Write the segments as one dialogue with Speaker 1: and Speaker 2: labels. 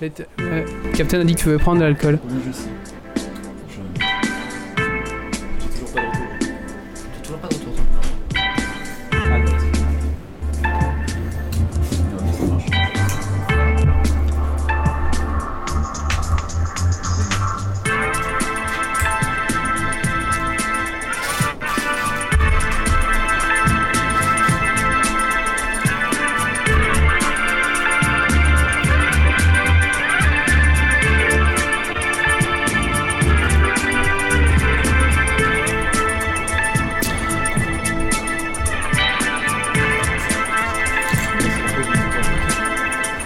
Speaker 1: Mais t- euh, Captain a dit que tu veux prendre de l'alcool.
Speaker 2: Oui, je sais. Je... J'ai toujours pas de retour.
Speaker 3: T'as toujours pas de retour.
Speaker 2: Ah, d'accord. Non, mais ça marche.
Speaker 3: Ça, d'accord.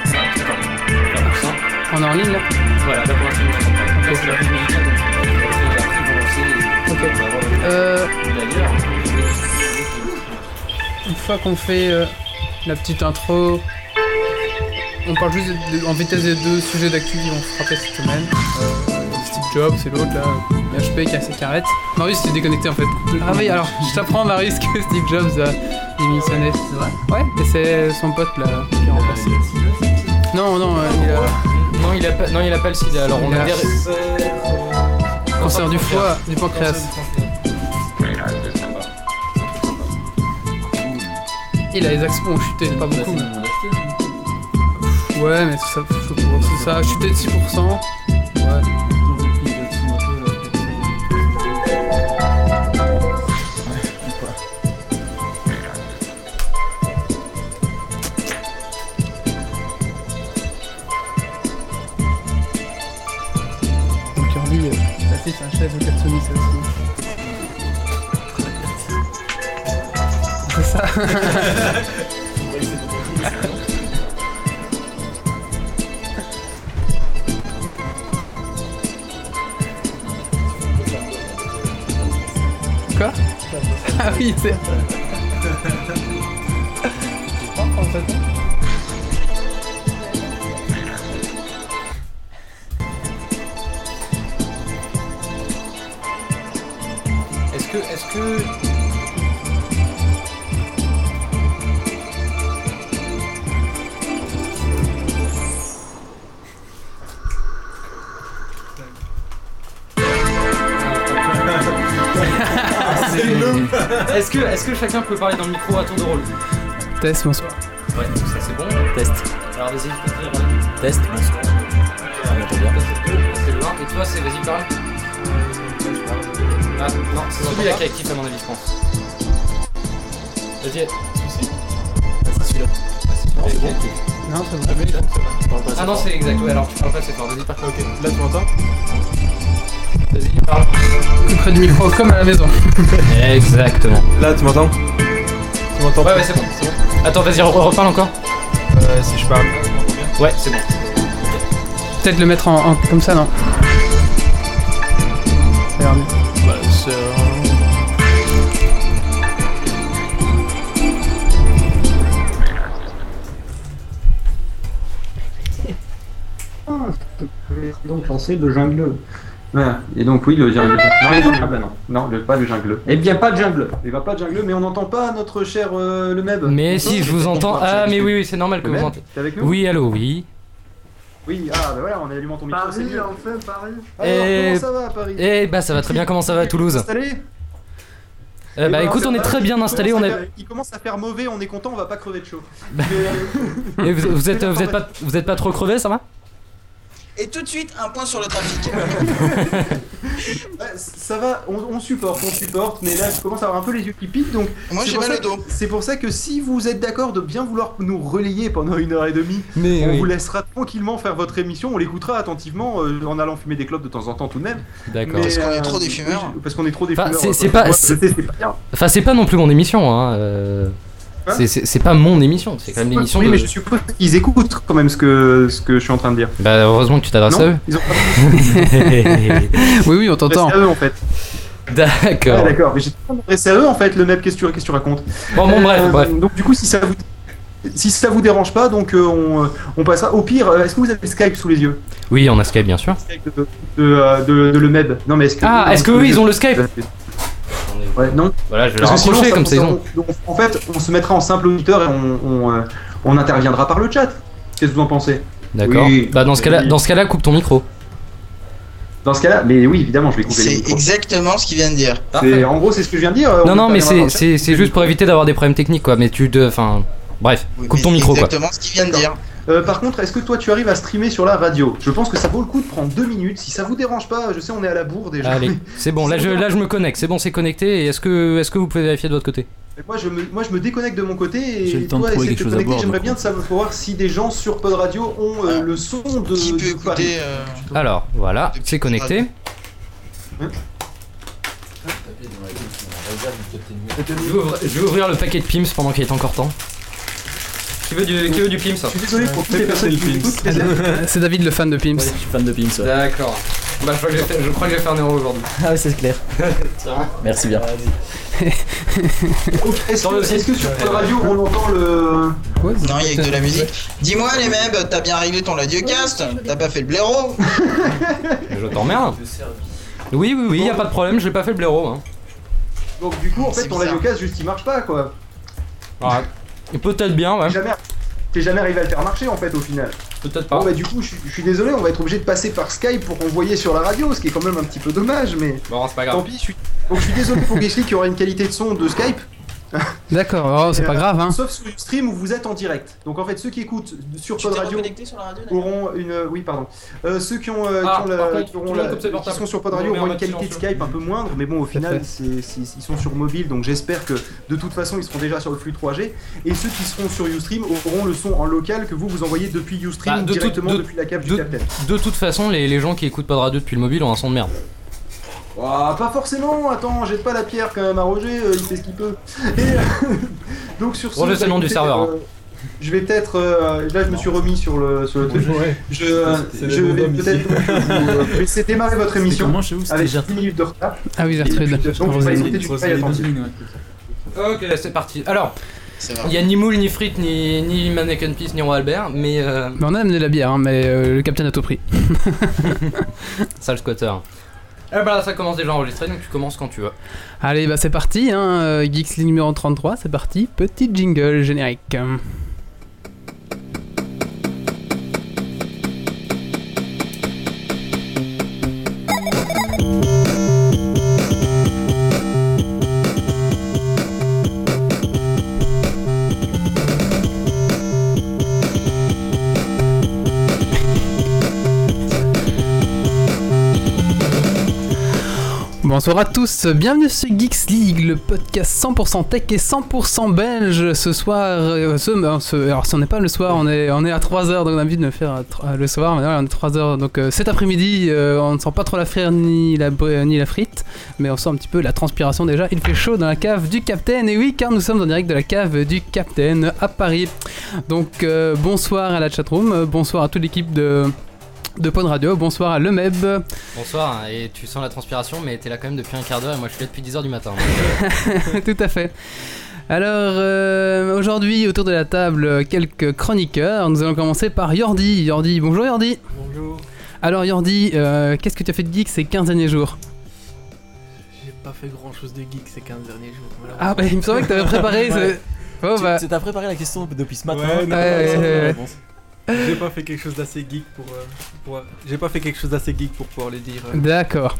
Speaker 3: Faire pour ça.
Speaker 1: On est en ligne là
Speaker 3: Voilà, là pour l'instant, on s'en parle. Après, c'est la rubrique musicale, donc on va passer à la rubrique
Speaker 1: Ok.
Speaker 3: avancée. On va avoir le-
Speaker 1: Euh,
Speaker 3: D'ailleurs,
Speaker 1: une fois qu'on fait euh, la petite intro, on parle juste de- de- en vitesse des deux sujets d'actu qui vont se frapper cette semaine. Euh, Steve Jobs et l'autre là, euh, HP qui a ses carrettes. Marius s'est déconnecté en fait. Ah oui, alors je t'apprends Marius que Steve Jobs a démissionné.
Speaker 3: c'est vrai.
Speaker 1: Ouais, et c'est son pote là qui l'a remplacé. Non, non, euh, il a
Speaker 3: Non, il a pas, non, il a pas le sida. Alors, on
Speaker 1: Il
Speaker 3: a
Speaker 1: a-
Speaker 3: des
Speaker 1: cancer du foie, du pancréas. Et là, les actions ont chuté, pas beaucoup. Ouais, mais c'est ça, c'est chaud pour- c'est ça a chuté de 6%. Ouais. Donc, Kirby, euh, ça fait un chef de Katsumi, ça aussi. C'est ça. Quoi Ah oui, c'est.
Speaker 3: Est-ce que, est-ce que. C'est- Est-ce que, est-ce que chacun peut parler dans le micro à tour de rôle
Speaker 1: Test, bonsoir.
Speaker 3: Ouais, donc ça c'est bon.
Speaker 4: Test.
Speaker 3: Alors vas-y, je peux te dire.
Speaker 4: Test.
Speaker 3: C'est loin. Et toi, c'est vas-y, parle. Ah, non, c'est celui-là qui est actif à mon avis, je pense. Vas-y. Ah, c'est celui-là.
Speaker 1: Non, c'est bon.
Speaker 3: Ah non, c'est exact. Ouais, alors tu parles pas assez fort. Vas-y, parle.
Speaker 2: Ok, là tu m'entends
Speaker 3: Vas-y, parle.
Speaker 1: Plus près du micro, comme à la maison.
Speaker 4: Exactement.
Speaker 2: Là tu m'entends Tu m'entends
Speaker 3: Ouais, ouais, c'est bon. c'est bon. Attends, vas-y, re- reparle encore.
Speaker 2: Euh, Si je parle.
Speaker 3: Ouais, c'est bon.
Speaker 1: Peut-être le mettre en, en- comme ça, non Ça a l'air mieux.
Speaker 5: donc lancer le jungle. Voilà. Et donc oui, le jungle. Non, non, ah bah non, non le, pas le jungle. Eh bien, pas de jungle. Il va pas de jungle, mais on n'entend pas notre cher euh, le Meb.
Speaker 3: Mais si, je vous entends. Ah, mais oui, oui, c'est normal que
Speaker 5: Le
Speaker 3: vous
Speaker 5: Meb,
Speaker 3: entendez.
Speaker 5: t'es avec nous
Speaker 3: Oui, allô, oui.
Speaker 5: Oui, ah bah voilà, on allume ton micro. c'est
Speaker 2: Paris,
Speaker 5: mieux.
Speaker 2: enfin Paris
Speaker 5: Alors,
Speaker 3: Et-
Speaker 5: comment ça va à Paris
Speaker 3: Eh bah, ça va très bien. Comment ça va à Toulouse
Speaker 5: Installé
Speaker 3: Euh, Bah, écoute, on est très bien installé. On est.
Speaker 5: Il commence à faire mauvais, on est content, on va pas crever de chaud. euh,
Speaker 3: Et Eh, vous, vous êtes, vous êtes pas, vous êtes pas trop crevé, ça va
Speaker 6: Et tout de suite, un point sur le trafic.
Speaker 5: Ouais, ça va, on, on supporte, on supporte, mais là je commence à avoir un peu les yeux qui piquent, donc
Speaker 6: Moi,
Speaker 5: C'est
Speaker 6: j'ai
Speaker 5: pour
Speaker 6: mal
Speaker 5: ça
Speaker 6: au dos.
Speaker 5: c'est pour ça que si vous êtes d'accord de bien vouloir nous relayer pendant une heure et demie,
Speaker 3: Mais
Speaker 5: on vous laissera tranquillement faire votre émission, on l'écoutera attentivement euh, en allant fumer des clopes de temps en temps tout de même.
Speaker 3: D'accord.
Speaker 5: Mais,
Speaker 6: Parce qu'on est
Speaker 5: euh,
Speaker 6: trop des fumeurs.
Speaker 5: oui, Parce qu'on est trop des
Speaker 3: Enfin,
Speaker 5: fumeurs.
Speaker 3: c'est-
Speaker 5: euh,
Speaker 3: c'est pas-
Speaker 5: moi,
Speaker 3: c'est-
Speaker 5: je sais, c'est pas bien.
Speaker 3: Enfin, c'est pas non plus mon émission, hein. euh,
Speaker 5: Hein
Speaker 3: c'est- c'est c'est pas mon émission, c'est quand même l'émission
Speaker 5: Oui,
Speaker 3: de.
Speaker 5: mais je suppose qu'ils écoutent quand même ce que, ce que je suis en train de dire.
Speaker 3: Bah, heureusement que tu t'adresses à
Speaker 5: non
Speaker 3: eux.
Speaker 5: Ils ont pas
Speaker 1: Oui, oui, on
Speaker 5: adressé
Speaker 1: t'entend.
Speaker 5: à eux en fait. Ah,
Speaker 3: D'accord.
Speaker 5: d'accord, mais j'ai pas adressé à eux en fait le même qu'est-ce que tu- qu'est-ce que tu racontes.
Speaker 3: Bon, bon,
Speaker 5: Euh,
Speaker 3: bref, bref.
Speaker 5: Donc du coup, si ça vous si ça vous dérange pas, donc euh, on, euh, on passera. Au pire, euh, est-ce que vous avez Skype sous les yeux
Speaker 3: Oui, on a Skype, bien sûr.
Speaker 5: Skype de, de, euh, de- de le MEB. Non mais est-ce que Euh,
Speaker 3: Ah, est-ce que eux, ils ont le Skype
Speaker 5: Ouais, non.
Speaker 3: Voilà, je vais le
Speaker 5: Parce que sinon,
Speaker 3: rapprocher comme ça, ils ont.
Speaker 5: on- on- En fait, on se mettra en simple auditeur et on, on, euh, on interviendra par le chat. Qu'est-ce que vous en pensez
Speaker 3: D'accord.
Speaker 5: Oui.
Speaker 3: Bah dans ce cas-là,
Speaker 5: Oui.
Speaker 3: dans ce cas-là, coupe ton micro.
Speaker 5: Dans ce cas-là, mais oui, évidemment, je vais couper les
Speaker 6: C'est
Speaker 5: micros.
Speaker 6: exactement ce qu'il vient de dire.
Speaker 5: C'est- En gros, c'est ce que je viens de dire. euh, on
Speaker 3: non,
Speaker 5: peut
Speaker 3: non,
Speaker 5: pas
Speaker 3: mais
Speaker 5: les avoir dans
Speaker 3: c'est
Speaker 5: le chat.
Speaker 3: c'est- c'est juste pour éviter d'avoir des problèmes techniques quoi. Mais tu de, enfin, bref,
Speaker 6: Oui,
Speaker 3: coupe
Speaker 6: mais
Speaker 3: ton
Speaker 6: c'est
Speaker 3: micro quoi.
Speaker 6: exactement ce qu'il vient de dire.
Speaker 5: Euh, par contre, est-ce que toi, tu arrives à streamer sur la radio Je pense que ça vaut le coup de prendre deux minutes. Si ça vous dérange pas, je sais, on est à la bourre déjà.
Speaker 3: Allez, c'est bon. Là je, là je me connecte. C'est bon, c'est connecté. Et Est-ce que, est-ce que vous pouvez vérifier de votre côté
Speaker 5: Mais Moi je, me, moi, je me déconnecte de mon côté
Speaker 7: J'ai
Speaker 5: et
Speaker 7: le temps de
Speaker 5: toi,
Speaker 7: trouver
Speaker 5: essaie de
Speaker 7: quelque
Speaker 5: te
Speaker 7: chose à
Speaker 5: connecter.
Speaker 7: boire,
Speaker 5: J'aimerais
Speaker 7: donc.
Speaker 5: bien de savoir voir si des gens sur Pod Radio ont euh,
Speaker 6: Ah.
Speaker 5: le son de.
Speaker 6: Qui peut
Speaker 5: de Paris.
Speaker 6: écouter euh,
Speaker 3: Alors voilà,
Speaker 6: Depuis
Speaker 3: c'est connecté.
Speaker 7: Tapez dans la gueule, c'est dans la réserve du Captain Mou.
Speaker 3: Je vais ouvrir- je vais ouvrir le paquet de Pims pendant qu'il est encore temps. Qui veut du, qui veut du Pims
Speaker 5: Je suis désolé pour toutes les personnes qui
Speaker 7: personne
Speaker 5: m'écoutent. mais-
Speaker 1: C'est David, le fan de Pimps.
Speaker 7: Ouais, je suis fan de Pimps. ouais.
Speaker 3: D'accord. Bah je crois que je vais faire- je crois que je vais faire un euro aujourd'hui.
Speaker 7: Ah ouais, c'est clair. Merci bien.
Speaker 5: Ok, Est-ce
Speaker 3: Sur le
Speaker 5: que,
Speaker 3: site.
Speaker 5: est-ce que sur Pod Radio on entend le.
Speaker 1: Ouais,
Speaker 6: Non, il y a que de la musique. Dis-moi, les mebs, t'as bien réglé ton radiocast T'as pas fait le blaireau
Speaker 3: Je t'emmerde. Oui, oui, oui, y a pas de problème. J'ai pas fait le blaireau. Hein.
Speaker 5: Donc du coup, en fait,
Speaker 6: C'est
Speaker 5: ton
Speaker 6: bizarre.
Speaker 5: radiocast juste il marche pas quoi.
Speaker 3: Ouais. Et Peut-être bien, ouais.
Speaker 5: T'es jamais, t'es jamais arrivé à le faire marcher en fait au final.
Speaker 3: Peut-être pas.
Speaker 5: Bon bah du coup, je, je suis désolé, on va être obligé de passer par Skype pour envoyer sur la radio, ce qui est quand même un petit peu dommage, mais
Speaker 3: Bon, c'est pas
Speaker 5: tant
Speaker 3: grave.
Speaker 5: pis. Je suis... Donc je suis désolé pour Geshly qui aura une qualité de son de Skype.
Speaker 1: D'accord, oh, c'est pas grave, hein.
Speaker 5: Sauf sur une stream où vous êtes en direct. Donc en fait, ceux qui écoutent sur Pod Radio
Speaker 6: sur la radio
Speaker 5: auront une. euh, oui, pardon. Euh, ceux qui ont, euh,
Speaker 3: Ah,
Speaker 5: qui, ont la-
Speaker 3: par contre,
Speaker 5: qui
Speaker 3: tout
Speaker 5: auront
Speaker 3: le monde
Speaker 5: la-
Speaker 3: coupe ses
Speaker 5: qui
Speaker 3: portables.
Speaker 5: sont sur Pod
Speaker 3: On
Speaker 5: Radio
Speaker 3: met
Speaker 5: auront
Speaker 3: un
Speaker 5: une qualité de
Speaker 3: maximum sur-
Speaker 5: Skype un peu moindre, mais bon, au final, c'est- c'est- ils sont sur mobile, donc j'espère que de toute façon, ils seront déjà sur le flux 3G. Et ceux qui seront sur Ustream auront le son en local que vous vous envoyez depuis Ustream
Speaker 3: Bah, de tout-
Speaker 5: directement
Speaker 3: de-
Speaker 5: depuis la cave
Speaker 3: de-
Speaker 5: du Captain.
Speaker 3: De toute façon, les, les gens qui écoutent pas de radio depuis le mobile ont un son de merde.
Speaker 5: Ouah, Oh, pas forcément, attends, jette pas la pierre quand même à Roger, euh, il fait ce qu'il peut. Et, euh, donc sur ce,
Speaker 3: Roger, c'est le nom du
Speaker 5: écoutez,
Speaker 3: serveur, hein.
Speaker 5: euh, Je vais peut-être. euh, là, je me suis remis sur le, sur le truc.
Speaker 7: Ouais.
Speaker 5: Je, euh,
Speaker 7: C'est
Speaker 5: je
Speaker 7: le
Speaker 5: vais
Speaker 7: bonhomme
Speaker 5: peut-être.
Speaker 7: ici.
Speaker 5: donc, vous- Je vais essayer de démarrer votre
Speaker 7: C'était
Speaker 5: émission
Speaker 7: comment chez vous C'était
Speaker 5: avec
Speaker 7: Gertrude.
Speaker 5: 10 minutes de retard.
Speaker 1: Ah oui, Gertrude.
Speaker 5: Et puis, donc,
Speaker 1: Rosalie.
Speaker 5: pas écouter du
Speaker 7: Rosalie
Speaker 5: Sky, attentif.
Speaker 7: Maslin, ouais.
Speaker 3: Ok, c'est parti. Alors,
Speaker 6: C'est
Speaker 3: il y
Speaker 6: vrai.
Speaker 3: a ni moule, ni frites, ni, ni mannequin peace, ni roi Albert, mais euh,
Speaker 1: Mais on a amené la bière, hein, mais euh, le capitaine a tout pris.
Speaker 3: sale squatter. Eh ben là, ça commence déjà enregistré, donc tu commences quand tu veux.
Speaker 1: Allez, bah c'est parti, hein, euh, Geeks League numéro 33, c'est parti, petit jingle générique. Bonsoir à tous, bienvenue sur Geeks League, le podcast 100% tech et 100% belge. Ce soir, euh, ce, euh, ce- alors si on n'est pas le soir, on est, on est à 3h, donc on a envie de le faire à tro- à le soir, mais voilà, on est 3h. Donc euh, cet après-midi, euh, on ne sent pas trop la frire ni la, br- euh, ni la frite, mais on sent un petit peu la transpiration déjà. Il fait chaud dans la cave du Capitaine, et oui, car nous sommes en direct de la cave du Capitaine à Paris. Donc euh, bonsoir à la chatroom, euh, bonsoir à toute l'équipe de, de Pod Radio, bonsoir à Lemeb.
Speaker 3: Bonsoir, et tu sens la transpiration, mais t'es là quand même depuis un quart d'heure, et moi je suis là depuis 10h du matin.
Speaker 1: Tout à fait. Alors, euh, aujourd'hui, autour de la table, euh, quelques chroniqueurs. Nous allons commencer par Yordi. Yordi, bonjour Yordi.
Speaker 8: Bonjour.
Speaker 1: Alors, Yordi, euh, qu'est-ce que tu as fait de geek ces 15 derniers jours
Speaker 8: J'ai pas fait grand chose de geek ces 15 derniers jours. voilà.
Speaker 1: Ah, bah, il me semblait que tu avais préparé ce.
Speaker 8: Ouais.
Speaker 1: Oh,
Speaker 7: Tu-
Speaker 1: bah.
Speaker 7: tu- T'as préparé la question depuis ce matin.
Speaker 8: Ouais,
Speaker 7: hein,
Speaker 8: non,
Speaker 7: t'as
Speaker 1: ouais,
Speaker 7: pas
Speaker 1: ouais,
Speaker 7: la
Speaker 1: ouais.
Speaker 7: réponse.
Speaker 8: J'ai pas fait quelque chose d'assez geek pour, euh, pour- J'ai pas fait quelque chose d'assez geek pour pouvoir le dire. euh.
Speaker 1: D'accord.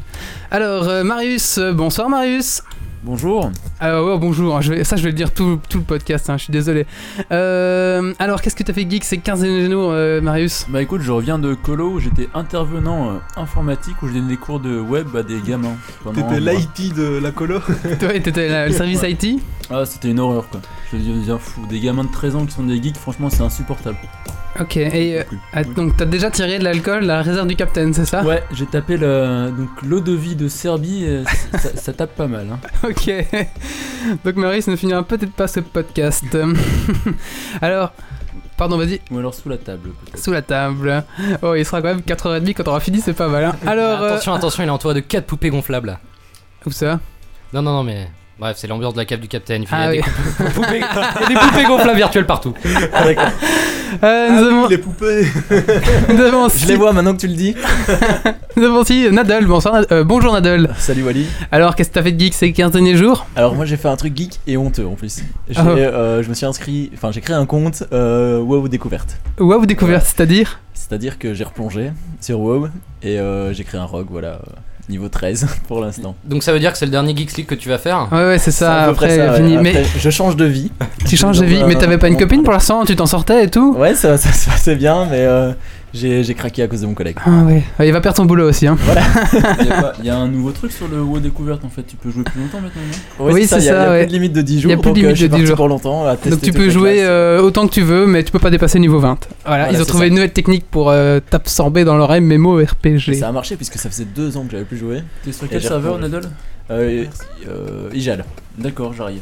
Speaker 1: Alors, euh, Marius, euh, bonsoir Marius.
Speaker 7: Bonjour.
Speaker 1: Ah, ouais, bonjour, je vais- ça je vais le dire tout, tout le podcast, hein, je suis désolé. Euh, alors, qu'est-ce que tu as fait de geek ces 15 derniers jours, euh, Marius
Speaker 7: Bah écoute, je reviens de Colo où j'étais intervenant euh, informatique où je donnais des cours de web à des gamins. pendant un
Speaker 8: T'étais
Speaker 7: mois.
Speaker 8: l'IT de la colo.
Speaker 1: Toi, t'étais là, le service IT
Speaker 7: Ah, c'était une horreur quoi. Je deviens fou. Des gamins de 13 ans qui sont des geeks, franchement, c'est insupportable.
Speaker 1: Ok, et euh, ah, donc t'as déjà tiré de l'alcool de la réserve du capitaine, c'est ça
Speaker 7: Ouais, j'ai tapé le, donc l'eau de vie de Serbie, euh, ça, ça- ça tape pas mal. Hein.
Speaker 1: Ok. Donc Marius ne finira peut-être pas ce podcast. Alors, pardon, vas-y,
Speaker 7: Ou alors sous la table peut-être.
Speaker 1: sous la table. Oh, il sera quand même 4h30 quand on aura fini, c'est
Speaker 7: Eh ben,
Speaker 1: pas mal. hein. Alors, euh,
Speaker 3: attention, attention, il est entouré de 4 poupées gonflables.
Speaker 1: où ça
Speaker 3: Non, non, non, mais Bref, c'est l'ambiance de la cave du capitaine.
Speaker 1: Ah
Speaker 3: il, y
Speaker 1: oui.
Speaker 3: a des poupées, il y a des poupées gonflables virtuelles partout.
Speaker 7: Ah
Speaker 1: Euh, nous, avons,
Speaker 5: les poupées
Speaker 1: nous avons
Speaker 7: Je
Speaker 1: aussi,
Speaker 7: les vois maintenant que tu le dis.
Speaker 1: nous avons aussi Nadal. Bonsoir, Nad- euh, bonjour Nadal.
Speaker 7: Salut Wally.
Speaker 1: Alors, qu'est-ce que t'as fait de geek ces 15 derniers jours
Speaker 7: Alors moi j'ai fait un truc geek et honteux en plus. J'ai,
Speaker 1: Ah.
Speaker 7: euh, je me suis inscrit, enfin j'ai créé un compte euh, WoW découverte.
Speaker 1: Waouh, découverte, c'est-à-dire
Speaker 7: C'est-à-dire que j'ai replongé sur WoW et euh, j'ai créé un rogue, voilà, euh, niveau 13 pour l'instant.
Speaker 3: Donc ça veut dire que c'est le dernier Geeks League que tu vas faire
Speaker 1: Ouais, ouais, c'est ça,
Speaker 7: C'est à peu
Speaker 1: après,
Speaker 7: près ça, ouais.
Speaker 1: fini.
Speaker 7: Après,
Speaker 1: Mais
Speaker 7: je change de vie.
Speaker 1: tu changes de
Speaker 7: dans
Speaker 1: vie,
Speaker 7: un-
Speaker 1: mais t'avais pas une
Speaker 7: on-
Speaker 1: copine pour l'instant, tu t'en sortais et tout
Speaker 7: Ouais, ça, ça se passait bien, mais euh, j'ai, j'ai craqué à cause de mon collègue.
Speaker 1: Ah ouais, Ouais, il va perdre son boulot aussi. Hein.
Speaker 8: Il y a pas- il y, a un nouveau truc sur le WoW découverte en fait, tu peux jouer plus longtemps maintenant, non
Speaker 7: Ouais,
Speaker 1: Oui, c'est
Speaker 7: il y a,
Speaker 1: ça,
Speaker 7: il y a
Speaker 1: ouais.
Speaker 7: plus de limite de 10
Speaker 1: Il
Speaker 7: jours,
Speaker 1: y a plus de
Speaker 7: donc
Speaker 1: limite
Speaker 7: euh, je suis
Speaker 1: de 10
Speaker 7: parti
Speaker 1: jours.
Speaker 7: pour longtemps à
Speaker 1: Donc
Speaker 7: tester
Speaker 1: tu
Speaker 7: toutes
Speaker 1: peux
Speaker 7: les
Speaker 1: jouer
Speaker 7: classes.
Speaker 1: euh, autant que tu veux, mais tu peux pas dépasser niveau 20. Voilà,
Speaker 7: Voilà,
Speaker 1: ils ont
Speaker 7: c'est
Speaker 1: trouvé
Speaker 7: ça.
Speaker 1: une nouvelle technique pour euh, t'absorber dans leur MMORPG.
Speaker 7: Et Ça a marché puisque ça faisait deux ans que j'avais plus joué.
Speaker 8: T'es sur
Speaker 7: Et
Speaker 8: quel
Speaker 7: j'ai
Speaker 8: serveur,
Speaker 7: replongé.
Speaker 8: Nadal
Speaker 5: Ah,
Speaker 7: Euh, euh, Ijal.
Speaker 8: D'accord, j'arrive.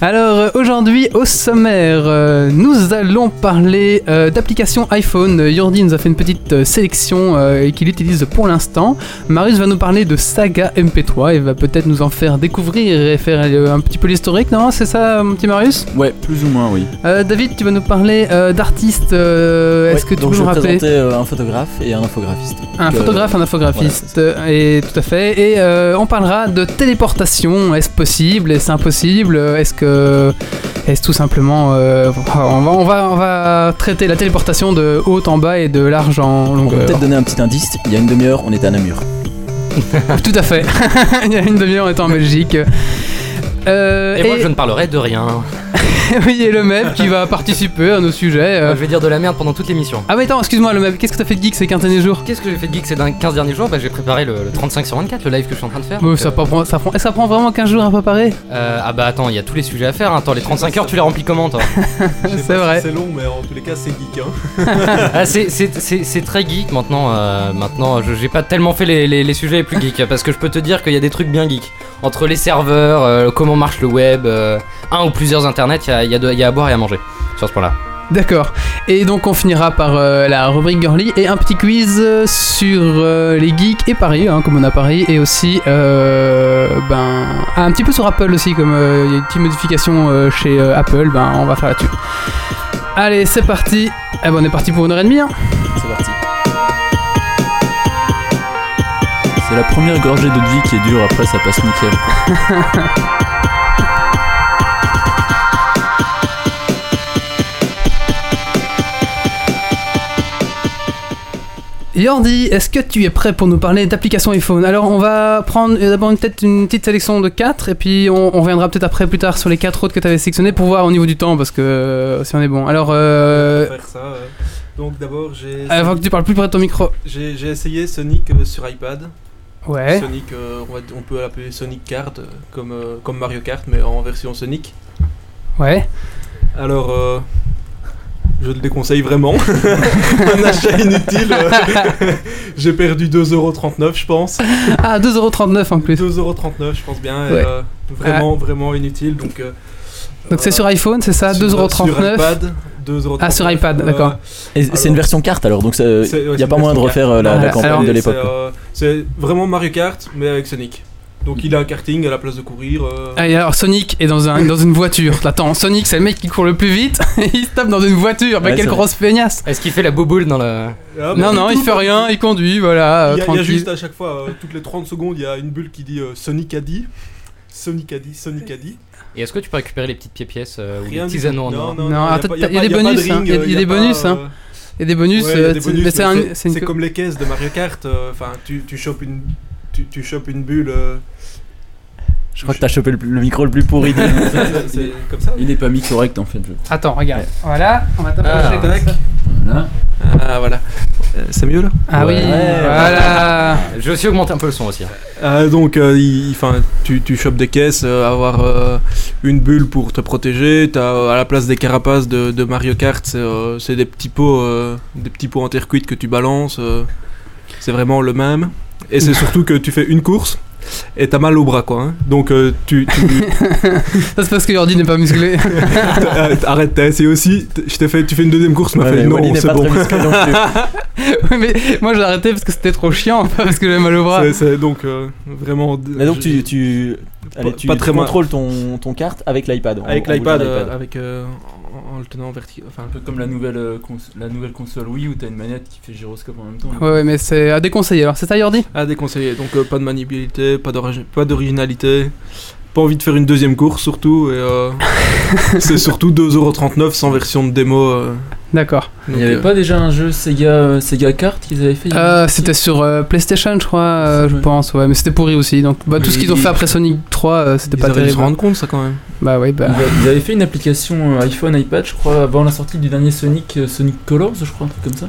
Speaker 1: Alors euh, aujourd'hui au sommaire, euh, nous allons parler euh, d'applications iPhone. Euh, Yordi nous a fait une petite euh, sélection euh, et qu'il utilise pour l'instant. Marius va nous parler de Saga MP3 et va peut-être nous en faire découvrir et faire euh, un petit peu l'historique. Non, c'est ça mon petit Marius
Speaker 8: Ouais, plus ou moins, oui.
Speaker 1: Euh, David, tu vas nous parler euh, d'artistes. euh, Est-ce
Speaker 7: Ouais,
Speaker 1: que tu
Speaker 7: donc
Speaker 1: peux
Speaker 7: je
Speaker 1: nous rappeler
Speaker 7: présentais euh, un photographe et un infographiste.
Speaker 1: Un
Speaker 7: Donc, euh,
Speaker 1: photographe, un infographiste, et tout à fait. Et euh, on parlera de téléportation. Est-ce possible Est-ce impossible Est-ce que, est-ce tout simplement, euh, on va, on va, on va traiter la téléportation de haut en bas et de large en
Speaker 7: On peut
Speaker 1: longueur.
Speaker 7: peut-être donner un petit indice. Il y a une demi-heure, on était à Namur.
Speaker 1: Tout à fait. Il y a une demi-heure, on était en Belgique. Euh,
Speaker 3: Et, moi je ne parlerai de rien.
Speaker 1: oui, et le MEP qui va participer à nos sujets. euh.
Speaker 3: Moi, je vais dire de la merde pendant toute l'émission.
Speaker 1: Ah mais attends, excuse-moi le MEP, qu'est-ce que t'as fait de geek ces 15 derniers jours
Speaker 3: Qu'est-ce que j'ai fait de geek ces dingues- 15 derniers jours Bah j'ai préparé le, le 35 sur 24, le live que je suis en train de faire.
Speaker 1: Bon,
Speaker 3: donc,
Speaker 1: ça,
Speaker 3: euh,
Speaker 1: prend, ça, prend, eh, ça prend vraiment 15 jours à préparer
Speaker 3: euh, ah bah attends, il y a tous les sujets à faire. hein. Attends, les 35 heures, tu les remplis comment toi
Speaker 1: C'est vrai.
Speaker 5: C'est long, mais en tous les cas, c'est geek. Hein.
Speaker 3: Ah, c'est- c'est c'est- c'est très geek maintenant. euh, maintenant, je- j'ai pas tellement fait les, les- les sujets les plus geeks parce que je peux te dire qu'il y a des trucs bien geeks. Entre les serveurs, euh, comment marche le web, euh, un ou plusieurs internets, il y a, il y a de- il y a à boire et à manger sur ce point-là.
Speaker 1: D'accord. Et donc on finira par euh, la rubrique girly et un petit quiz euh, sur euh, les geeks et Paris, hein, comme on a Paris, et aussi euh, ben ah, un petit peu sur Apple aussi, comme euh, il y a une petite modification euh, chez euh, Apple, ben on va faire là-dessus. Allez, c'est parti. Eh ben, on est parti pour une heure et demie. hein.
Speaker 7: C'est parti.
Speaker 8: C'est la première gorgée d'eau de vie qui est dure, après ça passe nickel.
Speaker 1: Yordi, est-ce que tu es prêt pour nous parler d'applications iPhone Alors on va prendre euh, d'abord une- peut-être une petite sélection de 4 et puis on, on reviendra peut-être après plus tard sur les 4 autres que tu avais sélectionnés pour voir au niveau du temps parce que euh, si on est bon. Alors euh,
Speaker 5: Faire ça. euh. Donc d'abord, j'ai
Speaker 1: Ah,
Speaker 3: Ah,
Speaker 1: Avant que tu parles plus près de ton micro.
Speaker 5: j'ai j'ai essayé Sonic euh, sur iPad.
Speaker 1: Ouais.
Speaker 5: Sonic, euh, on, va- on peut l'appeler Sonic Card, euh, comme, euh, comme Mario Kart, mais en version Sonic.
Speaker 1: Ouais.
Speaker 5: Alors, euh, je le déconseille vraiment. Un achat inutile. euh, J'ai perdu 2,39€, je pense.
Speaker 1: Ah, 2,39€ en plus.
Speaker 5: 2,39€, je pense bien. et,
Speaker 1: Ouais.
Speaker 5: euh, vraiment, vraiment inutile. Donc, euh,
Speaker 1: Donc c'est
Speaker 5: euh,
Speaker 1: sur iPhone, c'est ça
Speaker 5: sur- Sur
Speaker 1: 2,39€.
Speaker 5: iPad, 2,39€.
Speaker 1: Ah, sur iPad,
Speaker 5: euh,
Speaker 1: d'accord.
Speaker 7: Et c'est-
Speaker 5: Alors-
Speaker 7: c'est une version carte alors, donc il
Speaker 5: C'est- ouais,
Speaker 7: n'y
Speaker 5: c'est
Speaker 7: a pas
Speaker 5: une
Speaker 7: moyen de
Speaker 5: version
Speaker 7: refaire euh, la,
Speaker 1: carte. Voilà,
Speaker 7: la campagne
Speaker 1: alors-
Speaker 7: de
Speaker 5: C'est
Speaker 7: l'époque.
Speaker 5: euh, c'est vraiment Mario Kart, mais avec Sonic. Donc, il a un karting à la place de courir. euh,
Speaker 1: Ah, et alors Sonic est dans, un, dans une voiture. Attends, Sonic c'est le mec qui court le plus vite et il se tape dans une voiture. Bah
Speaker 7: Ouais,
Speaker 1: quelle
Speaker 7: c'est
Speaker 1: grosse feignasse
Speaker 3: Est-ce qu'il fait la bouboule dans le.
Speaker 5: et hop,
Speaker 1: Non, non, il fait rien, il conduit, voilà, euh,
Speaker 5: bah, Il y, a- il y a
Speaker 1: tranquille.
Speaker 5: juste à chaque fois, euh, toutes les 30 secondes, il y a une bulle qui dit euh, Sonic a dit. Sonic a dit, Sonic a dit.
Speaker 3: Et est-ce que tu peux récupérer les petites pièces euh, ou les
Speaker 5: Rien du
Speaker 3: petits
Speaker 5: tout.
Speaker 3: anneaux en or
Speaker 1: Non,
Speaker 5: y a
Speaker 1: attends,
Speaker 5: pas-
Speaker 1: t'as-
Speaker 5: pas-
Speaker 1: y a des
Speaker 5: pas de
Speaker 1: bonus,
Speaker 5: ring,
Speaker 1: hein, y a-
Speaker 5: euh,
Speaker 1: y a des
Speaker 5: pas,
Speaker 1: bonus, hein.
Speaker 5: euh,
Speaker 1: Et des bonus,
Speaker 5: ouais, y a
Speaker 1: euh,
Speaker 5: des
Speaker 1: c'est-
Speaker 5: bonus,
Speaker 1: mais c'est
Speaker 5: mais
Speaker 1: un-
Speaker 5: c'est-
Speaker 1: c'est une
Speaker 5: c'est
Speaker 1: co-
Speaker 5: comme les caisses de Mario Kart. euh, Enfin, tu, tu chopes une, tu, tu chopes une bulle. euh,
Speaker 7: Je crois que t'as chopé le, le micro le plus pourri. de-
Speaker 5: c'est c'est comme ça.
Speaker 8: Il n'est pas mis correct en fait, je crois.
Speaker 1: Attends, regarde. Voilà, on va
Speaker 3: Ah,
Speaker 1: taper
Speaker 5: tac.
Speaker 8: Voilà.
Speaker 5: Ah voilà. Euh, C'est mieux là.
Speaker 1: Ah oui,
Speaker 8: Ouais.
Speaker 1: voilà.
Speaker 3: Je vais aussi augmenter un peu le son aussi. hein.
Speaker 5: Ah, donc, euh, il- enfin, tu, tu chopes des caisses, euh, avoir euh, une bulle pour te protéger. T'as euh, à la place des carapaces de, de Mario Kart, c'est euh, c'est des petits pots, euh, des petits pots en terre cuite que tu balances. euh, c'est vraiment le même. Et c'est surtout que tu fais une course. et t'as mal au bras, quoi. hein. Donc, euh, tu, tu-
Speaker 1: Ça, c'est parce que Jordi n'est pas musclé.
Speaker 5: Arrête, arrête, t'as essayé aussi. t- Je t'ai fait, tu fais une deuxième course, tu m'as
Speaker 7: Ouais,
Speaker 5: fait
Speaker 7: mais
Speaker 5: non,
Speaker 7: Wally n'est
Speaker 5: c'est
Speaker 7: pas
Speaker 5: bon.
Speaker 7: très musclé non plus.
Speaker 1: oui, mais moi, j'ai arrêté parce que c'était trop chiant, pas parce que j'avais mal au bras.
Speaker 5: C'est- c'est donc euh, vraiment.
Speaker 7: Mais donc
Speaker 5: je-
Speaker 7: tu, tu,
Speaker 5: pas-
Speaker 7: allez, tu,
Speaker 5: pas
Speaker 7: tu
Speaker 5: très mal.
Speaker 7: contrôles ton, ton carte avec l'iPad. en-
Speaker 5: Avec
Speaker 7: en bougeant
Speaker 5: l'iPad, euh, avec euh, en, en le tenant vertical. Enfin,
Speaker 8: Un peu comme la nouvelle, euh, cons- la nouvelle console Wii où t'as une manette qui fait gyroscope en même temps.
Speaker 1: Ouais, ouais, mais c'est à déconseiller. Alors, c'est ça, Jordi
Speaker 5: à déconseiller. Donc euh, pas de maniabilité, pas d'origi- pas d'originalité, pas envie de faire une deuxième course surtout. Et euh, c'est surtout 2,39€ sans version de démo. euh,
Speaker 1: D'accord.
Speaker 8: Il
Speaker 5: donc,
Speaker 8: n'y avait
Speaker 5: euh,
Speaker 8: pas déjà un jeu Sega, euh, Sega Kart qu'ils avaient fait il y a
Speaker 1: Euh,
Speaker 8: un petit-
Speaker 1: c'était sur euh, PlayStation, je crois, euh, je
Speaker 8: Ouais.
Speaker 1: pense, ouais, mais c'était pourri aussi. Donc, bah, tout
Speaker 5: Mais
Speaker 1: ce qu'ils ont
Speaker 5: ils-
Speaker 1: fait après Sonic 3, euh, c'était
Speaker 5: ils
Speaker 1: pas
Speaker 5: auraient dû se
Speaker 1: terrible.
Speaker 5: rendre compte ça quand même.
Speaker 1: Bah, ouais, bah.
Speaker 8: Ils avaient- Ils avaient fait une application euh, iPhone, iPad, je crois, avant la sortie du dernier Sonic, euh, Sonic Colors, je crois, un truc comme ça,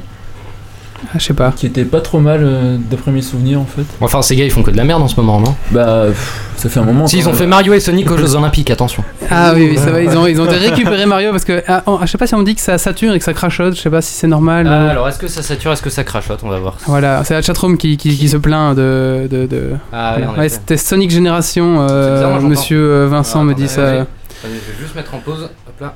Speaker 1: Je sais pas.
Speaker 8: qui était pas trop mal euh, d'après mes souvenirs en fait.
Speaker 3: Enfin, ces gars, ils font que de la merde en ce moment, non
Speaker 8: Bah, pff, ça fait un moment.
Speaker 3: Si, ils
Speaker 8: quand
Speaker 3: ont
Speaker 8: même.
Speaker 3: fait Mario et Sonic aux Jeux Olympiques, attention.
Speaker 1: Ah oui, oui, ça va, ils ont, ils ont récupéré Mario parce que. ah, on- je sais pas si on me dit que ça sature et que ça crachote, je sais pas si c'est normal. euh,
Speaker 3: Ah, alors, est-ce que ça sature Est-ce que ça crachote On va voir.
Speaker 1: Voilà, c'est la chatroom qui, qui, qui se plaint de. de, de-
Speaker 3: Ah,
Speaker 1: Ouais, c'était Sonic Génération, euh,
Speaker 3: C'est bizarre, moi, j'entends.
Speaker 1: monsieur euh, Vincent
Speaker 3: Ah,
Speaker 1: me
Speaker 3: attendez,
Speaker 1: dit ça.
Speaker 3: allez, Je vais juste mettre en pause. Hop là.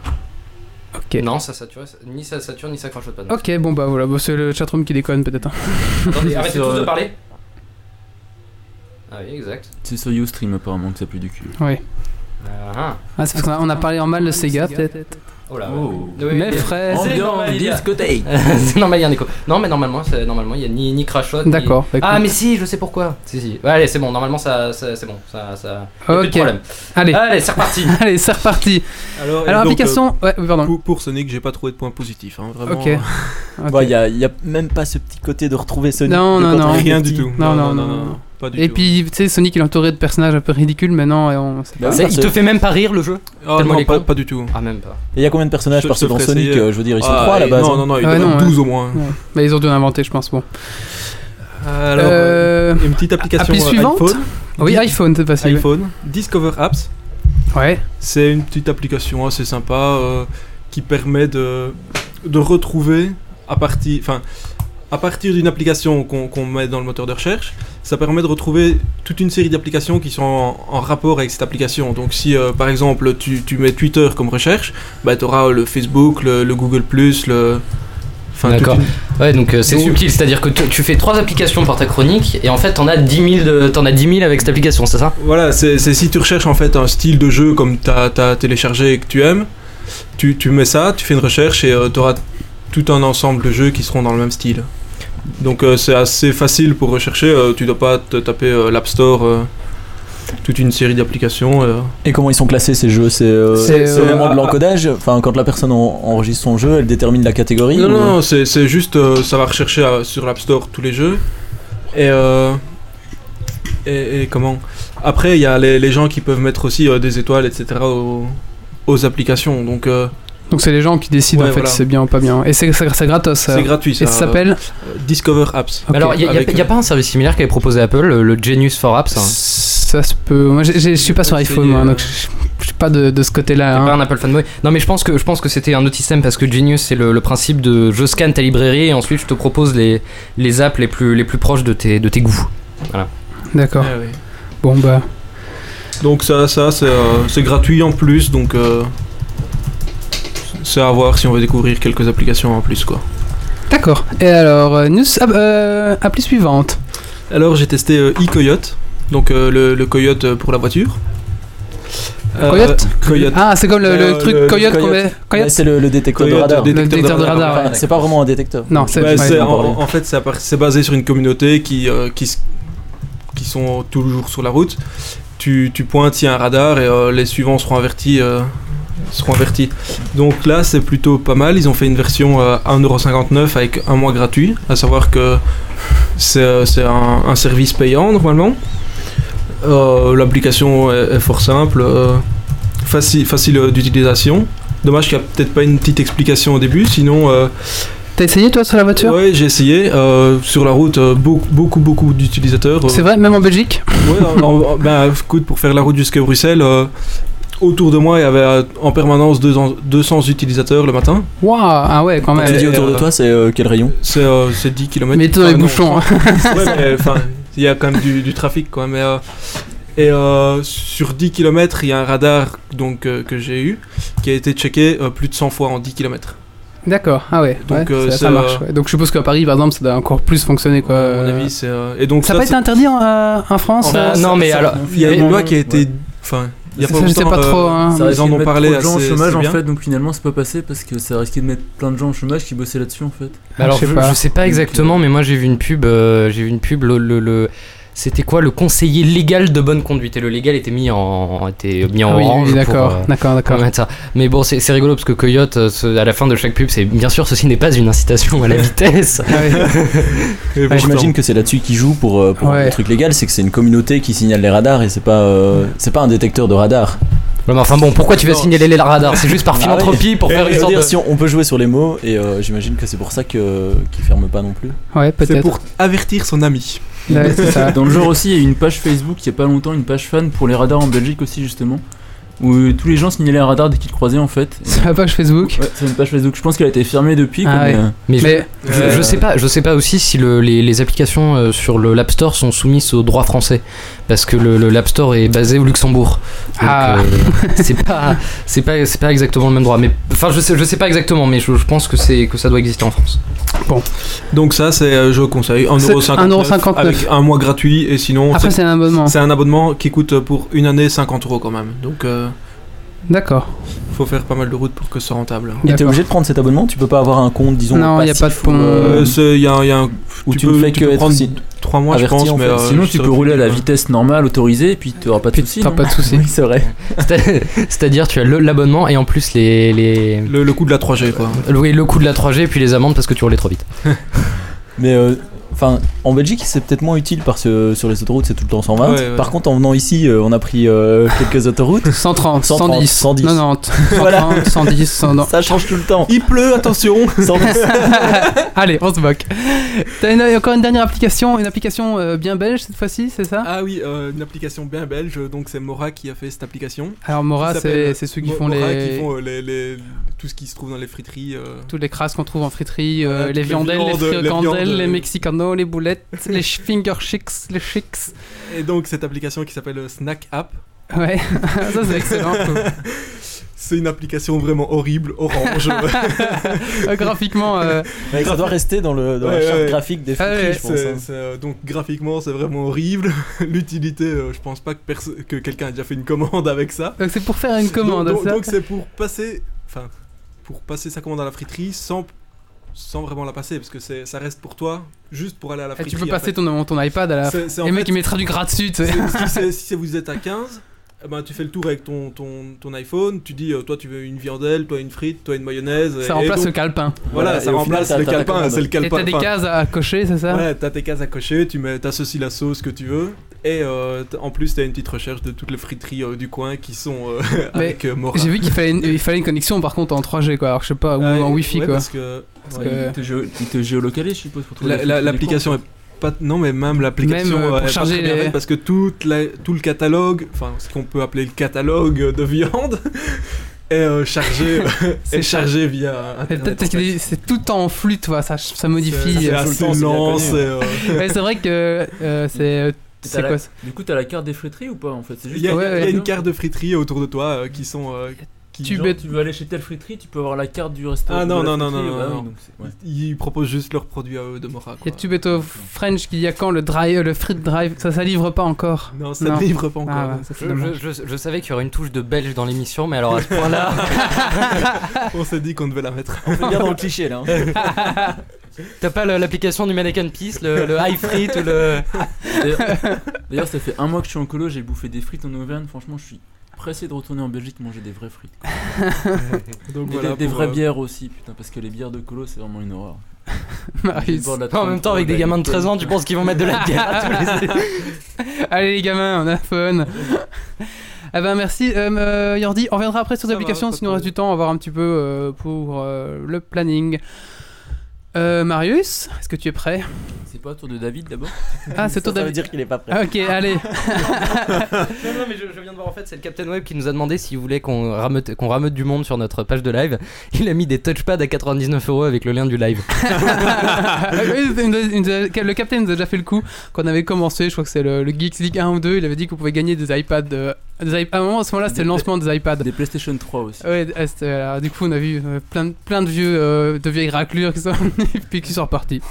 Speaker 1: Ok.
Speaker 3: Non, ça sature, ni ça sature, ni ça crachote pas.
Speaker 1: Ok, bon bah voilà, bah, c'est le chatroom qui déconne peut-être. hein.
Speaker 3: Attendez,
Speaker 8: arrêtez Sur, tous de euh,
Speaker 3: parler. Ah oui, exact.
Speaker 8: C'est sur Ustream apparemment que ça pue du cul.
Speaker 3: Ah,
Speaker 1: Ah, c'est parce qu'on a- on a parlé en mal de Sega peut-être.
Speaker 3: oh là.
Speaker 8: Oh.
Speaker 1: Mais frère.
Speaker 8: Ambiance discothèque
Speaker 3: c'est normal, il y a un écho. Non, mais normalement, c'est- normalement, il y a ni, ni crachote. ni-
Speaker 1: D'accord. bah,
Speaker 3: Ah,
Speaker 1: écoute.
Speaker 3: mais si, je sais pourquoi. Si, si. Ouais, allez, c'est bon, normalement, ça, ça- c'est bon. Ça, ça... y a plus de
Speaker 1: Ok.
Speaker 3: problème.
Speaker 1: Allez,
Speaker 3: Allez, c'est reparti.
Speaker 1: allez, c'est reparti.
Speaker 5: Alors,
Speaker 1: Alors,
Speaker 5: application
Speaker 1: application. Ouais, pardon.
Speaker 5: Pour, pour Sonic, j'ai pas trouvé de points positifs. hein, vraiment.
Speaker 1: Ok.
Speaker 5: euh,
Speaker 1: Ok.
Speaker 7: Bon, il y a, il y a même pas ce petit côté de retrouver Sonic.
Speaker 1: Non,
Speaker 7: de
Speaker 1: non,
Speaker 7: quand
Speaker 1: non.
Speaker 7: on était
Speaker 5: Rien
Speaker 7: petit.
Speaker 5: du tout.
Speaker 1: Non, non, non, non, non.
Speaker 5: Pas du
Speaker 1: Et
Speaker 5: tout.
Speaker 1: puis, tu sais, Sonic il est entouré de personnages un peu ridicules maintenant. Et on... c'est pas-
Speaker 7: Bah oui,
Speaker 3: Ça,
Speaker 7: parce
Speaker 3: il te
Speaker 7: que-
Speaker 3: fait même pas rire le jeu
Speaker 5: Ah,
Speaker 3: tellement
Speaker 5: non,
Speaker 3: les
Speaker 5: pas,
Speaker 3: cons.
Speaker 5: pas du tout.
Speaker 3: Ah, même pas.
Speaker 7: Et il y a combien de personnages
Speaker 5: Je-
Speaker 7: parce que
Speaker 5: je te
Speaker 7: dans
Speaker 5: ferai
Speaker 7: Sonic,
Speaker 5: essayer.
Speaker 7: euh, je veux dire, ils sont
Speaker 5: Ah,
Speaker 7: trois à la
Speaker 5: et
Speaker 7: base.
Speaker 5: Non,
Speaker 7: hein.
Speaker 5: non, non, il y en
Speaker 1: Ah,
Speaker 5: a
Speaker 1: non,
Speaker 5: 12 au moins.
Speaker 1: Ouais. Bah, ils ont dû en inventer, je pense. Bon.
Speaker 5: Alors,
Speaker 1: Euh,
Speaker 5: une petite application
Speaker 1: appli
Speaker 5: euh,
Speaker 1: suivante
Speaker 5: iPhone.
Speaker 1: Oui,
Speaker 5: Dis-
Speaker 1: iPhone, c'est facile.
Speaker 5: iPhone. Discover Apps.
Speaker 1: Ouais.
Speaker 5: C'est une petite application assez sympa euh, qui permet de, de retrouver à partir, enfin, à partir d'une application qu'on qu'on met dans le moteur de recherche, ça permet de retrouver toute une série d'applications qui sont en, en rapport avec cette application. Donc si euh, par exemple tu, tu mets Twitter comme recherche, bah, tu auras le Facebook, le, le Google ⁇ le... Enfin, toute
Speaker 3: D'accord.
Speaker 5: une-
Speaker 3: Ouais, donc euh, c'est
Speaker 5: Donc-
Speaker 3: subtil, c'est-à-dire que tu tu fais trois applications pour ta chronique et en fait t'en as 10 000, de- t'en as 10 000 avec cette application, c'est ça
Speaker 5: Voilà, c'est c'est si tu recherches en fait un style de jeu comme t'as as téléchargé et que tu aimes, tu, tu mets ça, tu fais une recherche et tu auras tout un ensemble de jeux qui seront dans le même style. Donc euh, c'est assez facile pour rechercher, euh, tu dois pas te taper euh, l'App Store, euh, toute une série d'applications. euh.
Speaker 7: Et comment ils sont classés ces jeux C'est euh,
Speaker 1: C'est,
Speaker 7: c'est au
Speaker 1: euh,
Speaker 7: moment
Speaker 5: ah,
Speaker 7: de l'encodage Enfin, quand la personne en- enregistre son jeu, elle détermine la catégorie
Speaker 5: Non,
Speaker 7: ou-
Speaker 5: non, non, c'est c'est juste, euh, ça va rechercher euh, sur l'App Store tous les jeux. Et, euh, et, et comment Après, il y a les, les gens qui peuvent mettre aussi euh, des étoiles, etc. aux, aux applications. Donc euh,
Speaker 1: Donc, c'est les gens qui décident
Speaker 5: Ouais,
Speaker 1: en fait
Speaker 5: voilà.
Speaker 1: si c'est bien ou pas bien. Et c'est c'est- c'est gratos. ça.
Speaker 5: c'est gratuit.
Speaker 1: Et ça s'appelle Ah
Speaker 5: Euh, Discover Apps.
Speaker 1: Ok.
Speaker 3: Alors, il n'y a,
Speaker 5: Avec,
Speaker 3: y a
Speaker 5: euh,
Speaker 3: pas un service similaire qu'avait proposé Apple, le, le Genius for Apps hein
Speaker 1: Ça se peut. Moi, j'ai- j'ai- je suis pas sur iPhone,
Speaker 5: euh,
Speaker 1: moi, donc je je suis pas de, de ce
Speaker 3: T'es
Speaker 1: côté-là.
Speaker 3: pas
Speaker 1: hein.
Speaker 3: un Apple fanboy Non, mais je pense que, je pense que c'était un autre système parce que Genius c'est le, le principe de je scanne ta librairie et ensuite je te propose les, les apps les plus, les plus proches de tes, de tes goûts.
Speaker 1: D'accord.
Speaker 5: ouais, ouais.
Speaker 1: Bon, bah.
Speaker 5: Donc ça, ça c'est euh, c'est gratuit en plus, donc euh, c'est à voir si on veut découvrir quelques applications en plus quoi.
Speaker 1: D'accord. Et alors, euh, news. ah, euh, appli suivante.
Speaker 5: Alors j'ai testé euh, e-Coyote, donc euh, le, le coyote euh, pour la voiture. Euh,
Speaker 1: Coyote
Speaker 5: Coyote.
Speaker 1: Ah, c'est comme le, le
Speaker 5: Euh,
Speaker 1: truc
Speaker 5: le- le
Speaker 1: coyote qu'on
Speaker 7: coyote.
Speaker 1: met.
Speaker 7: Mais
Speaker 1: Coyote
Speaker 7: C'est le, le détecteur de
Speaker 5: Coyote,
Speaker 7: radar.
Speaker 1: Le détecteur de radar.
Speaker 7: Enfin,
Speaker 1: ouais.
Speaker 7: c'est pas vraiment un détecteur.
Speaker 1: Non, c'est.
Speaker 5: Bah,
Speaker 1: ouais.
Speaker 5: c'est-
Speaker 7: on
Speaker 5: en,
Speaker 7: va en
Speaker 5: en fait, c'est à par- c'est basé sur une communauté qui, euh, qui, s- qui sont toujours sur la route. Tu, tu pointes, il y a un radar et euh, les suivants seront avertis. euh, seront avertis. Donc là, c'est plutôt pas mal. Ils ont fait une version euh, à 1,59€ avec un mois gratuit, à savoir que c'est euh, c'est un, un service payant normalement. Euh, L'application est, est fort simple, euh, faci- facile euh, d'utilisation. Dommage qu'il n'y a peut-être pas une petite explication au début, sinon euh,
Speaker 1: T'as essayé toi sur la voiture
Speaker 5: Ouais, j'ai essayé. euh, sur la route, euh, beaucoup, beaucoup, beaucoup d'utilisateurs. euh,
Speaker 1: C'est vrai, même en Belgique
Speaker 5: ouais, en- en- ben, écoute, pour faire la route jusqu'à Bruxelles, euh, autour de moi, il y avait euh, en permanence 200, 200 utilisateurs le matin.
Speaker 1: Waouh, ah ouais, quand
Speaker 7: Quand
Speaker 1: même.
Speaker 7: tu dis
Speaker 5: Et,
Speaker 7: autour de
Speaker 5: euh,
Speaker 7: toi, c'est euh, quel rayon
Speaker 5: C'est euh, c'est 10 km.
Speaker 1: Mais t'es dans les bouchons, hein.
Speaker 5: ouais, mais enfin, Il y a quand même du, du trafic, quoi. Mais, euh, et euh, sur 10 km, il y a un radar donc, euh, que j'ai eu qui a été checké euh, plus de 100 fois en 10 km.
Speaker 1: D'accord, ah ouais,
Speaker 5: Donc,
Speaker 1: ouais,
Speaker 5: euh,
Speaker 1: ça, ça
Speaker 5: c'est,
Speaker 1: marche.
Speaker 5: euh,
Speaker 1: ouais. Donc je suppose qu'à Paris, par exemple, ça doit encore plus fonctionner quoi.
Speaker 5: à mon
Speaker 1: euh.
Speaker 5: avis, c'est. euh, et donc,
Speaker 1: ça n'a pas été interdit en, euh, en France
Speaker 3: Bah,
Speaker 1: euh,
Speaker 3: non, mais alors-
Speaker 5: Ah, Il y a une loi qui a été.
Speaker 8: Ouais.
Speaker 5: Enfin, il y a
Speaker 1: ça,
Speaker 5: pas
Speaker 1: je sais
Speaker 5: longtemps,
Speaker 1: pas
Speaker 5: euh,
Speaker 1: trop. hein.
Speaker 5: ça- ils en ont parlé
Speaker 8: de gens au
Speaker 5: assez-
Speaker 8: chômage
Speaker 5: assez
Speaker 8: en
Speaker 5: bien.
Speaker 8: fait, donc finalement c'est pas passé parce que ça risquait de mettre plein de gens au chômage qui bossaient là-dessus en fait.
Speaker 3: Bah Alors,
Speaker 1: Ah, Je sais
Speaker 3: je,
Speaker 1: pas.
Speaker 3: je sais pas exactement, mais moi j'ai vu une pub. euh, j'ai vu une pub. Le, le- le- c'était quoi le conseiller légal de bonne conduite Et le légal était mis en, était mis en
Speaker 1: Ah oui,
Speaker 3: orange.
Speaker 1: oui,
Speaker 3: pour,
Speaker 1: d'accord,
Speaker 3: euh,
Speaker 1: d'accord,
Speaker 3: pour
Speaker 1: d'accord.
Speaker 3: mettre ça. Mais bon, c'est c'est rigolo parce que Coyote, euh, ce- à la fin de chaque pub, c'est bien sûr ceci n'est pas une incitation à la vitesse.
Speaker 1: Ah ouais. Ah,
Speaker 5: Et
Speaker 7: Ouais,
Speaker 5: pourtant-
Speaker 7: J'imagine que c'est là-dessus qu'ils jouent pour, euh, pour
Speaker 1: Ouais.
Speaker 7: le truc légal, c'est que c'est une communauté qui signale les radars et c'est pas, euh, c'est pas un détecteur de radar.
Speaker 3: Ouais, mais enfin bon, pourquoi tu vas
Speaker 5: Non.
Speaker 3: signaler les radars C'est juste par
Speaker 7: Ah
Speaker 3: philanthropie pour faire
Speaker 7: Je
Speaker 3: une
Speaker 7: veux
Speaker 3: sorte
Speaker 7: dire,
Speaker 8: euh,
Speaker 3: de-
Speaker 7: si on, on peut jouer sur les mots et euh, j'imagine que c'est pour ça que- qu'ils ferment pas non plus.
Speaker 1: Ouais,
Speaker 5: C'est
Speaker 1: peut-être.
Speaker 5: pour avertir son ami.
Speaker 1: Ouais, c'est ça.
Speaker 8: Dans le genre aussi, il y a eu une page Facebook il y a pas longtemps, une page fan pour les radars en Belgique aussi justement, où euh, tous les gens signalaient un radar dès qu'ils le croisaient en fait.
Speaker 1: Sur la page Facebook.
Speaker 8: Ouais, c'est une page Facebook. Je pense qu'elle a été fermée depuis.
Speaker 1: Ah
Speaker 8: comme,
Speaker 1: ouais.
Speaker 8: euh,
Speaker 3: Mais je-
Speaker 1: Mais
Speaker 3: Je, je sais pas, je sais pas aussi si le- les, les applications euh, sur le l'App Store sont soumises au droit français, parce que le, le l'App Store est basé au Luxembourg. Donc,
Speaker 1: Ah.
Speaker 3: euh, c'est pas, c'est pas, c'est pas exactement le même droit. Mais enfin, je sais, je sais pas exactement, mais je, je pense que c'est que ça doit exister en France.
Speaker 5: Donc, ça, c'est, euh, je conseille, 1,59€
Speaker 1: 1,59.
Speaker 5: avec un mois gratuit. Et sinon,
Speaker 1: après,
Speaker 5: c'est-
Speaker 1: c'est un abonnement.
Speaker 5: c'est un abonnement qui coûte euh, pour une année 50 euros quand même. Donc, euh,
Speaker 1: D'accord.
Speaker 5: faut faire pas mal de routes pour que ce soit rentable.
Speaker 7: Et t'es
Speaker 1: d'accord.
Speaker 7: obligé de prendre cet abonnement Tu peux pas avoir un compte, disons,
Speaker 1: Non, y a
Speaker 7: passif
Speaker 1: pas de
Speaker 7: ou,
Speaker 1: pont.
Speaker 7: euh,
Speaker 5: Euh, c'est- y a- y a un-
Speaker 7: où
Speaker 8: Euh,
Speaker 5: tu
Speaker 7: tu, ne
Speaker 5: peux-
Speaker 7: fais
Speaker 5: tu
Speaker 7: que
Speaker 5: peux
Speaker 7: être
Speaker 5: prendre
Speaker 7: si-
Speaker 5: Trois mois, je
Speaker 7: Averti,
Speaker 5: pense.
Speaker 7: en
Speaker 5: mais,
Speaker 7: fait.
Speaker 5: euh,
Speaker 8: Sinon,
Speaker 5: je
Speaker 8: tu
Speaker 5: serais
Speaker 8: peux rouler à la
Speaker 5: plus-
Speaker 8: vitesse normale autorisée et puis tu auras pas de soucis.
Speaker 1: T'as
Speaker 8: non
Speaker 1: pas
Speaker 3: hein.
Speaker 1: de soucis.
Speaker 7: Oui, c'est vrai.
Speaker 3: C'est- C'est-à-dire, tu as le- l'abonnement et en plus les, les
Speaker 5: Le, le coût de la 3G, quoi.
Speaker 3: le, oui, le coût de la 3G et puis les amendes parce que tu roulais trop vite.
Speaker 7: Mais euh, enfin, en Belgique, c'est peut-être moins utile parce que sur les autoroutes, c'est tout le temps 120.
Speaker 5: Ouais, ouais.
Speaker 7: Par contre, en venant ici, euh, on a pris euh, quelques autoroutes.
Speaker 1: 130,
Speaker 7: 130,
Speaker 1: 110,
Speaker 7: 110.
Speaker 1: 90, 130,
Speaker 7: Voilà.
Speaker 1: 110, 100.
Speaker 7: Ça change tout le temps.
Speaker 5: Il pleut, attention
Speaker 7: 110.
Speaker 1: Allez, on se moque. T'as une- encore une dernière application, une application euh, bien belge cette fois-ci, c'est ça
Speaker 5: Ah oui, euh, une application bien belge, donc c'est Mora qui a fait cette application.
Speaker 1: Alors Mora,
Speaker 5: Ça
Speaker 1: c'est
Speaker 5: Ah, s'appelle
Speaker 1: c'est ceux qui
Speaker 5: Mo-
Speaker 1: font
Speaker 5: Mora
Speaker 1: les
Speaker 5: qui font, euh, les- les- tout ce qui se trouve dans les friteries. euh.
Speaker 1: toutes les crasses qu'on trouve en friterie, euh,
Speaker 5: Voilà, toutes
Speaker 1: les
Speaker 5: les
Speaker 1: viandelles, les
Speaker 5: viandes, les
Speaker 1: fricandelles, les,
Speaker 5: viandes, euh.
Speaker 1: mexicanos, les boulettes, les ch- finger chicks, les chicks.
Speaker 5: Et donc cette application qui s'appelle euh, Snack App,
Speaker 1: Ouais, ça c'est excellent.
Speaker 5: c'est une application vraiment horrible, orange.
Speaker 1: Euh, Graphiquement, euh,
Speaker 7: Mais ça doit rester dans, le, dans la
Speaker 5: Ouais,
Speaker 7: charte
Speaker 5: ouais.
Speaker 7: graphique des
Speaker 1: Ah
Speaker 7: friteries,
Speaker 1: ouais,
Speaker 7: je pense.
Speaker 5: C'est-
Speaker 7: hein.
Speaker 5: c'est, euh, donc graphiquement c'est vraiment horrible. L'utilité, euh, je pense pas que, perso- que quelqu'un ait déjà fait une commande avec ça.
Speaker 1: donc c'est pour faire une commande,
Speaker 5: Donc- donc-
Speaker 1: ça
Speaker 5: donc c'est pour passer, enfin, pour passer sa commande à la friterie sans, sans vraiment la passer parce que c'est, ça reste pour toi juste pour aller à la
Speaker 1: Et
Speaker 5: friterie.
Speaker 1: Ah, Eh, Tu peux
Speaker 5: en
Speaker 1: passer
Speaker 5: fait.
Speaker 1: ton, ton iPad à la.
Speaker 5: C'est- c'est en
Speaker 1: Et le mec,
Speaker 5: fait-
Speaker 1: il mettra du gras dessus, tu sais.
Speaker 5: c'est- si, c'est- si c'est- vous êtes à 15, eh ben, tu fais le tour avec ton, ton, ton iPhone, tu dis euh, toi tu veux une viandelle, toi une frite, toi une mayonnaise. et-
Speaker 1: Ça remplace
Speaker 5: et
Speaker 1: le
Speaker 5: donc,
Speaker 1: calepin.
Speaker 5: Voilà,
Speaker 7: Voilà, et
Speaker 5: ça
Speaker 7: au
Speaker 5: remplace
Speaker 7: final,
Speaker 5: le
Speaker 7: t'as- t'as ta
Speaker 5: calepin,
Speaker 7: commande.
Speaker 5: c'est le
Speaker 1: Et
Speaker 5: calepin.
Speaker 1: t'as des
Speaker 5: enfin,
Speaker 1: cases hein. à cocher, c'est ça
Speaker 5: Ouais, t'as tes cases à cocher, tu mets, t'associes la sauce que tu veux, et euh, t- en plus t'as une petite recherche de toutes les friteries euh, du coin qui sont euh,
Speaker 1: Mais
Speaker 5: avec euh, Mora.
Speaker 1: J'ai vu qu'il fallait, une- il fallait une connexion par contre en 3G quoi, alors je sais pas, ou
Speaker 5: Ouais,
Speaker 1: en Wi-Fi
Speaker 5: ouais,
Speaker 1: quoi.
Speaker 5: Parce que
Speaker 1: Parce que-
Speaker 8: Il te géo- il te géolocalise, je suppose, pour trouver
Speaker 5: la-
Speaker 8: les-
Speaker 5: la-
Speaker 8: les
Speaker 5: l'application est pas. Non, mais même l'application
Speaker 1: Même, euh,
Speaker 5: euh,
Speaker 1: pour
Speaker 5: est pas
Speaker 1: charger
Speaker 5: très bien
Speaker 1: les-
Speaker 5: faite parce que toute la- tout le catalogue, enfin ce qu'on peut appeler le catalogue de viande, est euh, chargé, est chargé via
Speaker 1: Mais
Speaker 5: internet.
Speaker 1: peut-être parce
Speaker 5: en
Speaker 1: que
Speaker 5: fait.
Speaker 1: c'est tout le temps en flux, tu vois, ça, ça
Speaker 5: C'est-
Speaker 1: modifie.
Speaker 5: c'est
Speaker 1: euh.
Speaker 5: assez
Speaker 7: temps, c'est bien
Speaker 5: lent,
Speaker 7: connu,
Speaker 5: c'est, euh,
Speaker 1: Ouais, C'est vrai que euh, c'est.
Speaker 8: T'as
Speaker 1: C'est
Speaker 8: la-
Speaker 1: quoi ça
Speaker 8: Du coup, t'as la carte des friteries ou pas en fait C'est
Speaker 5: euh, Il
Speaker 8: juste
Speaker 5: y a,
Speaker 1: Ouais,
Speaker 5: il y a
Speaker 1: ouais.
Speaker 5: une carte de friterie autour de toi euh, qui sont. euh, qui-
Speaker 1: Tu
Speaker 8: Genre,
Speaker 1: bêtes.
Speaker 8: Eh ben, tu veux aller chez telle friterie, tu peux avoir la carte du restaurant.
Speaker 5: Ah, non,
Speaker 8: de
Speaker 5: non,
Speaker 8: la
Speaker 5: non,
Speaker 8: friterie,
Speaker 5: non,
Speaker 8: bah
Speaker 5: non,
Speaker 8: oui,
Speaker 5: non.
Speaker 8: donc c'est- ouais.
Speaker 5: Ils proposent juste leurs produits à eux de Mora.
Speaker 1: Il y
Speaker 5: Quoi.
Speaker 1: a Tubeto French qui dit à quand le, dry, euh, le Fruit Drive Ça, ça livre pas encore.
Speaker 5: Non, ça
Speaker 1: Non.
Speaker 5: ne livre pas encore.
Speaker 1: Ah ouais, ça c'est
Speaker 3: Je,
Speaker 1: dommage.
Speaker 3: je- je savais qu'il y aurait une touche de belge dans l'émission, mais alors à ce point-là,
Speaker 5: On s'est dit qu'on devait la mettre.
Speaker 7: On est bien dans le cliché là. hein.
Speaker 3: t'as pas le- l'application du Mannequin Peace, le, le High Free ou le.
Speaker 8: D'ailleurs- D'ailleurs, ça fait un mois que je suis en colo, j'ai bouffé des frites en Auvergne. Franchement, je suis pressé de retourner en Belgique manger des vraies frites.
Speaker 5: Donc
Speaker 8: Des,
Speaker 5: voilà.
Speaker 8: des
Speaker 5: pour,
Speaker 8: vraies
Speaker 5: euh,
Speaker 8: bières aussi, putain, parce que les bières de colo, c'est vraiment une horreur.
Speaker 1: Marius.
Speaker 3: En même temps, avec des gamins de 13 ans, tu penses qu'ils vont mettre de la bière à tous les
Speaker 1: Allez les gamins, on a fun. ah ben merci euh, euh, Yordi, on reviendra après sur les
Speaker 5: Ça va,
Speaker 1: applications
Speaker 5: pas
Speaker 1: si nous
Speaker 5: de
Speaker 1: reste du temps, on va voir un petit peu euh, pour euh, le planning. Euh, Marius, est-ce que tu es prêt
Speaker 8: C'est pas autour de David d'abord
Speaker 1: Ah, c'est
Speaker 7: Ça,
Speaker 1: toi
Speaker 7: ça veut
Speaker 1: David.
Speaker 7: dire qu'il est pas prêt.
Speaker 1: Ah, ok, allez.
Speaker 3: Non, non, mais je, je viens de voir en fait, c'est le Captain Web qui nous a demandé s'il voulait qu'on rameute, qu'on rameute du monde sur notre page de live. Il a mis des touchpads à 99 euros avec le lien du live.
Speaker 1: Oui, il nous a- il nous a- le capitaine nous a déjà fait le coup quand on avait commencé. Je crois que c'est le, le Geeks League 1 ou 2. Il avait dit qu'on pouvait gagner des iPads. euh, des iP- à un moment, à ce moment-là, c'était le lancement des iPads.
Speaker 8: Des PlayStation 3 aussi.
Speaker 1: Ouais, ah, c'était- alors, du coup, on a vu euh, plein, de- plein de vieux, euh, de vieilles raclures qui sont, puis qui sont repartis.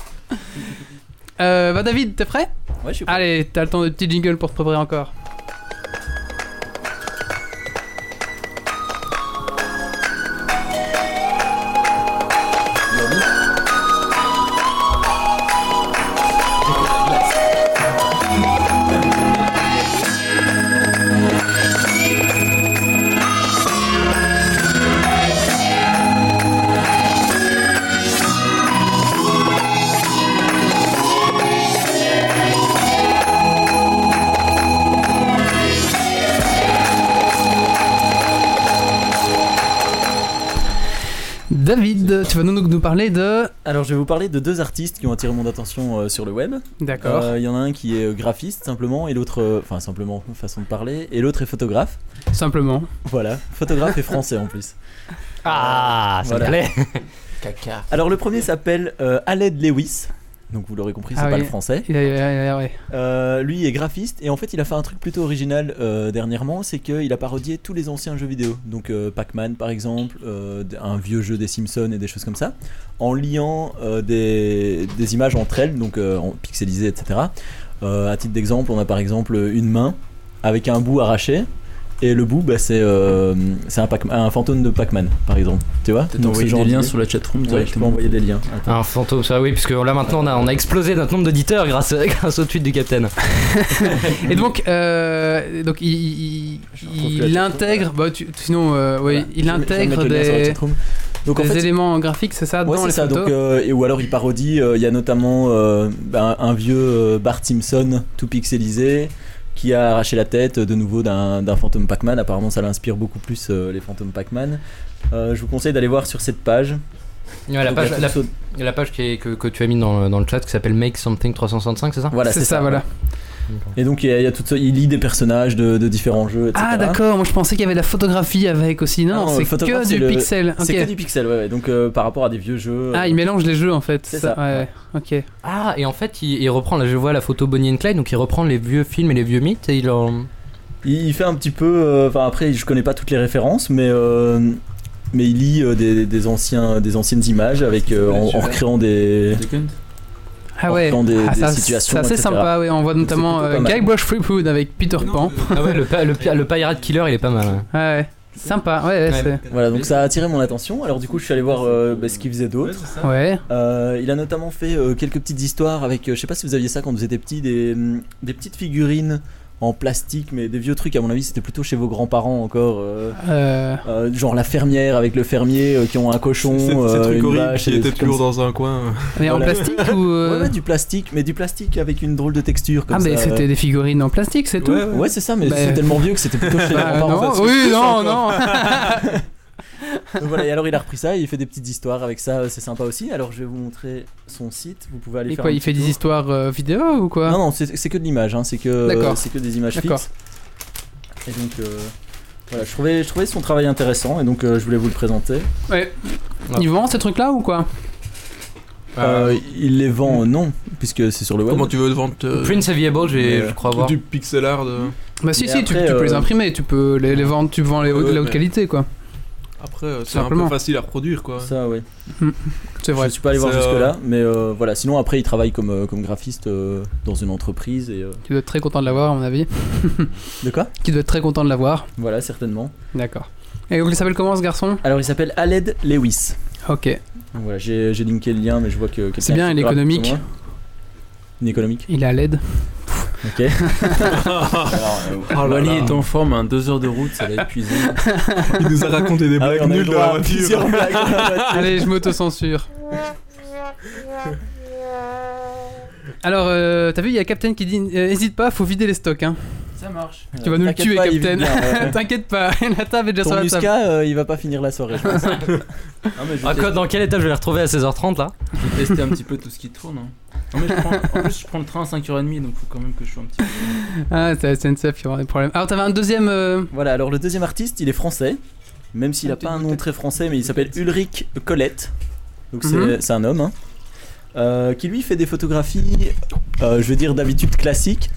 Speaker 1: Euh, bah David, t'es prêt
Speaker 7: Ouais, je suis prêt.
Speaker 1: Allez, t'as le temps de petit jingle pour te préparer encore. David, tu vas nous, nous parler de...
Speaker 7: Alors, je vais vous parler de deux artistes qui ont attiré mon attention euh, sur le web.
Speaker 1: D'accord.
Speaker 7: Euh, Il y en a un qui est graphiste simplement, et l'autre, euh, enfin simplement façon de parler, et l'autre est photographe.
Speaker 1: Simplement.
Speaker 7: Voilà, photographe et français en plus.
Speaker 3: Ah, ça
Speaker 7: Voilà.
Speaker 3: me plaît.
Speaker 8: Ah.
Speaker 9: Caca.
Speaker 7: Alors le premier s'appelle euh, Aled Lewis. Donc vous l'aurez compris, c'est
Speaker 1: Ah
Speaker 7: pas
Speaker 1: oui.
Speaker 7: le français.
Speaker 1: Il a- il a- il a- eh, ouais.
Speaker 7: Euh, lui est graphiste et en fait il a fait un truc plutôt original euh, dernièrement, c'est qu'il a parodié tous les anciens jeux vidéo. Donc euh, Pac-Man par exemple, euh, d- un vieux jeu des Simpsons et des choses comme ça, en liant euh, des, des images entre elles, donc euh, en pixelisées etc. Euh, à titre d'exemple, on a par exemple une main avec un bout arraché. Et le bout, bah, c'est euh, c'est un, Pac- un fantôme de Pac-Man, par exemple. Tu vois
Speaker 8: Peut-être envoyer des liens sur la chatroom
Speaker 7: Ouais, je peux
Speaker 8: directement.
Speaker 7: envoyer des liens.
Speaker 3: Un fantôme, ça oui, puisque là maintenant on a, on a explosé notre nombre d'auditeurs grâce, grâce au tweet du Captain.
Speaker 1: Et donc, euh, donc il, il- il-
Speaker 7: retrouve plus la
Speaker 1: il
Speaker 7: photo,
Speaker 1: intègre, bah, tu- sinon, euh, oui,
Speaker 7: Voilà. Je
Speaker 1: il
Speaker 7: vais mettre
Speaker 1: intègre
Speaker 7: le lien sur la
Speaker 1: des,
Speaker 7: chatroom. Donc en
Speaker 1: des
Speaker 7: fait,
Speaker 1: éléments graphiques, c'est ça,
Speaker 7: ouais,
Speaker 1: dans
Speaker 7: c'est
Speaker 1: les
Speaker 7: ça.
Speaker 1: photos
Speaker 7: Donc, euh, et, ou alors il parodie. euh, Il y a notamment euh, ben, un vieux euh, Bart Simpson tout pixelisé qui a arraché la tête euh, de nouveau d'un d'un fantôme Pac-Man. Apparemment, ça l'inspire beaucoup plus euh, les fantômes Pac-Man. Euh, je vous conseille d'aller voir sur cette page.
Speaker 3: Ouais, la,
Speaker 7: Donc,
Speaker 3: page,
Speaker 7: il y a
Speaker 3: la,
Speaker 7: tout-
Speaker 3: la page qui est- que, que tu as mis dans, le- dans le chat qui s'appelle Make Something 365, c'est ça
Speaker 7: Voilà,
Speaker 1: c'est ça, voilà.
Speaker 7: Et donc il y a, il y a tout ça. Il lit des personnages de, de différents jeux. Etc.
Speaker 1: Ah d'accord, moi je pensais qu'il y avait de la photographie avec aussi. Non,
Speaker 7: Ah non,
Speaker 1: c'est
Speaker 7: le photographe,
Speaker 1: que
Speaker 7: c'est
Speaker 1: du
Speaker 7: le-
Speaker 1: pixel.
Speaker 7: C'est
Speaker 1: ok.
Speaker 7: que du pixel, ouais. ouais. Donc euh, par rapport à des vieux jeux. euh,
Speaker 1: Ah, il mélange les jeux en fait.
Speaker 7: C'est ça,
Speaker 1: Ouais, ok.
Speaker 3: Ah, et en fait, il, il reprend, là je vois la photo Bonnie and Clyde, donc il reprend les vieux films et les vieux mythes et il en.
Speaker 7: Il il fait un petit peu. euh, Enfin, après, je connais pas toutes les références, mais. euh, mais il lit euh, des, des anciens, des anciennes images avec, euh, en, en recréant des.
Speaker 1: Ah ouais.
Speaker 7: Dans des-
Speaker 1: Ah,
Speaker 7: des
Speaker 1: ça,
Speaker 7: situations,
Speaker 1: c'est assez
Speaker 7: etc..
Speaker 1: sympa. Ouais, on voit notamment
Speaker 7: plutôt pas
Speaker 1: euh,
Speaker 7: mal.
Speaker 1: Guybrush Threepwood avec Peter Pan.
Speaker 3: Ah ouais, le, pa- le, pi- le Pirate Killer il est pas mal. ouais.
Speaker 1: Ouais, ouais. Sympa. Ouais, ouais,
Speaker 3: Ouais.
Speaker 7: Voilà, donc ça a attiré mon attention. Alors, du coup, je suis allé voir euh, bah, ce qu'il faisait d'autre.
Speaker 1: c'est- ouais.
Speaker 7: Euh, il a notamment fait euh, quelques petites histoires avec. euh, je sais pas si vous aviez ça quand vous étiez petit, des, hum, des petites figurines en plastique, mais des vieux trucs, à mon avis, c'était plutôt chez vos grands-parents encore. euh,
Speaker 1: Euh,
Speaker 7: euh, genre la fermière avec le fermier euh, qui ont un cochon.
Speaker 5: C'est- c'est- Ces
Speaker 7: euh,
Speaker 5: trucs
Speaker 7: une
Speaker 5: horribles
Speaker 7: vache
Speaker 5: qui
Speaker 7: et des
Speaker 5: étaient
Speaker 7: trucs comme
Speaker 5: toujours dans un coin.
Speaker 1: mais en
Speaker 7: Voilà.
Speaker 1: plastique ou
Speaker 7: ça. Ouais,
Speaker 1: euh,
Speaker 7: ouais, du plastique, mais du plastique avec une drôle de texture comme
Speaker 1: Ah,
Speaker 7: ça. euh,
Speaker 1: mais c'était des figurines en plastique, c'est tout.
Speaker 5: Ouais, ouais.
Speaker 7: Ouais, c'est ça, mais
Speaker 1: Bah,
Speaker 7: c'est tellement vieux que c'était plutôt chez les
Speaker 1: Bah,
Speaker 7: grands-parents.
Speaker 1: non,
Speaker 5: ça se
Speaker 1: oui,
Speaker 5: touche
Speaker 1: non, non.
Speaker 5: encore.
Speaker 7: Donc voilà, et alors il a repris ça, il fait des petites histoires avec ça, c'est sympa aussi. Alors je vais vous montrer son site, vous pouvez aller
Speaker 1: Et
Speaker 7: faire
Speaker 1: quoi,
Speaker 7: un
Speaker 1: il
Speaker 7: petit
Speaker 1: fait des
Speaker 7: tour.
Speaker 1: histoires euh, vidéo ou quoi
Speaker 7: Non, non, c'est c'est que de l'image, hein, c'est que,
Speaker 1: D'accord.
Speaker 7: c'est que des images
Speaker 1: D'accord.
Speaker 7: fixes. Et donc euh, voilà, je trouvais, je trouvais son travail intéressant et donc euh, je voulais vous le présenter.
Speaker 1: Ouais.
Speaker 3: Non.
Speaker 1: Ils vendent ces trucs-là ou quoi
Speaker 7: Euh, il les vend, euh, non, puisque c'est sur le web.
Speaker 5: Ah. Comment tu veux vendre euh,
Speaker 3: Prince Aviable, j'ai,
Speaker 7: mais,
Speaker 3: je crois voir.
Speaker 5: du pixel art euh,
Speaker 1: Bah si,
Speaker 7: Mais
Speaker 1: si, tu,
Speaker 7: après,
Speaker 1: tu peux les
Speaker 7: euh,
Speaker 1: imprimer, tu peux les, les vendre, tu vends les, hautes-
Speaker 5: Ouais,
Speaker 1: la haute
Speaker 5: mais-
Speaker 1: qualité quoi.
Speaker 5: Après, euh, c'est un
Speaker 1: Simplement.
Speaker 5: peu facile à reproduire quoi.
Speaker 7: Ça, ouais.
Speaker 1: C'est vrai.
Speaker 7: Je suis pas allé voir
Speaker 5: C'est, euh,
Speaker 7: jusque là, mais euh, voilà. Sinon après, il travaille comme, euh, comme graphiste euh, dans une entreprise et euh,
Speaker 1: Tu dois être très content de l'avoir à mon avis.
Speaker 7: de quoi
Speaker 1: Qui doit être très content de l'avoir.
Speaker 7: Voilà, certainement.
Speaker 1: D'accord. Et donc il s'appelle comment ce garçon
Speaker 7: Alors il s'appelle Aled Lewis.
Speaker 1: Ok.
Speaker 7: Donc Voilà, j'ai j'ai linké le lien, mais je vois que quelqu'un
Speaker 1: C'est bien,
Speaker 7: est
Speaker 1: il
Speaker 7: plus
Speaker 1: est
Speaker 7: rapide que
Speaker 1: économique.
Speaker 7: moi. Il est économique.
Speaker 1: Il est à l'aide.
Speaker 7: Ok.
Speaker 5: Ah.
Speaker 7: Alors,
Speaker 5: Oh
Speaker 7: euh,
Speaker 8: Wally est en forme, hein, deux heures de route, ça l'a épuisé.
Speaker 5: Il nous a raconté des
Speaker 7: ah oui,
Speaker 5: blagues
Speaker 7: on a eu
Speaker 5: nulles
Speaker 7: le
Speaker 5: dans la
Speaker 7: droit à
Speaker 5: voiture.
Speaker 7: plusieurs blagues dans la voiture.
Speaker 1: Allez, je m'auto-censure. Alors, euh, t'as vu, il y a Captain qui dit euh, Hésite pas, faut vider les stocks. Hein.
Speaker 8: Ça marche.
Speaker 1: Tu vas nous le
Speaker 7: T'inquiète
Speaker 1: tuer,
Speaker 7: pas, il
Speaker 1: Captain.
Speaker 7: vit bien, ouais.
Speaker 1: T'inquiète pas, la table est déjà sur
Speaker 7: Ton
Speaker 1: la table.
Speaker 7: Musca, euh, il va pas finir la soirée, je pense. Non, mais je
Speaker 3: Ah,
Speaker 7: vais
Speaker 3: quoi, dans quel état je vais les retrouver à 16h30 là
Speaker 8: Je vais tester un petit peu tout ce qui tourne. hein. Non, mais je prends- en plus, je prends le train à 5h30, donc faut quand même que je sois un petit peu.
Speaker 1: Ah, c'est la SNCF qui aura des problèmes. Alors, t'avais un deuxième. euh,
Speaker 7: Voilà, alors le deuxième artiste, il est français, même s'il
Speaker 1: Ah,
Speaker 7: a
Speaker 1: tu
Speaker 7: pas un
Speaker 1: dis
Speaker 7: nom
Speaker 1: peut-être-
Speaker 7: très français, mais il s'appelle Ulrich Colette. Donc c'est
Speaker 1: Mhm.
Speaker 7: c'est un homme, hein, euh, qui lui fait des photographies, euh, je veux dire d'habitude classiques.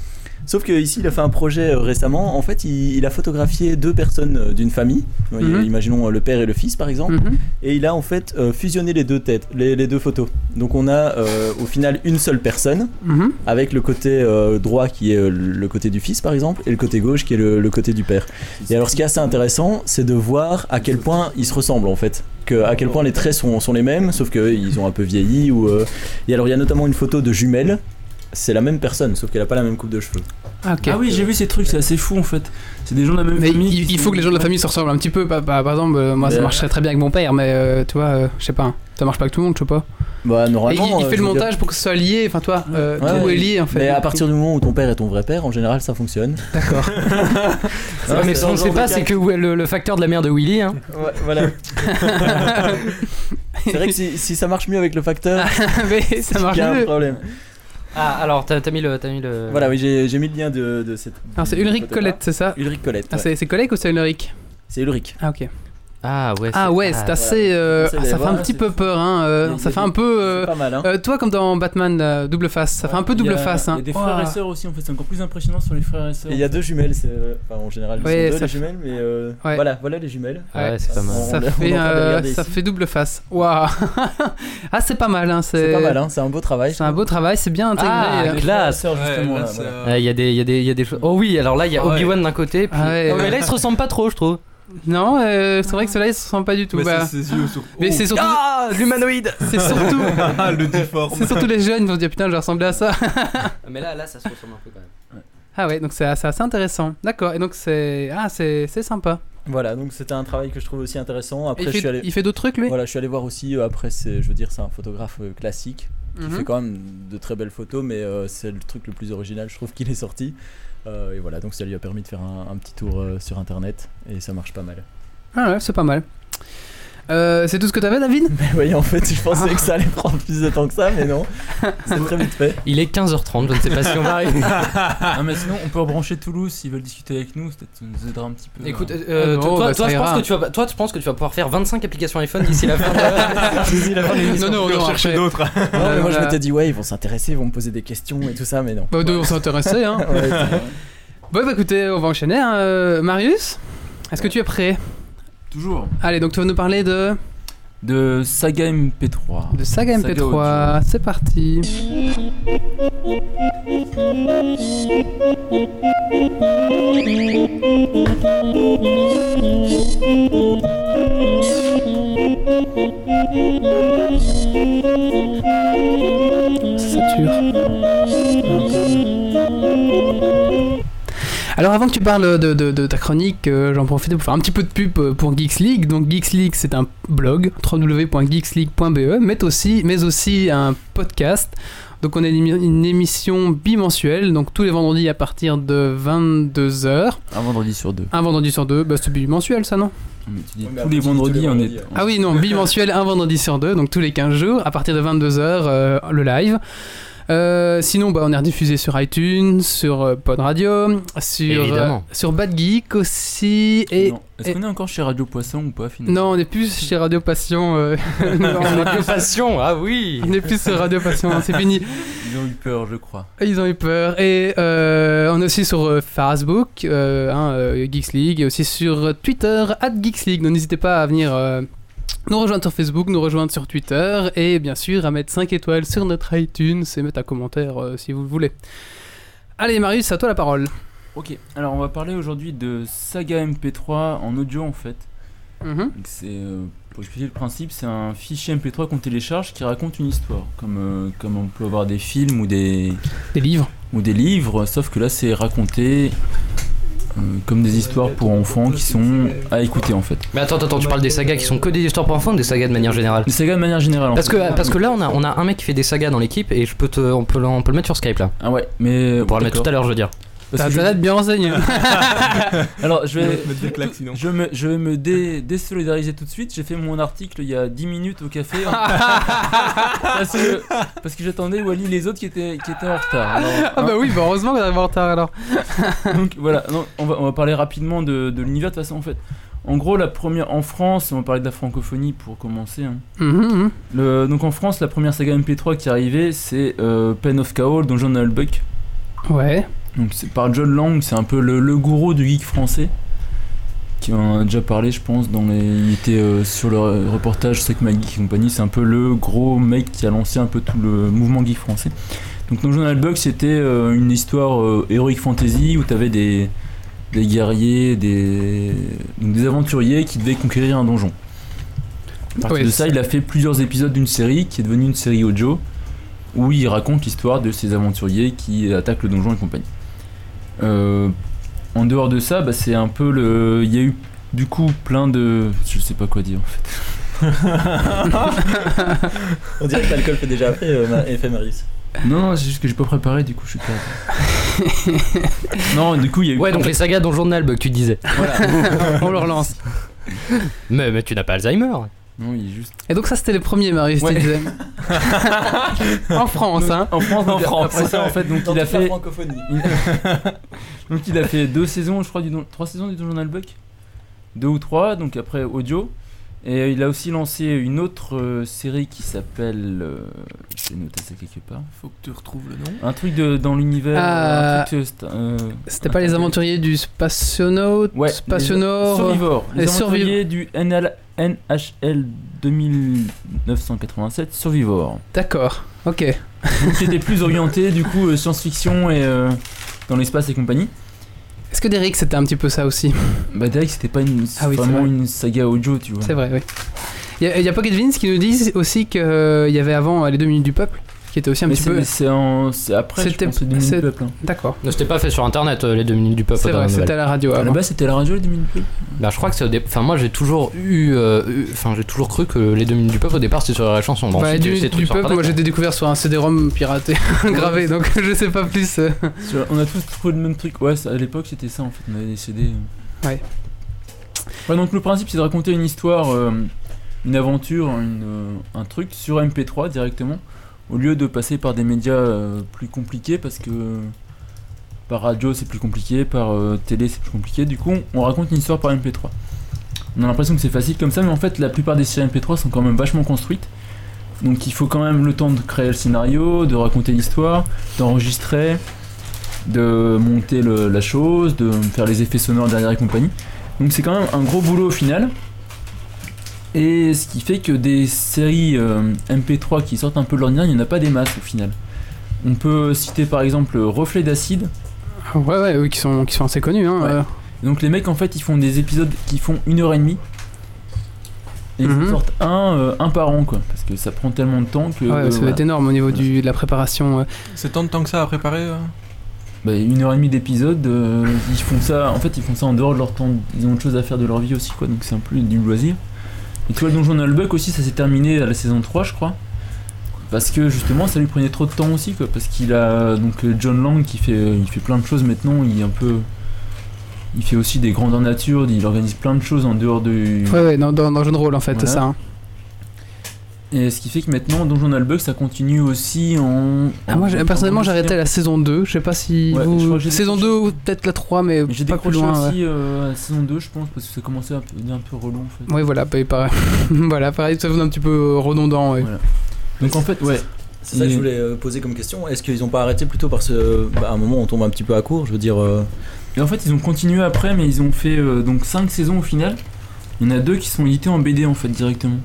Speaker 7: Sauf que ici, il a fait un projet euh, récemment. En fait, il, il a photographié deux personnes euh, d'une famille. Ouais,
Speaker 1: Mhm.
Speaker 7: euh, Imaginons euh, le père et le fils, par exemple.
Speaker 1: mhm.
Speaker 7: Et il a en fait euh, fusionné les deux têtes, les, les deux photos. Donc on a euh, au final une seule personne
Speaker 1: Mhm.
Speaker 7: avec le côté euh, droit qui est euh, le côté du fils par exemple et le côté gauche qui est le, le côté du père. Et alors ce qui est assez intéressant c'est de voir à quel point ils se ressemblent en fait. Que, à quel point les traits sont, sont les mêmes sauf qu'ils ont un peu vieilli. Ou, euh, Et alors il y a notamment une photo de jumelles. C'est la même personne sauf qu'elle a pas la même coupe de cheveux.
Speaker 1: Ah, ok.
Speaker 8: Ah oui, j'ai vu ces trucs, c'est assez fou en fait. C'est des gens de la même
Speaker 1: Mais
Speaker 8: famille.
Speaker 1: il,
Speaker 8: qui
Speaker 1: il
Speaker 8: sont-
Speaker 1: faut que les gens de la famille se ressemblent un petit peu. Par, par- par exemple, euh, moi ça
Speaker 7: Mais-
Speaker 1: marcherait très bien avec mon père, mais euh, tu vois, euh, je sais pas, hein, ça marche pas avec tout le monde, je sais pas.
Speaker 7: Bah
Speaker 1: Et il,
Speaker 7: normalement.
Speaker 1: il
Speaker 7: euh,
Speaker 1: fait
Speaker 7: je
Speaker 1: le
Speaker 7: veux dire-
Speaker 1: montage pour que ce soit lié, enfin toi, euh,
Speaker 7: Ouais,
Speaker 1: tout
Speaker 7: ouais.
Speaker 1: est lié en fait.
Speaker 7: Mais à partir du moment où ton père est ton vrai père, en général ça fonctionne.
Speaker 1: D'accord.
Speaker 7: Ouais,
Speaker 3: Ah, mais
Speaker 7: c'est
Speaker 3: ce qu'on
Speaker 7: dans
Speaker 3: ne
Speaker 7: le
Speaker 3: sait
Speaker 7: genre
Speaker 3: pas,
Speaker 7: de
Speaker 3: c'est
Speaker 7: cas.
Speaker 3: que ouais, le, le facteur de la mère de Willy. Hein.
Speaker 7: voilà. c'est vrai que si, si ça marche mieux avec le facteur,
Speaker 1: mais ça
Speaker 7: il
Speaker 1: marche
Speaker 7: y a un
Speaker 1: mieux.
Speaker 7: problème.
Speaker 3: Ah, alors t'as t'as mis le. T'as mis le...
Speaker 7: Voilà, oui, j'ai j'ai mis le lien de, de cette.
Speaker 1: Alors c'est
Speaker 7: du
Speaker 1: Ulrich
Speaker 7: photographe.
Speaker 1: Colette, c'est ça
Speaker 7: Ulrich Colette.
Speaker 1: Ah,
Speaker 7: ouais.
Speaker 1: c'est, c'est Colette ou c'est Ulrich
Speaker 7: C'est Ulrich.
Speaker 1: Ah ok.
Speaker 3: Ah ouais.
Speaker 1: Ah ouais, c'est assez... euh,
Speaker 7: Vous savez,
Speaker 1: ça fait un
Speaker 7: voilà,
Speaker 1: petit
Speaker 7: c'est-
Speaker 1: peu peur, hein. euh,
Speaker 7: Il y a-
Speaker 1: ça fait
Speaker 7: il y a-
Speaker 1: un peu... euh,
Speaker 7: C'est pas mal, hein.
Speaker 1: euh, toi comme dans Batman, là, double face, ça fait un peu double
Speaker 8: Il y a-
Speaker 1: face.
Speaker 8: Il
Speaker 1: Hein.
Speaker 8: y a des
Speaker 1: Ouah.
Speaker 8: frères et sœurs aussi en fait, c'est encore plus impressionnant sur les frères et sœurs.
Speaker 7: Et il y a deux jumelles, c'est. euh, Enfin, en général, ils
Speaker 1: Ouais,
Speaker 7: sont deux
Speaker 1: ça
Speaker 7: les jumelles, mais. euh,
Speaker 1: Ouais.
Speaker 7: Voilà, voilà les jumelles.
Speaker 3: Ah ouais, c'est pas mal.
Speaker 7: On-
Speaker 1: Ça,
Speaker 7: on est en train
Speaker 1: fait,
Speaker 7: de
Speaker 1: euh,
Speaker 7: regarder
Speaker 1: ça
Speaker 7: ici.
Speaker 1: fait double face. Waouh Ah c'est pas mal, hein. C'est,
Speaker 7: C'est pas mal, hein. C'est un beau travail.
Speaker 1: C'est un beau travail, c'est bien intégré.
Speaker 3: Ah,
Speaker 1: euh.
Speaker 8: Les frères et
Speaker 3: classe.
Speaker 8: sœurs, justement.
Speaker 5: Ouais, là,
Speaker 8: là,
Speaker 5: c'est,
Speaker 8: voilà.
Speaker 5: euh,
Speaker 3: Ah, Il y a des, il y a des, il y a des choses. Oh oui, alors là il y a
Speaker 5: Ah ouais.
Speaker 3: Obi Wan d'un côté. Puis...
Speaker 1: Ah ouais,
Speaker 3: Non, mais
Speaker 1: ouais.
Speaker 3: là ils se ressemblent pas trop, je trouve.
Speaker 1: Non, euh, c'est vrai que cela, ils se sentent pas du tout.
Speaker 5: mais
Speaker 1: bah.
Speaker 5: c'est ses yeux sur-
Speaker 1: Mais
Speaker 5: Oh.
Speaker 1: c'est surtout,
Speaker 3: Ah, l'humanoïde.
Speaker 1: c'est surtout,
Speaker 5: Ah, le déforme.
Speaker 1: c'est surtout les jeunes qui vont se dire putain, je vais ressembler à ça.
Speaker 3: Ah, Mais là, là ça se ressemble un peu quand même.
Speaker 1: Ah ouais, donc c'est c'est assez intéressant. D'accord, et donc c'est ah c'est c'est sympa.
Speaker 7: Voilà, donc c'était un travail que je trouve aussi intéressant.
Speaker 1: Et
Speaker 7: Après, je
Speaker 1: il,
Speaker 7: suis
Speaker 1: fait,
Speaker 7: allé.
Speaker 1: il fait d'autres trucs lui.
Speaker 7: Voilà, je suis allé voir aussi. euh, Après, c'est, je veux dire, c'est un photographe euh, classique. qui
Speaker 1: Mhm.
Speaker 7: fait quand même de très belles photos, mais euh, c'est le truc le plus original, je trouve, qu'il est sorti. Euh, et voilà, donc ça lui a permis de faire un, un petit tour euh, sur internet, et ça marche pas mal.
Speaker 1: Ah ouais, c'est pas mal. Euh, c'est tout ce que t'avais, David
Speaker 7: Mais voyez, Ben en fait, je pensais que ça allait prendre plus de temps que ça, mais non, c'est très vite fait.
Speaker 3: Il est 15h30, je ne sais pas si on va arriver.
Speaker 8: Ah, mais sinon, on peut rebrancher Toulouse s'ils veulent discuter avec nous, peut-être ça nous aidera un petit peu.
Speaker 3: Écoute,
Speaker 8: hein.
Speaker 3: euh,
Speaker 1: Ah non,
Speaker 3: toi,
Speaker 1: bah, ça
Speaker 3: toi, toi, je
Speaker 1: ira.
Speaker 3: pense que tu vas, toi, tu penses que tu vas pouvoir faire 25 applications iPhone d'ici la fin de d'ici la fin de l'émission.
Speaker 1: non, non,
Speaker 5: chercher
Speaker 1: après.
Speaker 5: d'autres.
Speaker 7: Non, mais moi, je
Speaker 1: voilà.
Speaker 7: m'étais dit, ouais, ils vont s'intéresser, ils vont me poser des questions et tout ça, mais non.
Speaker 1: Bah, de- on s'est intéressé, hein.
Speaker 7: Ouais, c'est-
Speaker 1: Bon, bah écoutez, on va enchaîner. hein. Euh, Marius, est-ce que tu es prêt euh,
Speaker 8: Toujours.
Speaker 1: Allez, donc tu vas nous parler de,
Speaker 8: De Saga MP3.
Speaker 1: de Saga
Speaker 8: Saga
Speaker 1: MP3. C'est parti. Ça dure. Alors avant que tu parles de, de- de ta chronique, euh, j'en profite pour faire un petit peu de pub euh, pour Geeks League. Donc Geeks League, c'est un blog www.geeksleague.be, mais aussi, mais aussi un podcast. Donc on a une, émi- une émission bimensuelle, donc tous les vendredis à partir de 22h.
Speaker 8: Un vendredi sur deux.
Speaker 1: Un vendredi sur deux, bah c'est bimensuel ça non
Speaker 8: Mais tu dis
Speaker 7: Oui, mais
Speaker 8: tous
Speaker 7: après, tu
Speaker 8: les
Speaker 7: dis tous
Speaker 8: vendredis,
Speaker 7: les
Speaker 8: on
Speaker 7: vendredis,
Speaker 8: est.
Speaker 7: ouais.
Speaker 1: Ah oui, non, bimensuel, un vendredi sur deux, donc tous les 15 jours, à partir de 22h, le live. Euh, sinon, bah, on est rediffusé sur iTunes, sur euh, Pod Radio, sur,
Speaker 3: Évidemment.
Speaker 1: euh, sur Bad Geek aussi, et
Speaker 8: Non. Est-ce
Speaker 1: et-
Speaker 8: qu'on est encore chez Radio Poisson ou pas finalement
Speaker 1: Non, on est plus chez Radio Passion. euh, non, on, est,
Speaker 3: Radio Passion, ah oui.
Speaker 1: on est plus sur Radio Passion, hein, c'est fini.
Speaker 8: Ils ont eu peur, je crois.
Speaker 1: Ils ont eu peur. Et euh, on est aussi sur euh, Facebook, euh, hein, euh, Geeks League, et aussi sur Twitter, at Geeks League. Donc n'hésitez pas à venir euh, nous rejoindre sur Facebook, nous rejoindre sur Twitter, et bien sûr à mettre 5 étoiles sur notre iTunes et mettre un commentaire euh, si vous le voulez. Allez Marius, à toi la parole.
Speaker 8: Ok, alors on va parler aujourd'hui de Saga MP3 en audio en fait.
Speaker 1: Mhm.
Speaker 8: Donc c'est euh, pour expliquer le principe, c'est un fichier MP3 qu'on télécharge qui raconte une histoire, comme euh, comme on peut avoir des films ou des
Speaker 1: Des livres.
Speaker 8: ou des livres, sauf que là c'est raconté euh, comme des histoires pour enfants qui sont à écouter en fait.
Speaker 3: Mais attends, attends, tu parles des sagas qui sont que des histoires pour enfants ou des sagas de manière générale
Speaker 8: Les sagas de manière générale. en
Speaker 3: parce
Speaker 8: fait.
Speaker 3: que, parce que là, on a, on a un mec qui fait des sagas dans l'équipe et je peux te, on, peut, le- on peut le mettre sur Skype là.
Speaker 8: ah ouais, mais
Speaker 3: On pourra le mettre tout à l'heure, je veux dire.
Speaker 1: T'as
Speaker 8: Parce
Speaker 1: un
Speaker 8: que je-
Speaker 1: planète bien renseigné.
Speaker 8: Alors, je
Speaker 5: Je
Speaker 8: vais,
Speaker 5: vais te mettre des claques sinon.
Speaker 8: je me, je vais me dé- désolidariser tout de suite. J'ai fait mon article il y a 10 minutes au café. parce que, parce que j'attendais Wally et les autres qui étaient, qui étaient en retard. Alors, hein,
Speaker 1: Ah bah oui, bah heureusement qu'on arrive en retard alors.
Speaker 8: Donc voilà, non, on, va, on va parler rapidement de, de l'univers de toute façon en fait. En gros, la première en France, on va parler de la francophonie pour commencer. hein.
Speaker 1: Mhm, mhm.
Speaker 8: Le- donc en France, la première saga MP3 qui est arrivée, c'est euh, Pen of Cowl, dont John Albuck.
Speaker 1: Ouais.
Speaker 8: Donc c'est par John Lang, c'est un peu le, le gourou du geek français, qui en a déjà parlé, je pense. Dans les, il était euh, sur le euh, reportage Sec Maggie et compagnie. C'est un peu le gros mec qui a lancé un peu tout le mouvement geek français. Donc dans Journal Bug, c'était euh, une histoire euh, héroïque fantasy où t'avais des des guerriers, des donc des aventuriers qui devaient conquérir un donjon. À partir
Speaker 1: Ouais,
Speaker 8: de ça,
Speaker 1: c'est-
Speaker 8: il a fait plusieurs épisodes d'une série qui est devenue une série audio où il raconte l'histoire de ces aventuriers qui attaquent le donjon et compagnie. Euh, en dehors de ça, bah, c'est un peu le. Il y a eu du coup plein de. Je sais pas quoi dire en fait.
Speaker 7: On dirait que l'alcool fait déjà après euh, ma- éphéméris.
Speaker 8: Non, non, c'est juste que j'ai pas préparé, du coup je suis perdu. non, du coup il y a eu.
Speaker 3: Ouais, donc les sagas dont Journal Bug, tu disais.
Speaker 1: On le relance.
Speaker 3: Mais, mais tu n'as pas Alzheimer.
Speaker 8: Non, il est juste.
Speaker 1: Et donc ça c'était les premiers Marie, je te
Speaker 8: Ouais.
Speaker 1: disais. en France, hein.
Speaker 8: En France,
Speaker 7: En France,
Speaker 8: Après ça, en fait, donc
Speaker 7: Dans
Speaker 8: il a
Speaker 7: toute la
Speaker 8: fait.
Speaker 7: francophonie.
Speaker 8: Donc il a fait deux saisons, je crois, du don- trois saisons du Journal Buck. Deux ou trois, donc après audio. Et euh, il a aussi lancé une autre euh, série qui s'appelle. euh, J'ai noté ça quelque part.
Speaker 5: Faut que tu retrouves le nom.
Speaker 8: Un truc de, dans l'univers.
Speaker 1: Ah.
Speaker 8: un truc, euh, st- euh,
Speaker 1: C'était pas les aventuriers du spationaute,
Speaker 8: Ouais.
Speaker 1: spationaur.
Speaker 8: Survivor. Les
Speaker 1: les survi-
Speaker 8: aventuriers du NL NHL 2987 Survivor.
Speaker 1: D'accord. Ok.
Speaker 8: Donc c'était plus orienté du coup euh, science-fiction et euh, dans l'espace et compagnie.
Speaker 1: Est-ce que Derek c'était un petit peu ça aussi
Speaker 8: Bah Derek c'était pas une,
Speaker 1: Ah oui, c'est
Speaker 8: vraiment
Speaker 1: vrai.
Speaker 8: une saga audio tu vois.
Speaker 1: C'est vrai, oui. Il y, a- il y a Pocket Vince qui nous disent aussi qu'il y avait avant euh, les deux minutes du peuple, qui était aussi un
Speaker 8: Mais
Speaker 1: petit
Speaker 8: c'est-
Speaker 1: peu.
Speaker 8: mais c'est en- c'est après
Speaker 1: C'était-
Speaker 8: je pense, les 2000
Speaker 1: c'est-
Speaker 8: peuples. hein.
Speaker 1: D'accord.
Speaker 3: Ne c'était pas fait sur internet euh, les deux minutes du peuple.
Speaker 1: C'est
Speaker 3: dans la
Speaker 1: vrai,
Speaker 3: nouvelle.
Speaker 1: c'était à la radio
Speaker 8: À la
Speaker 1: avant.
Speaker 8: base c'était la radio les 2000 peuples.
Speaker 3: Bah, je crois que c'est au dé- Enfin, moi j'ai toujours eu. euh, eu- Enfin, j'ai toujours cru que les deux minutes du peuple au départ c'était sur la chanson. Bon,
Speaker 1: Bah,
Speaker 3: ensuite, il y a eu
Speaker 1: du,
Speaker 3: ces trucs
Speaker 1: du
Speaker 3: sur
Speaker 1: peuple, moi
Speaker 3: Internet.
Speaker 1: j'ai découvert sur un CD-ROM piraté, gravé, donc je sais pas plus. euh.
Speaker 8: Sur- On a tous trouvé le même truc. Ouais ça- à l'époque c'était ça en fait on avait des CD. euh.
Speaker 1: Ouais.
Speaker 8: Ouais, donc le principe c'est de raconter une histoire, euh, une aventure, une, euh, un truc sur MP3 directement au lieu de passer par des médias euh, plus compliqués parce que par radio c'est plus compliqué, par euh, télé c'est plus compliqué. Du coup on, on raconte une histoire par MP3. On a l'impression que c'est facile comme ça, mais en fait la plupart des séries MP3 sont quand même vachement construites. Donc il faut quand même le temps de créer le scénario, de raconter l'histoire, d'enregistrer, de monter le- la chose, de faire les effets sonores derrière et compagnie. Donc c'est quand même un gros boulot au final. Et ce qui fait que des séries euh, MP3 qui sortent un peu de l'ordinaire, il n'y en a pas des masses au final. On peut citer par exemple Reflet d'acide.
Speaker 1: Ouais, ouais, oui, qui sont, qui sont assez connus. Hein,
Speaker 8: Ouais.
Speaker 1: euh.
Speaker 8: Et Donc les mecs en fait ils font des épisodes qui font une heure et demie. Et ils
Speaker 1: Mhm.
Speaker 8: en sortent un, euh, un par an quoi. Parce que ça prend tellement de temps que...
Speaker 1: Ouais,
Speaker 8: euh,
Speaker 1: ça va
Speaker 8: voilà.
Speaker 1: être énorme au niveau du, de la préparation. euh.
Speaker 5: C'est tant de temps que ça à préparer euh
Speaker 8: Bah, une heure et demie d'épisode, euh, ils font ça. En fait, ils font ça en dehors de leur temps. Ils ont autre chose à faire de leur vie aussi, quoi. Donc c'est un peu du loisir. Et tu vois, le Donjon Albuck aussi, ça s'est terminé à la saison 3, je crois. Parce que justement, ça lui prenait trop de temps aussi, quoi. Parce qu'il a donc euh, John Lang qui fait, il fait plein de choses maintenant. Il est un peu, il fait aussi des grandeurs nature. Il organise plein de choses en dehors du.
Speaker 1: Ouais, ouais, dans, dans, dans le jeu de rôle en fait,
Speaker 8: Voilà.
Speaker 1: ça. hein.
Speaker 8: Et ce qui fait que maintenant, Donjon Albuck, ça continue aussi en.
Speaker 1: Ah, moi, j'ai-
Speaker 8: en-
Speaker 1: personnellement,
Speaker 8: en-
Speaker 1: j'ai arrêté à la saison 2. Je sais pas si.
Speaker 8: Ouais,
Speaker 1: vous-
Speaker 8: je crois que j'ai
Speaker 1: Saison
Speaker 8: décroché.
Speaker 1: 2 ou peut-être la 3, mais
Speaker 8: J'ai
Speaker 1: pas plus
Speaker 8: décroché
Speaker 1: loin. ouais.
Speaker 8: aussi euh, à la saison 2, je pense, parce que ça commençait à devenir un peu relou en fait.
Speaker 1: Ouais, voilà, pareil. pareil. voilà, pareil, ça devient un petit peu euh, redondant. ouais.
Speaker 8: Ouais. Donc en fait, ouais,
Speaker 7: C'est ça que je voulais euh, poser comme question. Est-ce qu'ils n'ont pas arrêté plutôt parce que bah, à un moment on tombe un petit peu à court Je veux dire, euh,
Speaker 8: Et en fait, ils ont continué après, mais ils ont fait euh, donc 5 saisons au final. Il y en a deux qui sont édités en BD en fait directement.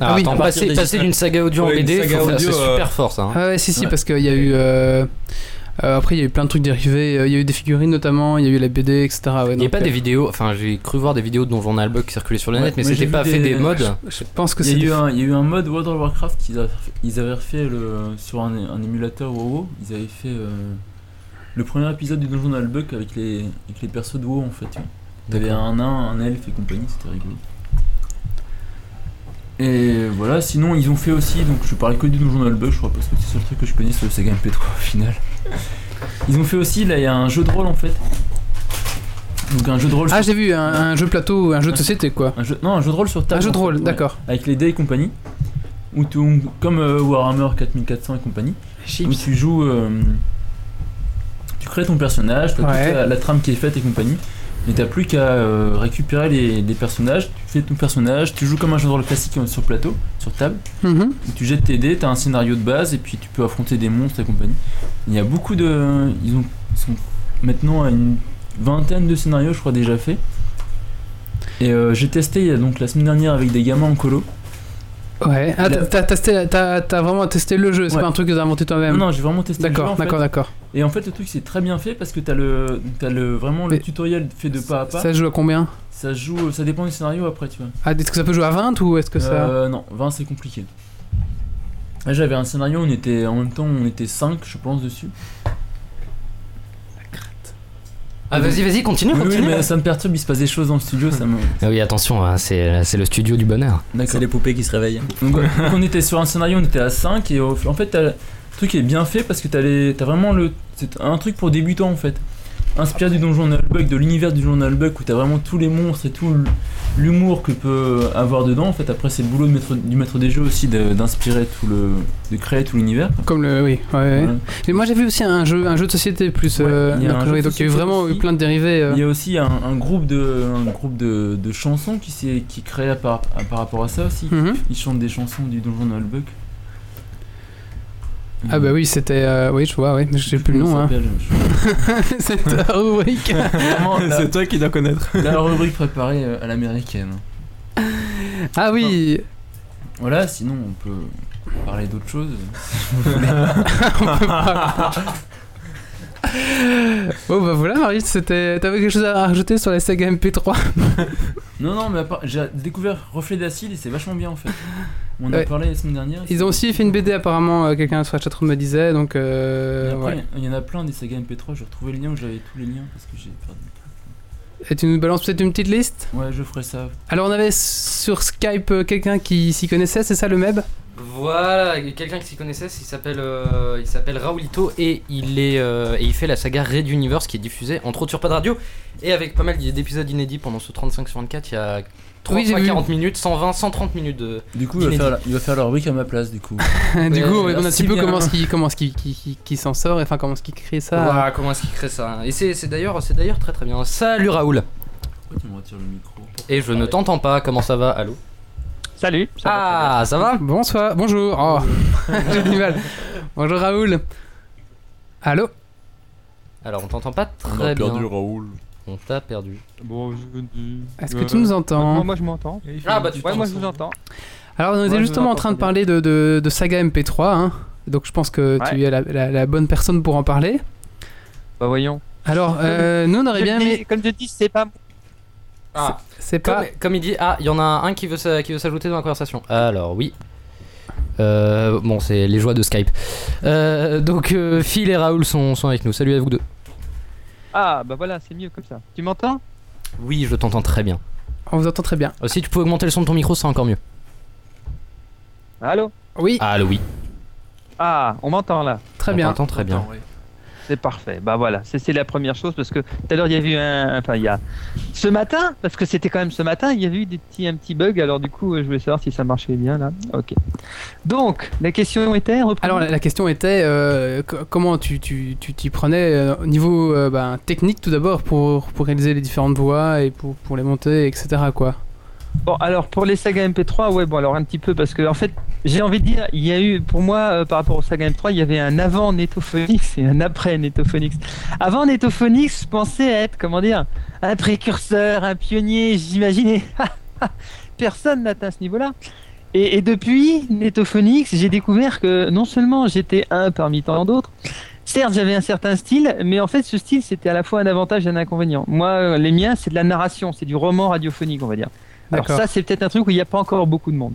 Speaker 3: Alors,
Speaker 1: Ah oui,
Speaker 3: attends,
Speaker 7: à partir
Speaker 3: passer,
Speaker 7: des
Speaker 3: passer
Speaker 7: images.
Speaker 3: d'une saga audio en
Speaker 5: Ouais, une
Speaker 3: BD,
Speaker 5: saga
Speaker 3: faut faire- c'est
Speaker 5: audio, euh,
Speaker 3: super fort ça. hein.
Speaker 1: Ah ouais, si, si,
Speaker 8: Ouais.
Speaker 1: parce qu'il y a eu. euh, euh, après, il y a eu plein de trucs dérivés. euh, Il y a eu des figurines notamment, il y a eu la BD, etc. Ouais,
Speaker 3: Il n'y
Speaker 1: donc,
Speaker 3: a pas
Speaker 1: euh,
Speaker 3: des vidéos, enfin j'ai cru voir des vidéos dont Journal Bug circulaient sur le
Speaker 8: Ouais,
Speaker 3: net, mais
Speaker 8: moi, j'ai
Speaker 3: c'était
Speaker 8: vu
Speaker 3: pas
Speaker 8: des-
Speaker 3: fait des mods.
Speaker 1: Je pense que
Speaker 8: Il y,
Speaker 1: c'est.
Speaker 8: a eu
Speaker 1: des-
Speaker 8: un, il y a eu un mode World of Warcraft qu'ils avaient, refait- ils avaient refait le, sur un, un émulateur WoW. Ils avaient fait euh, le premier épisode du Donjon Albuck avec les, avec les persos de WoW en fait. tu vois. T'avais un nain, un elfe et compagnie, c'était rigolo. Et voilà, sinon ils ont fait aussi, donc je parlais que du Donjon Bug, je crois, parce que c'est le seul truc que je connais sur le Sega MP3 au final. Ils ont fait aussi, là il y a un jeu de rôle en fait. Donc un jeu de rôle
Speaker 1: Ah,
Speaker 8: sur...
Speaker 1: j'ai vu, un, un jeu plateau, un jeu de société quoi.
Speaker 8: un jeu... Non, un jeu de rôle sur table.
Speaker 1: Un jeu de
Speaker 8: en fait,
Speaker 1: rôle,
Speaker 8: ouais.
Speaker 1: d'accord.
Speaker 8: Avec les dés et compagnie. Où tu... Comme euh, Warhammer 4400 et compagnie.
Speaker 1: Chips.
Speaker 8: où tu joues. euh, tu crées ton personnage, t'as toute
Speaker 1: Ouais.
Speaker 8: la, la trame qui est faite et compagnie. Et t'as plus qu'à euh, récupérer les, les personnages, tu fais ton personnage, tu joues comme un jeu de rôle classique euh, sur plateau, sur table,
Speaker 1: Mhm.
Speaker 8: où tu jettes tes dés, t'as un scénario de base et puis tu peux affronter des monstres et compagnie. Il y a beaucoup de. Ils, ont, ils sont maintenant à une vingtaine de scénarios, je crois, déjà faits. Et euh, j'ai testé il y a donc la semaine dernière avec des gamins en colo.
Speaker 1: Ouais. Ah,
Speaker 8: La-
Speaker 1: t'as- t'as testé- t'as t'as vraiment testé le jeu, c'est
Speaker 8: Ouais.
Speaker 1: pas un truc que t'as inventé toi-même.
Speaker 8: Non, non, j'ai vraiment testé le jeu,
Speaker 1: Euh, D'accord,
Speaker 8: en fait.
Speaker 1: d'accord, d'accord.
Speaker 8: Et en fait, le truc c'est très bien fait parce que t'as le, t'as le vraiment le
Speaker 1: Mais-
Speaker 8: tutoriel fait de pas à pas.
Speaker 1: Ça se joue à combien
Speaker 8: Ça se joue, ça dépend du scénario après, tu vois.
Speaker 1: Ah, Est-ce que ça peut jouer à 20 ou est-ce que ça.
Speaker 8: Euh, non, 20 c'est compliqué. Là, J'avais un scénario, on était en même temps, on était 5 je pense dessus.
Speaker 3: Ah, vas-y, vas-y, continue,
Speaker 8: Oui, oui,
Speaker 3: continue.
Speaker 8: mais ça me perturbe, il se passe des choses dans le studio, ça me.
Speaker 3: Ah oui, attention, hein, c'est c'est le studio du bonheur.
Speaker 7: C'est
Speaker 8: D'accord.
Speaker 7: les poupées qui se réveillent.
Speaker 8: Donc, ouais, donc on était sur un scénario, on était à 5 et au- en fait t'as- le truc est bien fait parce que t'as les- t'as vraiment le c'est un truc pour débutants en fait. Inspiré du Donjon Nullbug, de l'univers du Donjon Nullbug où t'as vraiment tous les monstres et tout l'humour que peut avoir dedans. En fait après c'est le boulot de maître- du maître des jeux aussi de- d'inspirer tout le de créer tout l'univers.
Speaker 1: Comme le. Oui, Euh. ouais, ouais.
Speaker 8: Voilà.
Speaker 1: Mais moi j'ai vu aussi un jeu, un jeu de société plus.
Speaker 8: Ouais,
Speaker 1: euh,
Speaker 8: il y a
Speaker 1: donc,
Speaker 8: un jeu de
Speaker 1: donc, il y a eu
Speaker 8: société
Speaker 1: vraiment eu
Speaker 8: aussi.
Speaker 1: plein de dérivés. euh.
Speaker 8: Il y a aussi un, un groupe de un groupe de, de chansons qui s'est qui est créé à par, à- par rapport à ça aussi.
Speaker 1: Mhm.
Speaker 8: Ils chantent des chansons du Donjon Nullbug.
Speaker 1: Ah, bah oui, c'était. euh, oui, je vois, oui. Je sais plus le nom. Hein. Oh, Cette rubrique.
Speaker 8: Vraiment, la-
Speaker 5: C'est toi qui dois connaître.
Speaker 8: La rubrique préparée euh, à l'américaine.
Speaker 1: Ah oui
Speaker 8: Voilà, sinon on peut parler d'autre chose.
Speaker 1: Bon, bah voilà, Marius, c'était. T'avais quelque chose à rajouter sur la saga MP3
Speaker 8: Non, non, mais à part- j'ai découvert Reflet d'acide et c'est vachement bien en fait. On en a
Speaker 1: Ouais.
Speaker 8: parlé la semaine dernière.
Speaker 1: Ils ont aussi fait une BD apparemment, euh, quelqu'un sur la chatroom me disait, donc.
Speaker 8: Et
Speaker 1: Euh,
Speaker 8: après,
Speaker 1: ouais.
Speaker 8: Il y en a plein des sagas MP3, j'ai retrouvé le lien où j'avais tous les liens parce que j'ai perdu.
Speaker 1: Et tu nous balances peut-être une petite liste
Speaker 8: Ouais, je ferai ça.
Speaker 1: Alors on avait s- sur Skype euh, quelqu'un qui s'y connaissait, c'est ça le MEB
Speaker 3: Voilà, il y a quelqu'un qui s'y connaissait, il s'appelle euh, il s'appelle Raoulito et il est euh, et il fait la saga Red Universe qui est diffusée entre autres sur Pod Radio et avec pas mal d'épisodes inédits pendant ce 35 sur 24, il y a 3
Speaker 1: Oui, j'ai
Speaker 3: fois
Speaker 1: vu.
Speaker 3: 40 minutes, 120, 130 minutes de
Speaker 8: Du coup, il va,
Speaker 3: Inédit.
Speaker 8: faire la, il va faire la rubrique à ma place du coup.
Speaker 1: Du
Speaker 3: Ouais,
Speaker 1: coup, on
Speaker 3: ouais,
Speaker 1: a un
Speaker 8: si
Speaker 1: petit peu
Speaker 8: bien.
Speaker 1: comment ce qui comment ce qui, qui, qui- qui s'en sort, et enfin comment ce qui crée ça.
Speaker 3: Voilà, comment est-ce qu'il crée ça. hein. Et c'est c'est d'ailleurs c'est d'ailleurs très très bien. Salut Raoul.
Speaker 8: Pourquoi tu me retires le micro
Speaker 3: Et je ne t'entends pas, comment ça va Allô
Speaker 10: Salut. ça va très bien.
Speaker 3: Ah, ça va
Speaker 1: Bonsoir, bonjour. Oh, j'ai du mal. Bonjour Raoul. Allô
Speaker 3: Alors, on t'entend pas très bien.
Speaker 7: Raoul.
Speaker 3: On t'a perdu.
Speaker 10: Bon, je dis-
Speaker 1: Est-ce
Speaker 10: euh,
Speaker 1: que tu nous
Speaker 10: Moi,
Speaker 1: entends
Speaker 10: moi, je m'entends.
Speaker 3: Ah, bah, tu
Speaker 10: Ouais, moi, je vous entends.
Speaker 1: Alors on
Speaker 10: moi,
Speaker 1: était
Speaker 10: je
Speaker 1: justement en train de
Speaker 10: l'entends
Speaker 1: parler de, de, de saga MP3, hein. donc je pense que tu
Speaker 10: Ouais.
Speaker 1: es la, la- la bonne personne pour en parler.
Speaker 10: Bah, voyons.
Speaker 1: Alors euh, nous on aurait
Speaker 10: Comme
Speaker 1: bien
Speaker 10: je
Speaker 1: aimé...
Speaker 10: dis- Comme je dis, c'est pas.
Speaker 3: Ah,
Speaker 1: C'est
Speaker 3: comme,
Speaker 1: pas...
Speaker 3: comme il dit, ah, il y en a un qui veut, s'a- qui veut s'ajouter dans la conversation. Alors, oui. Euh, bon, c'est les joies de Skype. Euh, donc, euh, Phil et Raoul sont, sont avec nous. Salut à vous deux.
Speaker 10: Ah, bah voilà, c'est mieux comme ça. Tu m'entends
Speaker 3: Oui, je t'entends très bien.
Speaker 1: On vous entend très bien.
Speaker 3: Euh, si tu peux augmenter le son de ton micro, c'est encore mieux.
Speaker 10: Allô
Speaker 1: Oui,
Speaker 3: Allô, oui.
Speaker 10: Ah, on m'entend là.
Speaker 1: très
Speaker 3: On
Speaker 1: bien.
Speaker 3: t'entend très bien.
Speaker 10: C'est parfait. Bah voilà, c'est c'est la première chose parce que tout à l'heure il y a eu un, enfin il y a ce matin parce que c'était quand même ce matin, il y a eu des petits un petit bug. Alors du coup, euh, je voulais savoir si ça marchait bien là. Ok. Donc la question était. reprenons.
Speaker 1: Alors la, la question était euh, co- comment tu tu- tu t'y prenais euh, au niveau euh, ben, technique tout d'abord pour, pour réaliser les différentes voies et pour, pour les monter, etc. Quoi.
Speaker 10: Bon, alors pour les sagas MP3, ouais, bon, alors un petit peu, parce que en fait, j'ai envie de dire, il y a eu, pour moi, euh, par rapport aux sagas MP3, il y avait un avant Netophonix et un après Netophonix. Avant Netophonix, je pensais être, comment dire, un précurseur, un pionnier, j'imaginais. Personne n'atteint ce niveau-là. Et, et depuis Netophonix, j'ai découvert que non seulement j'étais un parmi tant d'autres, Certes, j'avais un certain style, mais en fait, ce style, c'était à la fois un avantage et un inconvénient. Moi, euh, les miens, c'est de la narration, c'est du roman radiophonique, on va dire. Alors
Speaker 1: D'accord.
Speaker 10: ça, c'est peut-être un truc où il n'y a pas encore beaucoup de monde.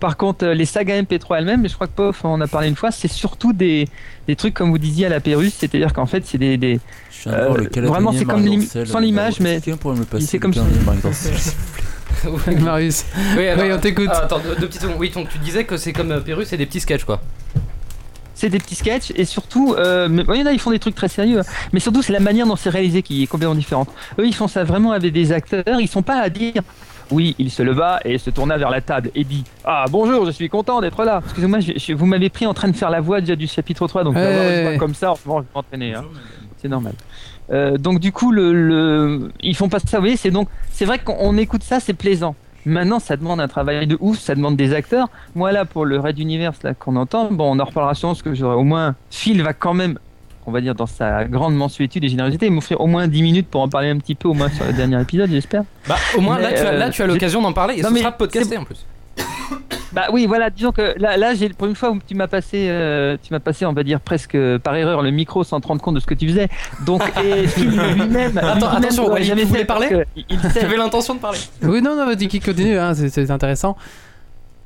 Speaker 10: Par contre, euh, les sagas MP3 elles-mêmes, mais je crois que Pof en a parlé une fois, c'est surtout des, des trucs comme vous disiez à la Pérusse, c'est-à-dire qu'en fait, c'est des, des...
Speaker 8: Je viens de voir
Speaker 10: Euh,
Speaker 8: le calendrier
Speaker 10: vraiment, c'est comme
Speaker 8: Marc
Speaker 10: l'im-
Speaker 8: Dorcel.
Speaker 10: sans l'image, mais
Speaker 8: Quelqu'un pourrait me le passer
Speaker 10: c'est
Speaker 8: le
Speaker 10: comme ça.
Speaker 8: calendrier Marc Dorcel
Speaker 3: oui,
Speaker 1: Marius.
Speaker 3: attends,
Speaker 1: Oui, on t'écoute.
Speaker 3: Ah, attends, deux, deux petites secondes. Oui, donc tu disais que c'est comme euh, Pérus, c'est des petits sketchs quoi.
Speaker 10: c'est des petits sketchs et surtout, euh, mais- il y en a, ils font des trucs très sérieux, hein. mais surtout c'est la manière dont c'est réalisé qui est complètement différente. Eux, ils font ça vraiment avec des acteurs, ils sont pas à dire. Oui, il se leva et se tourna vers la table et dit Ah bonjour, je suis content d'être là. Excusez-moi, je- je- vous m'avez pris en train de faire la voix déjà du chapitre 3, donc
Speaker 1: Ouais.
Speaker 10: d'avoir une voix comme ça, en ce moment, je vais m'entraîner. hein. C'est normal. Euh, donc du coup, le, le- ils font pas ça. Vous voyez, c'est donc c'est vrai qu'on on écoute ça, c'est plaisant. Maintenant, ça demande un travail de ouf, ça demande des acteurs. Moi là, pour le Red Universe là qu'on entend, bon, on en reparlera sûrement parce que j'aurai au moins Phil va quand même, on va dire dans sa grande mensuétude et générosité, m'offrir au moins 10 minutes pour en parler un petit peu au moins sur le dernier épisode, j'espère.
Speaker 3: Bah, au moins là,
Speaker 10: Mais,
Speaker 3: tu as,
Speaker 10: euh,
Speaker 3: là, tu as
Speaker 10: j'ai-
Speaker 3: l'occasion d'en parler et
Speaker 10: Non,
Speaker 3: ce
Speaker 10: mais
Speaker 3: sera podcasté en plus.
Speaker 10: Bah oui, voilà, disons que là, là j'ai pour une fois où tu m'as passé, euh, tu m'as passé, on va dire presque euh, par erreur le micro sans te rendre compte de ce que tu faisais. Donc et Phil lui-même,
Speaker 3: Attends,
Speaker 10: lui-même
Speaker 3: attention,
Speaker 10: l'aurait
Speaker 3: Walid,
Speaker 10: jamais
Speaker 3: tu voulais
Speaker 10: fait parce
Speaker 3: parler
Speaker 10: que Il sait.
Speaker 3: J'avais l'intention de parler.
Speaker 1: Oui, non, non, vas-y, qui continue, hein, c'est- c'est intéressant.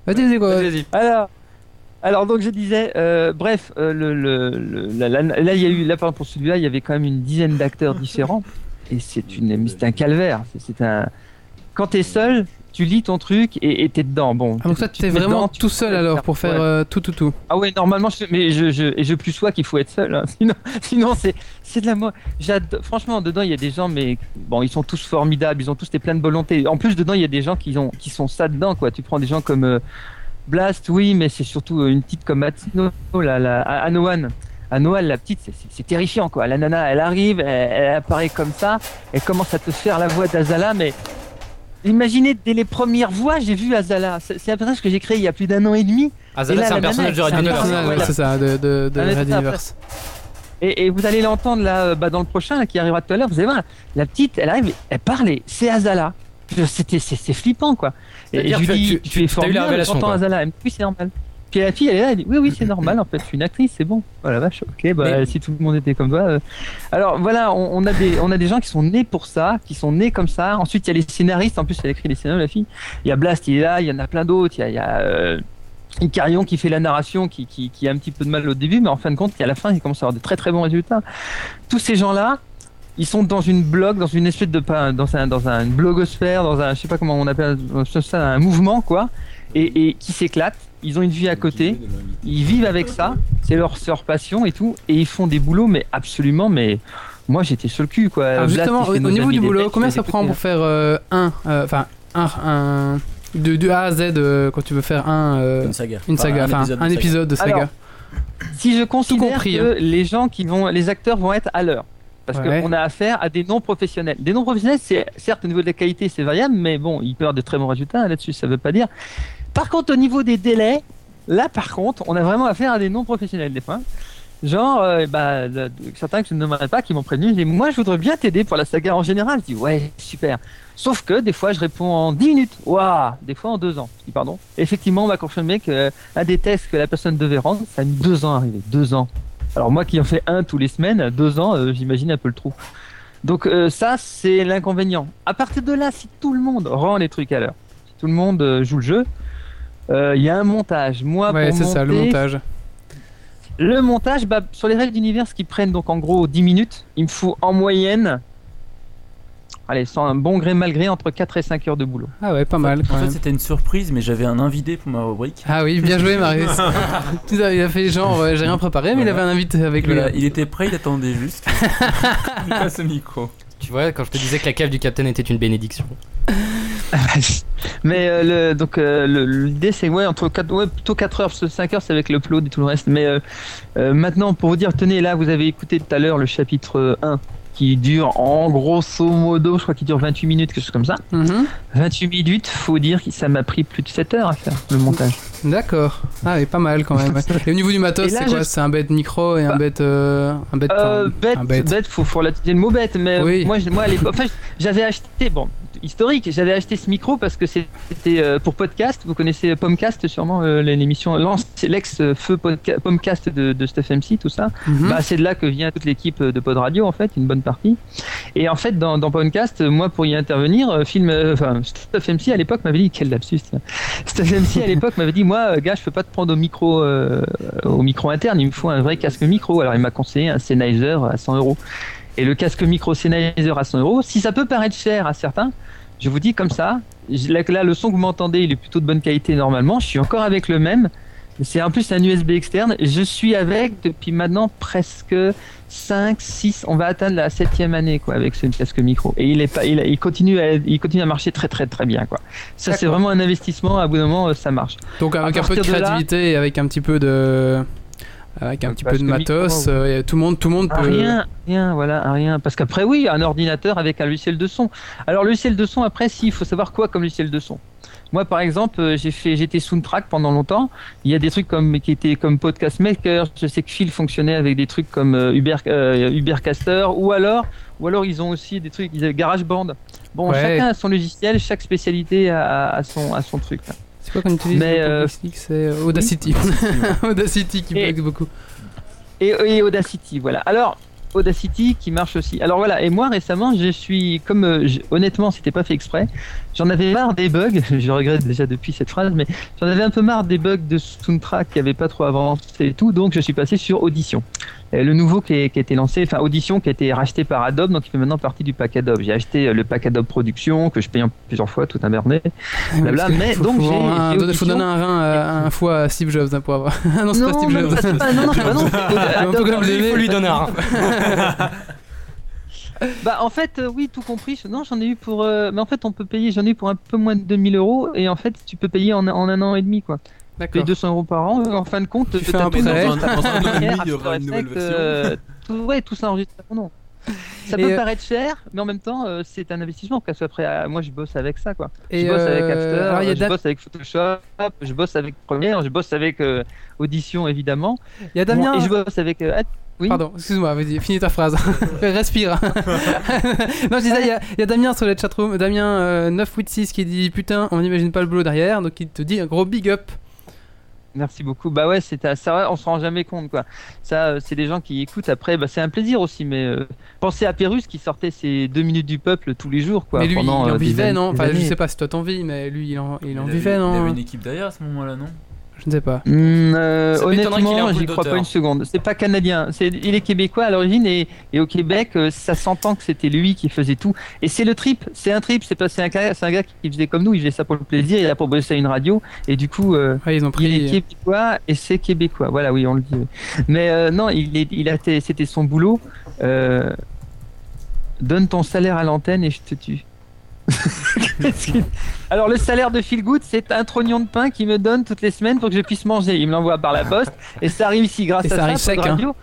Speaker 1: Vas-y, vas-y, quoi.
Speaker 3: Vas-y, vas-y.
Speaker 10: Alors, alors donc je disais, euh, bref, euh, le, le- le- la- la- là il y a eu, là par exemple pour celui-là, il y avait quand même une dizaine d'acteurs différents, et c'est une, mais c'est un calvaire. C'est, c'est un, quand t'es seul, tu lis ton truc et, et t'es dedans. Bon.
Speaker 1: Ah, donc toi,
Speaker 10: tu te
Speaker 1: t'es
Speaker 10: mets
Speaker 1: vraiment
Speaker 10: dedans, tu-
Speaker 1: tout seul alors pour faire
Speaker 10: Ouais.
Speaker 1: euh, tout, tout, tout.
Speaker 10: Ah ouais, normalement, je, mais je, je, et je plus sois qu'il faut être seul. hein. Sinon, sinon c'est, c'est de la moi. J'adore. Franchement, dedans, il y a des gens, mais bon, ils sont tous formidables. Ils ont tous des pleines de volonté. En plus, dedans, il y a des gens qui ont, qui sont ça dedans, quoi. Tu prends des gens comme euh, Blast, oui, mais c'est surtout euh, une petite comme Matino, la, la, Anoan. Anoal, la petite, c'est, c'est, c'est terrifiant, quoi. La nana, elle arrive, elle, elle apparaît comme ça, elle commence à te faire la voix d'Azala, mais imaginez, dès les premières voix, j'ai vu Azala. C'est, c'est un personnage que j'ai créé il y a plus d'un an et demi.
Speaker 3: Ah,
Speaker 10: Et
Speaker 3: Zala,
Speaker 10: là,
Speaker 3: c'est
Speaker 10: la
Speaker 3: un
Speaker 10: nana,
Speaker 3: personnage de
Speaker 10: c'est
Speaker 3: Red
Speaker 10: un
Speaker 1: C'est
Speaker 10: Universe.
Speaker 1: personnage,
Speaker 10: Ouais,
Speaker 1: ouais, c'est ça, de, de, de
Speaker 10: Ah,
Speaker 1: Red
Speaker 10: mais c'est ça,
Speaker 1: Universe.
Speaker 10: Et, et vous allez l'entendre là, euh, bah, dans le prochain là, qui arrivera tout à l'heure. Vous allez voir, la petite, elle arrive, elle parle, et c'est Azala. Je- C'était, c'est, c'est flippant quoi. Et
Speaker 3: C'est-à-dire
Speaker 10: je lui
Speaker 3: que
Speaker 10: dis,
Speaker 3: tu-
Speaker 10: tu,
Speaker 3: tu- t'as
Speaker 10: es
Speaker 3: eu la
Speaker 10: formidable,
Speaker 3: révélation,
Speaker 10: t'entends
Speaker 3: quoi.
Speaker 10: Azala. Elle me dit, oui, c'est normal. Puis la fille, elle est là, elle dit, oui, oui, c'est normal en fait, je suis une actrice, c'est bon. Voilà, vache, ok, bah,
Speaker 3: Mais-
Speaker 10: si tout le monde était comme ça. euh. Alors voilà, on, on a des, on a des gens qui sont nés pour ça, qui sont nés comme ça. Ensuite, il y a les scénaristes, en plus, elle écrit les scénarios, la fille. Il y a Blast, il est là, il y en a plein d'autres, il y a. il y a, euh, Icarion qui fait la narration, qui, qui, qui a un petit peu de mal au début, mais en fin de compte, à la fin, il commence à avoir de très très bons résultats. Tous ces gens-là, ils sont dans une blog, dans une espèce de pas- dans un dans un- une blogosphère, dans un je sais pas comment on appelle ça, un mouvement quoi, et, et qui s'éclate. Ils ont une vie à côté, ils vivent avec ça, c'est leur, c'est leur passion et tout, et ils font des boulots mais absolument mais moi j'étais sur le cul quoi.
Speaker 1: Alors,
Speaker 10: Blast,
Speaker 1: Ah, justement,
Speaker 10: il
Speaker 1: au,
Speaker 10: fait
Speaker 1: au
Speaker 10: nos
Speaker 1: niveau
Speaker 10: amis
Speaker 1: du
Speaker 10: des
Speaker 1: boulot,
Speaker 10: Belges,
Speaker 1: combien
Speaker 10: les
Speaker 1: ça prend
Speaker 10: écouter,
Speaker 1: pour faire euh, un, euh, enfin, un, un, de, de A à Z euh, quand tu veux faire un, euh,
Speaker 7: Une saga.
Speaker 1: une saga, enfin,
Speaker 7: d'une
Speaker 1: un
Speaker 7: saga.
Speaker 1: épisode de saga.
Speaker 10: Alors, si je considère
Speaker 1: compris, hein.
Speaker 10: que les gens qui vont, les acteurs vont être à l'heure. Parce
Speaker 1: Ouais.
Speaker 10: qu'on a affaire à des non-professionnels. Des non-professionnels, c'est certes au niveau de la qualité, c'est variable, mais bon, ils peuvent avoir de très bons résultats hein, là-dessus, ça veut pas dire. Par contre, au niveau des délais, là par contre, on a vraiment affaire à des non-professionnels des fois. Genre, euh, bah, de- de- certains que je ne nommerai pas qui m'ont prévenu, j'ai dit, moi je voudrais bien t'aider pour la saga en général. Je dis, ouais, super. Sauf que des fois je réponds en 10 minutes, waouh, des fois en 2 ans. Je dis, pardon. Effectivement, on m'a confirmé que un des tests que la personne devait rendre, ça a mis deux ans à arriver. Deux ans. Alors moi qui en fais un tous les semaines, deux ans, euh, j'imagine un peu le trou. Donc euh, ça, c'est l'inconvénient. À partir de là, si tout le monde rend les trucs à l'heure, si tout le monde euh, joue le jeu, euh, il y a un montage. Moi,
Speaker 1: ouais,
Speaker 10: pour
Speaker 1: c'est ça, le
Speaker 10: monter,
Speaker 1: montage.
Speaker 10: le montage, bah, sur les règles d'univers qui prennent donc en gros 10 minutes, il me faut en moyenne, allez, sans un bon gré mal gré, entre 4 et 5 heures de boulot.
Speaker 1: Ah ouais, pas mal quand
Speaker 8: En fait,
Speaker 1: même.
Speaker 8: c'était une surprise, mais j'avais un invité pour ma rubrique.
Speaker 1: Ah oui, bien joué, Marius. Tu sais, il a fait genre, ouais, j'ai rien préparé, mais il
Speaker 8: Voilà.
Speaker 1: avait un invité avec lui.
Speaker 8: Voilà, il était prêt, il attendait juste. qu'il passe le micro.
Speaker 3: Tu vois, quand je te disais que la cave du capitaine était une bénédiction.
Speaker 10: Mais euh, le, donc euh, le- l'idée c'est ouais entre 4 ouais plutôt 4 heures parce que 5 heures c'est avec l'upload et tout le reste. Mais euh, euh, maintenant pour vous dire tenez là vous avez écouté tout à l'heure le chapitre euh, 1 qui dure en grosso modo je crois qu'il dure 28 minutes quelque chose comme ça.
Speaker 1: Mhm.
Speaker 10: 28 minutes faut dire que ça m'a pris plus de 7 heures à faire le montage.
Speaker 1: D'accord. Ah oui, pas mal quand même. ouais. Et au niveau du matos,
Speaker 10: Et là,
Speaker 1: c'est quoi
Speaker 10: je-
Speaker 1: C'est un bête micro et un
Speaker 10: Bah,
Speaker 1: bête. euh, un bête.
Speaker 10: Euh,
Speaker 1: enfin,
Speaker 10: bête,
Speaker 1: un
Speaker 10: bête. faut, faut relativiser le mot bête, mais
Speaker 1: Oui.
Speaker 10: moi, je- moi à l'époque, enfin, j'avais acheté, bon, historique, j'avais acheté ce micro parce que c'était euh, pour podcast. Vous connaissez Pomcast sûrement, euh, l'émission, l'ancien- l'ex-feu podca- Pomcast de, de Stuff MC, tout ça.
Speaker 1: Mhm.
Speaker 10: Bah, c'est de là que vient toute l'équipe de Pod Radio, en fait, une bonne partie. Et en fait, dans, dans Podcast, moi, pour y intervenir, euh, film, euh, enfin, Stuff MC à l'époque m'avait dit, quel lapsus, tiens. Stuff MC à l'époque m'avait dit, moi, euh, gars, je peux pas te prendre au micro, euh, au micro interne, il me faut un vrai casque micro. Alors, il m'a conseillé un Sennheiser à 100 euros. Et le casque micro Sennheiser à 100 euros, si ça peut paraître cher à certains, Je vous dis comme ça, je- là, là, le son que vous m'entendez, il est plutôt de bonne qualité normalement. Je suis encore avec le même. C'est en plus un USB externe. Je suis avec depuis maintenant presque 5, 6, on va atteindre la septième année quoi avec ce casque micro. Et il, est pas, il, il continue, à, il continue à marcher très très très bien quoi. Ça c'est
Speaker 11: D'accord.
Speaker 10: vraiment un investissement, à bout d'un moment euh, ça marche.
Speaker 1: Donc avec
Speaker 10: À
Speaker 1: un peu de
Speaker 10: partir de là-
Speaker 1: créativité et avec un petit peu de avec un
Speaker 10: Donc,
Speaker 1: petit
Speaker 10: parce
Speaker 1: peu de
Speaker 10: que
Speaker 1: matos,
Speaker 10: micro,
Speaker 1: euh, et tout le monde tout le monde
Speaker 10: Ah,
Speaker 1: peut
Speaker 10: Rien, rien, voilà, ah, rien. Parce qu'après, oui, un ordinateur avec un logiciel de son. Alors, le logiciel de son, après, si, il faut savoir quoi comme logiciel de son. Moi, par exemple, euh, j'ai fait, j'étais soundtrack pendant longtemps. Il y a des trucs comme qui étaient comme Podcast Maker. Je sais que Phil fonctionnait avec des trucs comme euh, Uber, euh, Ubercaster, ou alors, ou alors ils ont aussi des trucs, ils avaient GarageBand. Bon,
Speaker 1: Ouais.
Speaker 10: chacun a son logiciel, chaque spécialité a, a- a son, a son truc. là.
Speaker 1: C'est quoi qu'on utilise
Speaker 10: Mais,
Speaker 1: pour
Speaker 10: euh,
Speaker 1: Netflix C'est euh, Audacity. Audacity qui
Speaker 10: Et-
Speaker 1: bug beaucoup.
Speaker 10: Et, et Audacity, voilà. Alors, Audacity qui marche aussi. Alors voilà, et moi récemment, je suis, comme euh, je- honnêtement, c'était pas fait exprès, j'en avais marre des bugs, je regrette déjà depuis cette phrase, mais j'en avais un peu marre des bugs de Soundtrack qui avait pas trop avancé et tout, donc je suis passé sur Audition. Euh, le nouveau qui, est- qui a été lancé, enfin Audition qui a été racheté par Adobe, donc il fait maintenant partie du pack Adobe. J'ai acheté euh, le pack Adobe Production que je paye en plusieurs fois, tout un bernet. Blabla,
Speaker 1: Parce que
Speaker 10: mais
Speaker 1: faut-
Speaker 10: donc
Speaker 1: faut
Speaker 10: j'ai-
Speaker 1: vendre un-
Speaker 10: j'ai
Speaker 1: donner- faut donner un rein à, un foie à Steve Jobs hein, pour avoir. Ah non, c'est pas Steve Jobs.
Speaker 10: c'est pas- non, non, bah non, c'est
Speaker 1: Un peu
Speaker 10: Adobe.
Speaker 1: comme les-
Speaker 3: Il faut lui donner un rein.
Speaker 10: Bah en fait euh, oui tout compris Je- non j'en ai eu pour euh, mais en fait on peut payer j'en ai eu pour un peu moins de 2000 euros et en fait tu peux payer en, en un an et demi quoi tu payes
Speaker 1: D'accord.
Speaker 10: 200 euros par an euh, en fin de compte
Speaker 1: Tu fais un
Speaker 10: t'as
Speaker 1: prêt.
Speaker 10: tout
Speaker 1: Dans
Speaker 10: dans
Speaker 5: un- dans un an et demi, il y
Speaker 10: After
Speaker 5: aura une nouvelle
Speaker 10: Effects,
Speaker 5: version.
Speaker 10: euh, tout, ouais tout ça enregistré en nom ça
Speaker 1: Et,
Speaker 10: peut
Speaker 1: euh,
Speaker 10: paraître cher mais en même temps euh, c'est un investissement parce qu'après euh, moi je bosse avec ça quoi
Speaker 1: Et,
Speaker 10: je bosse avec
Speaker 1: euh,
Speaker 10: After
Speaker 1: alors, il y a
Speaker 10: je
Speaker 1: Da-
Speaker 10: bosse avec Photoshop je bosse avec Premiere je bosse avec euh, Audition évidemment
Speaker 1: il y a
Speaker 10: Bon,
Speaker 1: Damien.
Speaker 10: et je bosse avec euh, Oui.
Speaker 1: Pardon, excuse-moi, vas-y, finis ta phrase. Respire. non, je disais, il y, a- il y a Damien sur la chatroom, euh, Damien986 qui dit Putain, on n'imagine pas le boulot derrière, donc il te dit un gros big up.
Speaker 10: Merci beaucoup. Bah ouais, c'est à- ça, on se rend jamais compte quoi. Ça, euh, c'est des gens qui écoutent. Après, bah, c'est un plaisir aussi. Mais euh, pensez à Pérus qui sortait ses deux minutes du peuple tous les jours quoi.
Speaker 1: mais lui,
Speaker 10: pendant,
Speaker 1: il en
Speaker 10: euh, des
Speaker 1: vivait,
Speaker 10: années-
Speaker 1: non
Speaker 10: des
Speaker 1: Enfin, je
Speaker 10: années.
Speaker 1: sais pas si toi t'en vis, mais lui, il en, il en
Speaker 8: avait-
Speaker 1: vivait,
Speaker 8: Il avait
Speaker 1: non
Speaker 8: une équipe derrière à ce moment-là, non
Speaker 1: Je ne sais pas.
Speaker 10: Mmh, euh,
Speaker 3: Ça m'étonnerait qu'il ait un
Speaker 10: honnêtement,
Speaker 3: rôle
Speaker 10: j'y crois
Speaker 3: d'auteur.
Speaker 10: pas une seconde. C'est pas canadien. C'est, il est québécois à l'origine et, et au Québec, euh, ça s'entend que c'était lui qui faisait tout. Et c'est le trip. C'est un trip. C'est pas, c'est un, gars- c'est un gars qui faisait comme nous. Il faisait ça pour le plaisir. Il a pour bosser à une radio. Et du coup. euh,
Speaker 1: Ouais, ils ont pris.
Speaker 10: Il est québécois et c'est québécois. Voilà, oui, on le dit. oui. Mais euh, non, il, est- il a été- c'était son boulot. Euh, donne ton salaire à l'antenne et je te tue. Qu'est-ce que- Alors le salaire de Phil Good, c'est un trognon de pain qu'il me donne toutes les semaines pour que je puisse manger. Il me l'envoie par la poste et ça arrive ici grâce
Speaker 1: Et ça
Speaker 10: à
Speaker 1: arrive
Speaker 10: ça. Pod
Speaker 1: sec, hein.
Speaker 10: Radio.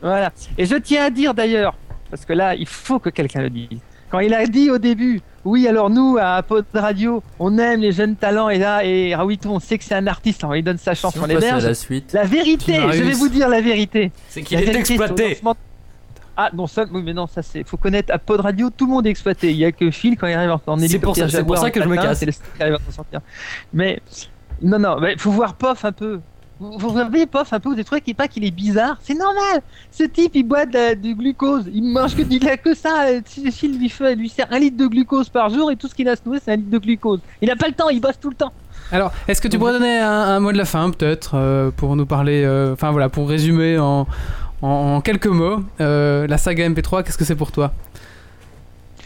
Speaker 10: Voilà. Et je tiens à dire d'ailleurs, parce que là, il faut que quelqu'un le dise. Quand il a dit au début, oui, alors nous, à Pod Radio, on aime les jeunes talents et là, et Raouito, on sait que c'est un artiste, on lui donne sa chance,
Speaker 8: Si
Speaker 10: on
Speaker 8: on passe à
Speaker 10: l'héberge.
Speaker 8: la suite.
Speaker 10: La vérité,
Speaker 1: Marius.
Speaker 10: je vais vous dire la vérité.
Speaker 3: C'est qu'il
Speaker 10: La
Speaker 3: est
Speaker 10: vérité, c'est
Speaker 3: exploité.
Speaker 10: au lancement- Ah non, ça, oui, mais non, ça c'est. Faut connaître à Pod Radio, tout le monde est exploité. Il y a que Phil quand il arrive en en
Speaker 3: C'est
Speaker 10: hélicoptère
Speaker 3: pour ça- c'est
Speaker 10: Jaguar
Speaker 3: pour ça que
Speaker 10: en
Speaker 3: je me
Speaker 10: patin,
Speaker 3: casse.
Speaker 10: C'est le seul qui arrive à s'en sortir. Mais non, non, il faut voir Pof un peu. Vous vous regardez Pof un peu, vous trouvez qu'il pas qu'il est bizarre. C'est normal. Ce type, il boit de la- du glucose. Il mange que du il a que ça. Euh, Phil lui fait, lui sert un litre de glucose par jour et tout ce qu'il a à se nourrir, c'est un litre de glucose. Il a pas le temps, il bosse tout le temps.
Speaker 1: Alors, est-ce que tu pourrais donner un, un mot de la fin, peut-être, euh, pour nous parler, euh, enfin voilà, pour résumer en, en, en quelques mots, euh, la saga MP3, qu'est-ce que c'est pour toi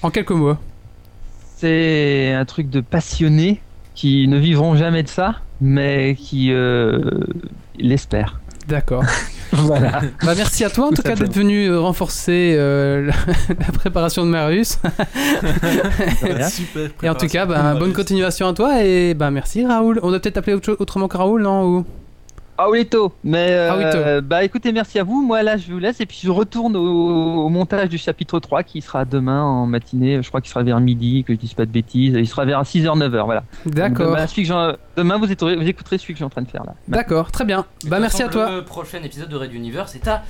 Speaker 1: En quelques mots.
Speaker 10: C'est un truc de passionnés qui ne vivront jamais de ça, mais qui euh, l'espèrent.
Speaker 1: D'accord.
Speaker 10: Voilà.
Speaker 1: Bah, merci à toi en tout cas d'être venu euh, renforcer euh, la- la préparation de Marius.
Speaker 5: Super
Speaker 1: Et en tout cas, bah, bonne continuation à toi et bah, merci Raoul. On doit peut-être t'appeler autre chose- autrement que Raoul, non ou...
Speaker 10: Aulito, Ah mais euh,
Speaker 1: Aulito.
Speaker 10: bah écoutez, merci à vous. Moi là, je vous laisse et puis je retourne au, au montage du chapitre 3 qui sera demain en matinée. Je crois qu'il sera vers midi, que je dise pas de bêtises. Il sera vers 6h, 9h. Voilà.
Speaker 1: D'accord.
Speaker 10: Demain, celui que j'en- demain, vous, écouterez, vous écouterez celui que je suis en train de faire là.
Speaker 1: D'accord, très bien. Bah, merci à toi.
Speaker 9: Le prochain épisode de Red Universe est à.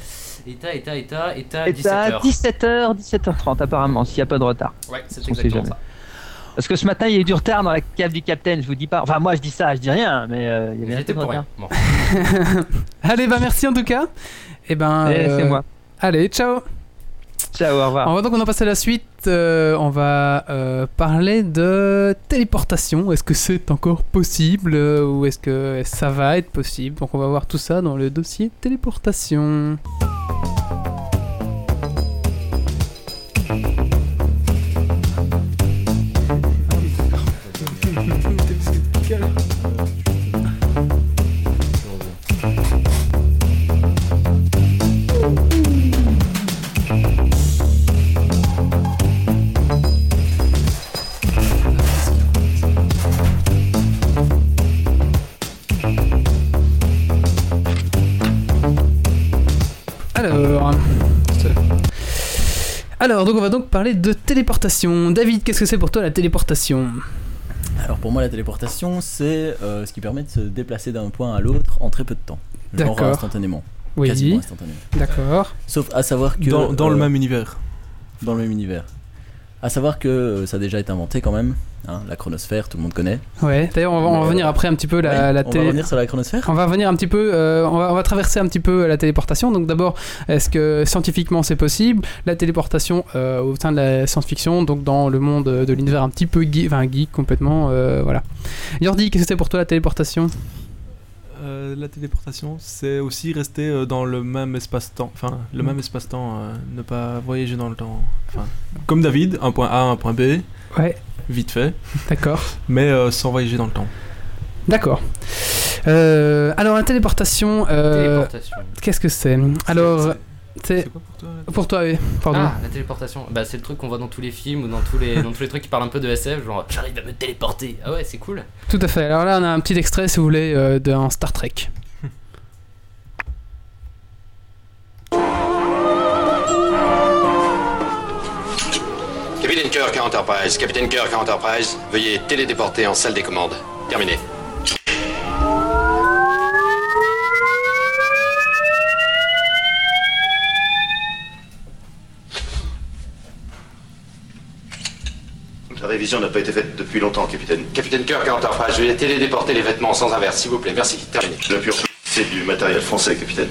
Speaker 9: Est à, est à, est à, est à
Speaker 10: Et à
Speaker 9: 17h.
Speaker 10: 17h, 17h30 apparemment, s'il n'y a pas de retard.
Speaker 9: Ouais, c'est
Speaker 10: sait
Speaker 9: exactement
Speaker 10: jamais.
Speaker 9: ça.
Speaker 10: Parce que ce matin, il y a eu du retard dans la cave du capitaine, je vous dis pas. Enfin, moi, je dis ça, je dis rien, mais euh, il y avait un
Speaker 9: J'étais
Speaker 10: peu de
Speaker 9: pour
Speaker 10: retard.
Speaker 9: rien. Bon.
Speaker 1: Allez, bah merci en tout cas. Et ben.
Speaker 10: Eh, c'est
Speaker 1: euh,
Speaker 10: moi.
Speaker 1: Allez, ciao.
Speaker 10: Ciao, au revoir.
Speaker 1: On va donc on en passer à la suite. Euh, on va euh, parler de téléportation. Est-ce que c'est encore possible euh, ou est-ce que ça va être possible Donc on va voir tout ça dans le dossier téléportation. Alors. Alors, donc on va donc parler de téléportation. David, qu'est-ce que c'est pour toi la téléportation
Speaker 7: Alors pour moi, la téléportation, c'est euh, ce qui permet de se déplacer d'un point à l'autre en très peu de temps. Genre
Speaker 1: D'accord.
Speaker 7: instantanément. Quasiment
Speaker 1: Oui,
Speaker 7: instantanément.
Speaker 1: d'accord.
Speaker 7: Sauf à savoir que.
Speaker 5: Dans, dans
Speaker 7: euh,
Speaker 5: le même univers.
Speaker 7: dans le même univers. À savoir que euh, ça a déjà été inventé quand même. hein, la chronosphère, tout le monde connaît.
Speaker 1: Ouais. D'ailleurs, on va en
Speaker 7: Mais,
Speaker 1: revenir après un petit peu la,
Speaker 7: Euh, Ouais,
Speaker 1: la
Speaker 7: on
Speaker 1: télé.
Speaker 7: va revenir sur la chronosphère.
Speaker 1: On va revenir un petit peu, euh, on, va, on va traverser un petit peu la téléportation. Donc d'abord, est-ce que scientifiquement c'est possible La téléportation euh, au sein de la science-fiction, donc dans le monde de l'univers un petit peu geek, enfin geek complètement, euh, voilà. Jordi, qu'est-ce que c'est pour toi la téléportation
Speaker 5: Euh, la téléportation, c'est aussi rester euh, dans le même espace-temps. Enfin, le même espace-temps, euh, ne pas voyager dans le temps. Enfin, comme David, un point A, un point B,
Speaker 1: Ouais,
Speaker 5: vite fait,
Speaker 1: d'accord.
Speaker 5: mais euh, sans voyager dans le temps.
Speaker 1: D'accord. Euh, alors la téléportation, euh,
Speaker 3: Téléportation.
Speaker 1: qu'est-ce que c'est Alors, c'est
Speaker 5: quoi pour toi
Speaker 1: pour toi, oui, pardon.
Speaker 3: Ah, la téléportation. Bah, c'est le truc qu'on voit dans tous les films ou dans tous les, dans tous les trucs qui parlent un peu de SF, genre j'arrive à me téléporter. Ah ouais, c'est cool.
Speaker 1: Tout à fait. Alors là, on a un petit extrait, si vous voulez, euh, d'un Star Trek.
Speaker 12: Capitaine Kirk à Enterprise, Capitaine Kirk à Enterprise, veuillez télédéporter en salle des commandes. Terminé.
Speaker 13: La révision n'a pas été faite depuis longtemps, capitaine.
Speaker 12: Capitaine Kirk à Enterprise, veuillez télédéporter les vêtements sans inverse, s'il vous plaît. Merci. Terminé.
Speaker 13: La pure, c'est du matériel français, capitaine.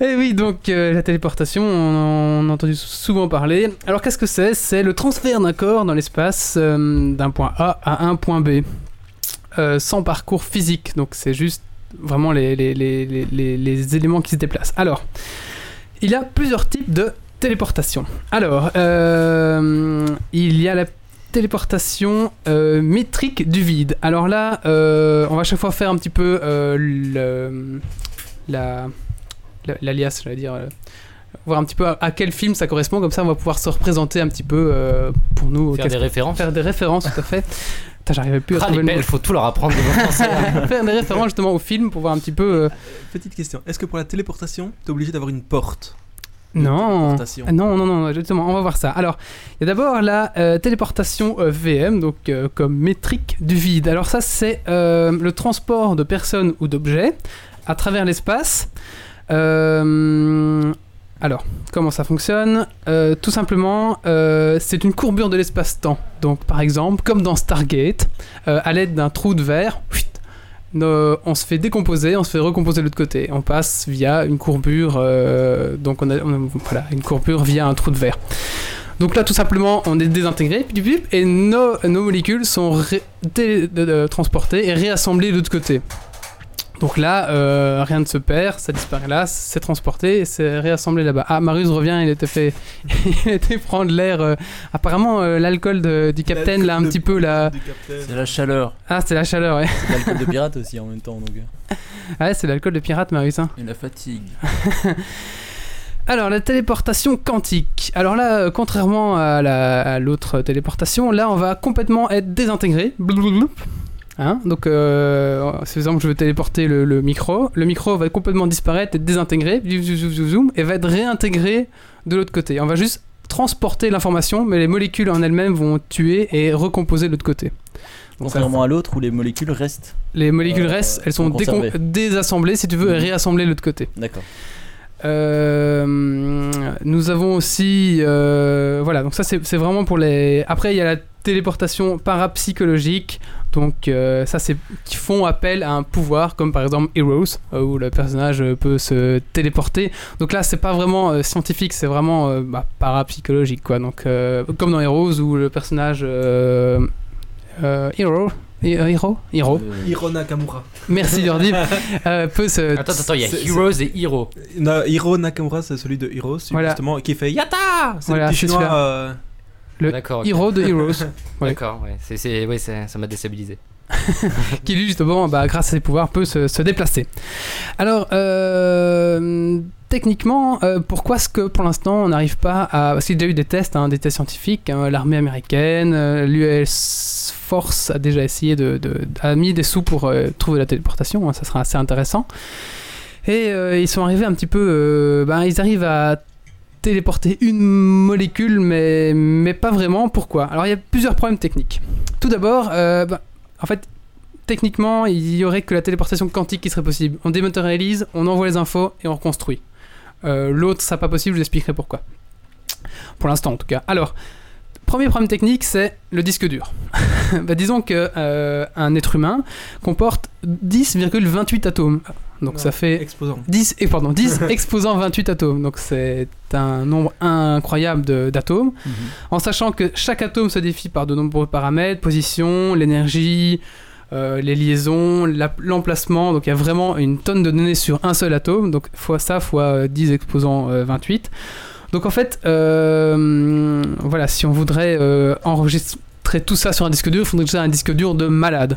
Speaker 1: Et oui, donc euh, la téléportation, on en a entendu sou- souvent parler. Alors qu'est-ce que c'est C'est le transfert d'un corps dans l'espace euh, d'un point A à un point B, euh, sans parcours physique. Donc c'est juste vraiment les, les, les- les- les- les éléments qui se déplacent. Alors, il y a plusieurs types de téléportation. Alors, euh, il y a la téléportation euh, métrique du vide. Alors là, euh, on va à chaque fois faire un petit peu euh, le- la la- l'alias, je vais dire, euh, voir un petit peu à, à quel film ça correspond, comme ça on va pouvoir se représenter un petit peu euh, pour nous.
Speaker 3: Faire
Speaker 1: qu'est-ce
Speaker 3: des références.
Speaker 1: que- faire des références, tout à fait. Putain, J'arrivais plus à
Speaker 3: Ah,
Speaker 1: trouver
Speaker 3: les
Speaker 1: le mot.
Speaker 3: belles, faut tout leur apprendre. des enfants.
Speaker 1: faire des références justement au film pour voir un petit peu. euh,
Speaker 5: Petite question, est-ce que pour la téléportation, t'es obligé d'avoir une porte
Speaker 1: Non.
Speaker 5: Téléportation.
Speaker 1: Ah Non, non, non, justement, on va voir ça. Alors, il y a d'abord la euh, téléportation euh, VM, donc euh, comme métrique du vide. Alors ça, c'est euh, le transport de personnes ou d'objets à travers l'espace. Euh, alors, comment ça fonctionne Euh, Tout simplement, euh, c'est une courbure de l'espace-temps. Donc, par exemple, comme dans Stargate, euh, à l'aide d'un trou de verre, whitt, euh, on se fait décomposer, on se fait recomposer de l'autre côté. On passe via une courbure, euh, donc on a, on a- voilà, une courbure via un trou de verre. Donc là, tout simplement, on est désintégré, pip, pip, pip, et nos, nos molécules sont ré- dé- de- de- transportées et réassemblées de l'autre côté. Donc là, euh, rien ne se perd, ça disparaît là, c'est transporté et c'est réassemblé là-bas. Ah, Marius revient, il était fait, il était prendre l'air. euh, apparemment, euh, l'alcool de- du capitaine, là, un petit peu là.
Speaker 7: C'est la chaleur.
Speaker 1: Ah, c'est la chaleur, ouais.
Speaker 7: C'est l'alcool de pirate aussi en même temps. Donc, euh,
Speaker 1: Ah, ouais, c'est l'alcool de pirate, Marius. hein.
Speaker 8: Et la fatigue.
Speaker 1: Alors, la téléportation quantique. Alors là, euh, contrairement à la- à l'autre téléportation, là, on va complètement être désintégré. Blablabla. Hein Donc, euh, si par exemple je veux téléporter le, le micro, le micro va complètement disparaître, être désintégré, zoom, zoom, zoom, zoom, zoom, et va être réintégré de l'autre côté. On va juste transporter l'information, mais les molécules en elles-mêmes vont tuer et recomposer de l'autre côté. Donc, ça-
Speaker 7: contrairement à l'autre où les molécules restent.
Speaker 1: les molécules
Speaker 7: euh,
Speaker 1: restent, elles sont
Speaker 7: sont
Speaker 1: décom-
Speaker 7: conservées.
Speaker 1: désassemblées, si tu veux, et
Speaker 7: Mhm.
Speaker 1: réassemblées de l'autre côté.
Speaker 7: D'accord.
Speaker 1: Euh, nous avons aussi, euh, voilà, donc ça c'est c'est vraiment pour les. Après il y a la téléportation parapsychologique, donc euh, ça c'est qui font appel à un pouvoir, comme par exemple Heroes, euh, où le personnage euh, peut se téléporter. Donc là c'est pas vraiment euh, scientifique, c'est vraiment euh, bah, parapsychologique quoi. Donc euh, comme dans Heroes où le personnage euh, euh, Hero, Hero, Hero.
Speaker 7: Euh,
Speaker 5: Hirona Kamura.
Speaker 1: Merci Jordi. Euh, peut se.
Speaker 3: Attends, attends, il y a
Speaker 5: C'est-
Speaker 3: Heroes et Hero.
Speaker 5: Na- Hiro Nakamura, c'est celui de Hiro, c'est
Speaker 1: Voilà.
Speaker 5: justement, qui fait Yata Ah, C'est
Speaker 1: Voilà,
Speaker 5: le petit
Speaker 1: c'est
Speaker 5: chinois.
Speaker 1: celui-là.
Speaker 5: euh,
Speaker 1: Le
Speaker 3: D'accord. ok.
Speaker 1: Hero de Heroes. ouais.
Speaker 3: D'accord, ouais. C'est, c'est, ouais, c'est- ça m'a déstabilisé.
Speaker 1: qui lui justement bah, grâce à ses pouvoirs peut se, se déplacer. Alors euh, techniquement, euh, pourquoi est-ce que pour l'instant on n'arrive pas à. Parce qu'il y a déjà eu des tests, hein, des tests scientifiques, hein, l'armée américaine, euh, l'US Force a déjà essayé de, de- a mis des sous pour euh, trouver la téléportation, hein, ça sera assez intéressant. Et euh, ils sont arrivés un petit peu. euh, ben, ils arrivent à téléporter une molécule, mais, mais pas vraiment. Pourquoi Alors il y a plusieurs problèmes techniques. Tout d'abord, euh, ben, en fait, techniquement, il y aurait que la téléportation quantique qui serait possible. On dématérialise, on envoie les infos et on reconstruit. Euh, L'autre, ça pas possible, je vous expliquerai pourquoi. Pour l'instant, en tout cas. Alors, premier problème technique, c'est le disque dur. Bah, disons que euh, un être humain comporte 10,28 atomes. Donc ça fait 10 et pardon 10 exposant 28 atomes. Donc c'est un nombre incroyable de- d'atomes. En sachant que chaque atome se défie par de nombreux paramètres, position, l'énergie, euh, les liaisons, la- l'emplacement. Donc il y a vraiment une tonne de données sur un seul atome. Donc fois ça, fois euh, 10 exposant euh, 28. Donc en fait, euh, voilà, si on voudrait euh, enregistrer tout ça sur un disque dur, il faudrait déjà un disque dur de malade.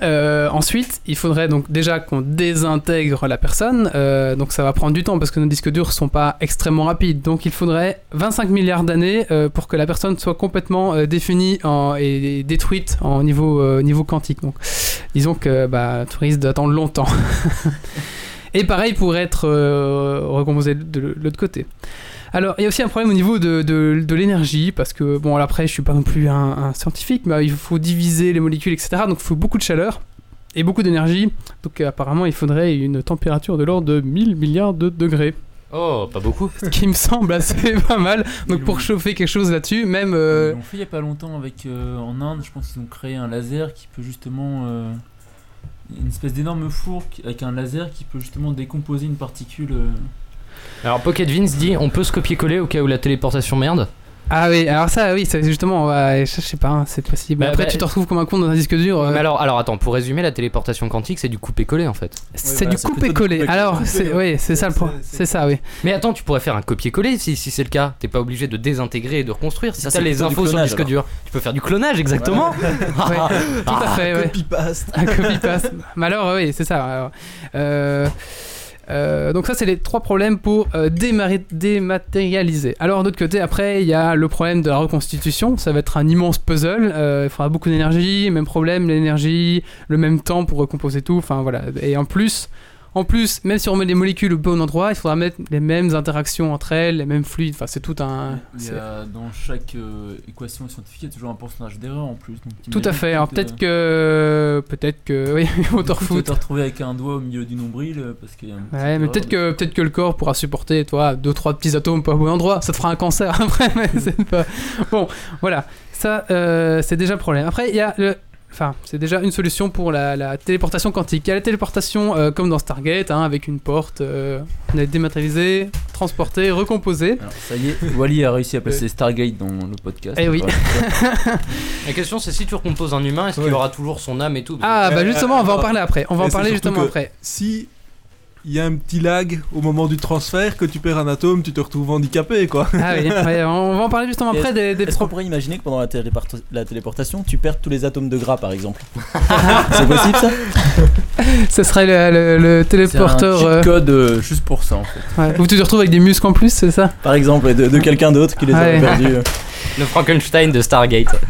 Speaker 1: Euh, ensuite, il faudrait donc déjà qu'on désintègre la personne, euh, donc ça va prendre du temps parce que nos disques durs sont pas extrêmement rapides. Donc il faudrait 25 milliards d'années euh, pour que la personne soit complètement euh, définie en- et, et détruite en niveau euh, niveau quantique. Donc disons que bah, tu risques d'attendre longtemps. Et pareil pour être euh, recomposé de l- de l'autre côté. Alors, il y a aussi un problème au niveau de, de- de l'énergie, parce que, bon, alors après, je suis pas non plus un, un scientifique, mais il faut diviser les molécules, etc. Donc, il faut beaucoup de chaleur et beaucoup d'énergie. Donc, euh, apparemment, il faudrait une température de l'ordre de 1000 milliards de degrés.
Speaker 3: Oh, pas beaucoup.
Speaker 1: Ce qui me semble assez pas mal. Donc, pour chauffer quelque chose là-dessus, même. euh,
Speaker 8: Ils l'ont fait il y a pas longtemps avec euh, en Inde, je pense qu'ils ont créé un laser qui peut justement euh, une espèce d'énorme four qui- avec un laser qui peut justement décomposer une particule. euh.
Speaker 3: Alors Pocket Vince dit on peut se copier-coller au cas où la téléportation merde.
Speaker 1: Ah oui, alors ça, oui, c'est justement, ouais, je je sais pas, hein, c'est possible.
Speaker 3: Bah,
Speaker 1: après,
Speaker 3: bah,
Speaker 1: tu te retrouves comme un con dans un disque dur. euh,
Speaker 3: Mais alors, alors attends, pour résumer, la téléportation quantique c'est du couper-coller en fait.
Speaker 1: c'est du couper-coller. Alors, c'est oui, c'est ça le problème. C'est ça, oui.
Speaker 3: Mais attends, tu pourrais faire un copier-coller si, si c'est le cas. T'es pas obligé de désintégrer et de reconstruire. Si
Speaker 7: Ça,
Speaker 3: t'as
Speaker 7: c'est
Speaker 3: les
Speaker 7: plutôt du
Speaker 3: infos sur le
Speaker 7: clonage,
Speaker 3: disque
Speaker 7: alors.
Speaker 3: dur, tu peux faire du clonage exactement.
Speaker 1: Ouais, tout à
Speaker 3: Ah,
Speaker 1: fait. ouais.
Speaker 7: copy-paste.
Speaker 1: Un copy-paste. Mais alors, oui, c'est ça. alors. Euh, euh, donc ça, c'est les trois problèmes pour euh, démarrer- dématérialiser. Alors, d'autre côté, après, il y a le problème de la reconstitution. Ça va être un immense puzzle. Euh, il faudra beaucoup d'énergie, même problème, l'énergie, le même temps pour recomposer tout. Enfin, voilà. Et en plus... En plus, même si on met les molécules au bon endroit, il faudra mettre les mêmes interactions entre elles, les mêmes fluides. Enfin, c'est tout un.
Speaker 8: Il y
Speaker 1: Ah, c'est-
Speaker 8: a- dans chaque euh, équation scientifique, il y a toujours un pourcentage d'erreur en plus. donc
Speaker 1: Tout à
Speaker 8: t'imagines
Speaker 1: fait.
Speaker 8: que
Speaker 1: Alors
Speaker 8: t'es-
Speaker 1: peut-être que, peut-être que, oui, on t'en
Speaker 8: Du coup, Tu vas te
Speaker 1: refout.
Speaker 8: retrouver avec un doigt au milieu du nombril euh, parce qu'il y a un petit
Speaker 1: Ouais, mais
Speaker 8: erreur
Speaker 1: peut-être
Speaker 8: de-
Speaker 1: que, peut-être que le corps pourra supporter, toi, deux trois petits atomes pas au bon endroit. Ça te fera un cancer après. Mais c'est pas... Bon, voilà. Ça, euh, c'est déjà le problème. Après, il y a le. Enfin, c'est déjà une solution pour la, la téléportation quantique. Il y a la téléportation euh, comme dans Stargate, hein, avec une porte. euh, on est dématérialisé, transporté,
Speaker 7: Euh,
Speaker 1: recomposé.
Speaker 8: Alors, ça y est, Wally a réussi à passer Stargate dans le podcast.
Speaker 1: Eh oui.
Speaker 3: La question c'est si tu recomposes un humain, est-ce qu'il aura toujours son âme et tout
Speaker 1: Ah, bah justement, on va en
Speaker 5: Euh,
Speaker 1: parler après. On va en
Speaker 5: Et c'est
Speaker 1: parler
Speaker 5: surtout
Speaker 1: justement
Speaker 5: que
Speaker 1: après.
Speaker 5: Si il y a un petit lag au moment du transfert, que tu perds un atome, tu te retrouves handicapé, quoi.
Speaker 1: Ah oui, ouais, on va en parler justement après des, des
Speaker 7: Est-ce qu'on pourrait imaginer que pendant la, téléporta- la téléportation, tu perds tous les atomes de gras par exemple C'est possible ça
Speaker 1: Ce serait le, le- le
Speaker 8: C'est un
Speaker 1: téléporteur. euh,
Speaker 8: cheat code euh, juste pour ça en fait.
Speaker 1: ouais, Où tu te retrouves avec des muscles en plus, c'est ça
Speaker 7: Par exemple, et de, de quelqu'un d'autre qui les
Speaker 1: Ah Ouais.
Speaker 7: aurait perdus. euh.
Speaker 3: Le Frankenstein de Stargate.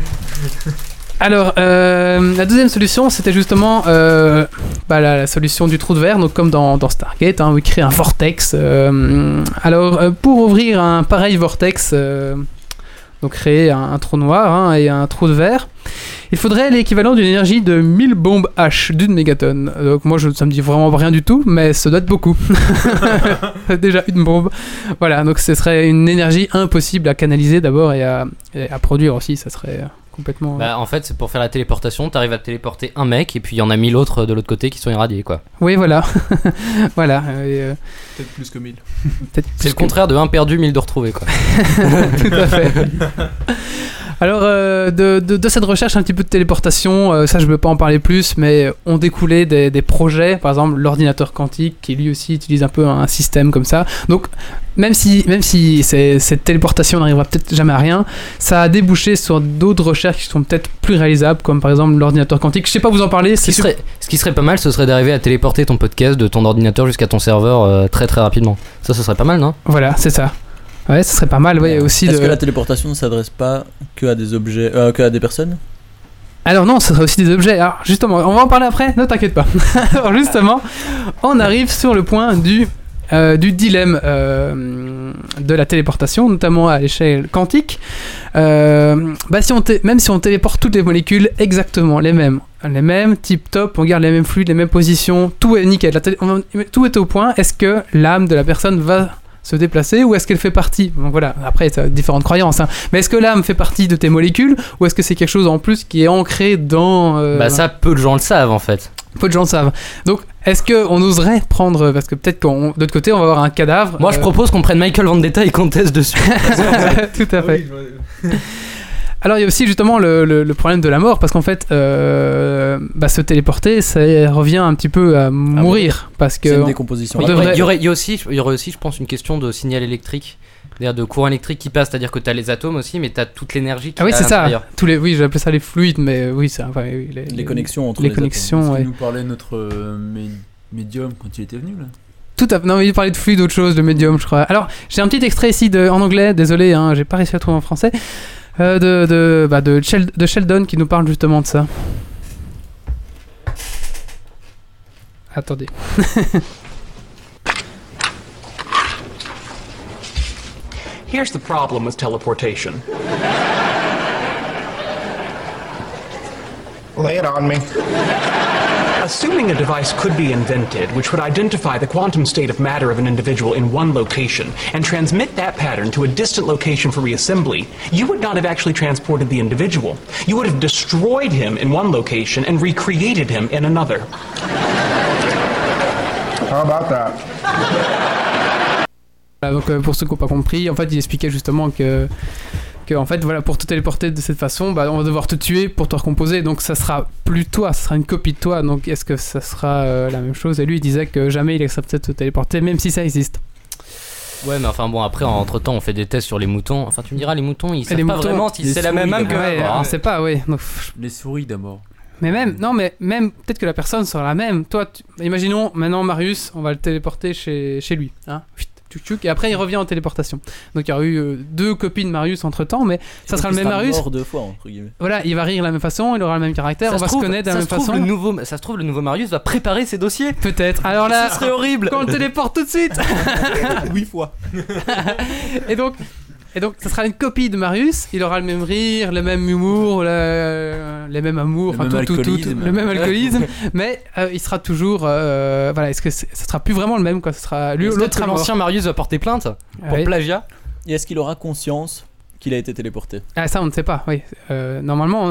Speaker 1: Alors, euh, la deuxième solution, c'était justement euh, bah, la, la solution du trou de verre, donc comme dans, dans Stargate, hein, où il crée un vortex. euh, alors, euh, pour ouvrir un pareil vortex, euh, donc créer un, un trou noir hein, et un trou de verre, il faudrait l'équivalent d'une énergie de 1000 bombes H d'une mégatonne. Donc moi, je, ça me dit vraiment rien du tout, mais ça doit être beaucoup. Déjà une bombe. Voilà, donc ce serait une énergie impossible à canaliser d'abord et à, et à produire aussi, ça serait euh, complètement...
Speaker 3: Bah en fait c'est pour faire la téléportation, t'arrives à téléporter un mec et puis il y en a mille autres de l'autre côté qui sont irradiés quoi.
Speaker 1: Oui, voilà. voilà. euh,
Speaker 5: Peut-être plus que 1000.
Speaker 1: peut-être
Speaker 3: C'est
Speaker 1: plus
Speaker 3: le
Speaker 1: que-
Speaker 3: contraire de un perdu, mille de retrouvés quoi.
Speaker 1: Tout à fait. Alors, euh, de, de- de cette recherche un petit peu de téléportation, euh, ça je ne peux pas en parler plus, mais on découlait des, des projets, par exemple l'ordinateur quantique, qui lui aussi utilise un peu un système comme ça. Donc, même si, même si c'est- cette téléportation n'arrivera peut-être jamais à rien, ça a débouché sur d'autres recherches qui sont peut-être plus réalisables, comme par exemple l'ordinateur quantique. Je sais pas vous en parler, c'est
Speaker 3: Ce qui, serait, ce qui serait pas mal, ce serait d'arriver à téléporter ton podcast de ton ordinateur jusqu'à ton serveur euh, très très rapidement. Ça, ce serait pas mal, non
Speaker 1: Voilà, c'est ça. Ouais, ce serait pas mal, ouais, aussi
Speaker 7: Est-ce
Speaker 1: de-
Speaker 7: que la téléportation ne s'adresse pas que à des objets, euh, que à des personnes
Speaker 1: Alors non, ça sera aussi des objets. Alors justement, on va en parler après, ne t'inquiète pas. Alors justement, on arrive sur le point du, euh, du dilemme euh, de la téléportation, notamment à l'échelle quantique. Euh, bah si on té- même si on téléporte toutes les molécules exactement les mêmes, les mêmes, tip top, on garde les mêmes fluides, les mêmes positions, tout est nickel, la télé- on- tout est au point, est-ce que l'âme de la personne va se déplacer ou est-ce qu'elle fait partie Bon, voilà, après, ça a différentes croyances. hein. Mais est-ce que l'âme fait partie de tes molécules ou est-ce que c'est quelque chose en plus qui est ancré dans. euh,
Speaker 3: Bah, ça, peu de gens le savent en fait.
Speaker 1: Peu de gens le savent. Donc, est-ce qu'on oserait prendre. Parce que peut-être qu'on. D'autre côté, on va avoir un cadavre. euh,
Speaker 3: Moi, je propose qu'on prenne Michael Vendetta et qu'on teste dessus.
Speaker 1: Tout à fait. Alors il y a aussi justement le, le- le problème de la mort parce qu'en fait euh, bah, se téléporter ça revient un petit peu
Speaker 3: Ah
Speaker 1: à mourir parce que
Speaker 7: C'est une décomposition.
Speaker 1: on
Speaker 3: Il y aurait-
Speaker 1: devrait-
Speaker 3: il, y aurait, il y a aussi, il y aurait aussi, je pense, une question de signal électrique, c'est-à-dire de courant électrique qui passe, c'est-à-dire que tu as les atomes aussi, mais tu as toute l'énergie qui
Speaker 1: Ah oui
Speaker 3: est à
Speaker 1: c'est
Speaker 3: l'intérieur.
Speaker 1: ça. Tous les oui j'appelle ça les fluides mais euh, oui ça. enfin, oui, les, les- les, connexions.
Speaker 8: Parce qu'il
Speaker 1: ouais.
Speaker 8: nous parlait notre euh, mé- médium quand il était venu là.
Speaker 1: Tout à fait. Non, mais il parlait de flux, d'autre chose, de médium, je crois. Alors, j'ai un petit extrait ici de, en anglais, désolé, hein, j'ai pas réussi à le trouver en français, euh, de, de, bah, de, Shel- de Sheldon qui nous parle justement de ça. Attendez.
Speaker 14: Here's the problem with teleportation. Lay it on me. Assuming a device could be invented which would identify the quantum state of matter of an individual in one location and transmit that pattern to a distant location for reassembly, you would not have actually transported the individual. You would have destroyed him in one location and recreated him in another. How about that?
Speaker 1: Voilà, donc euh, pour ceux qui n'ont pas compris, en fait, il expliquait justement que, que en fait, voilà, pour te téléporter de cette façon, bah, on va devoir te tuer pour te recomposer. Donc ça sera plus toi, ça sera une copie de toi. Donc est-ce que ça sera euh, la même chose Et lui, il disait que jamais il acceptait de se téléporter, même si ça existe.
Speaker 3: Ouais, mais enfin bon, après, entre temps, on fait des tests sur les moutons. Enfin, tu me diras, les moutons, ils
Speaker 1: Et
Speaker 3: savent
Speaker 1: les
Speaker 3: pas
Speaker 1: moutons-
Speaker 3: vraiment si
Speaker 1: les
Speaker 3: c'est la
Speaker 1: souris,
Speaker 3: même âme que
Speaker 1: d'abord. Ouais,
Speaker 3: la mort, hein.
Speaker 1: on sait pas, oui. Donc,
Speaker 8: Les souris d'abord.
Speaker 1: Mais même, non, mais même, peut-être que la personne sera la même. Toi, tu- imaginons, maintenant Marius, on va le téléporter chez, chez lui. Hein Chut, tchouk, tchouk, et après, il revient en téléportation. Donc, il y aura eu euh, deux copies de Marius entre temps, mais ça
Speaker 7: Donc,
Speaker 1: sera
Speaker 7: il
Speaker 1: le même Marius.
Speaker 7: mort deux fois, entre guillemets.
Speaker 1: Voilà, il va rire de la même façon, il aura le même caractère,
Speaker 3: Ça
Speaker 1: on
Speaker 3: se
Speaker 1: va
Speaker 3: trouve-
Speaker 1: se connaître de la
Speaker 3: ça
Speaker 1: même
Speaker 3: se trouve,
Speaker 1: façon.
Speaker 3: le nouveau, ça se trouve, le nouveau Marius va préparer ses dossiers.
Speaker 1: Peut-être. Alors là,
Speaker 3: ce serait horrible.
Speaker 1: Quand on le téléporte tout de suite.
Speaker 7: Huit fois.
Speaker 1: et donc, et donc, ça sera une copie de Marius. Il aura le même rire, le même humour, le- les mêmes amours,
Speaker 8: Le
Speaker 1: enfin,
Speaker 8: même
Speaker 1: tout, tout, tout, tout,
Speaker 8: alcoolisme.
Speaker 1: le même alcoolisme. mais euh, il sera toujours, euh, voilà, est-ce que c'est- ça sera plus vraiment le même quoi Ce sera lui,
Speaker 3: Peut-être
Speaker 1: l'autre
Speaker 3: que
Speaker 1: est mort.
Speaker 3: l'ancien Marius va porter plainte pour
Speaker 1: Ouais.
Speaker 3: plagiat.
Speaker 7: Et est-ce qu'il aura conscience qu'il a été téléporté
Speaker 1: Ah ça on ne sait pas, oui. Euh, normalement,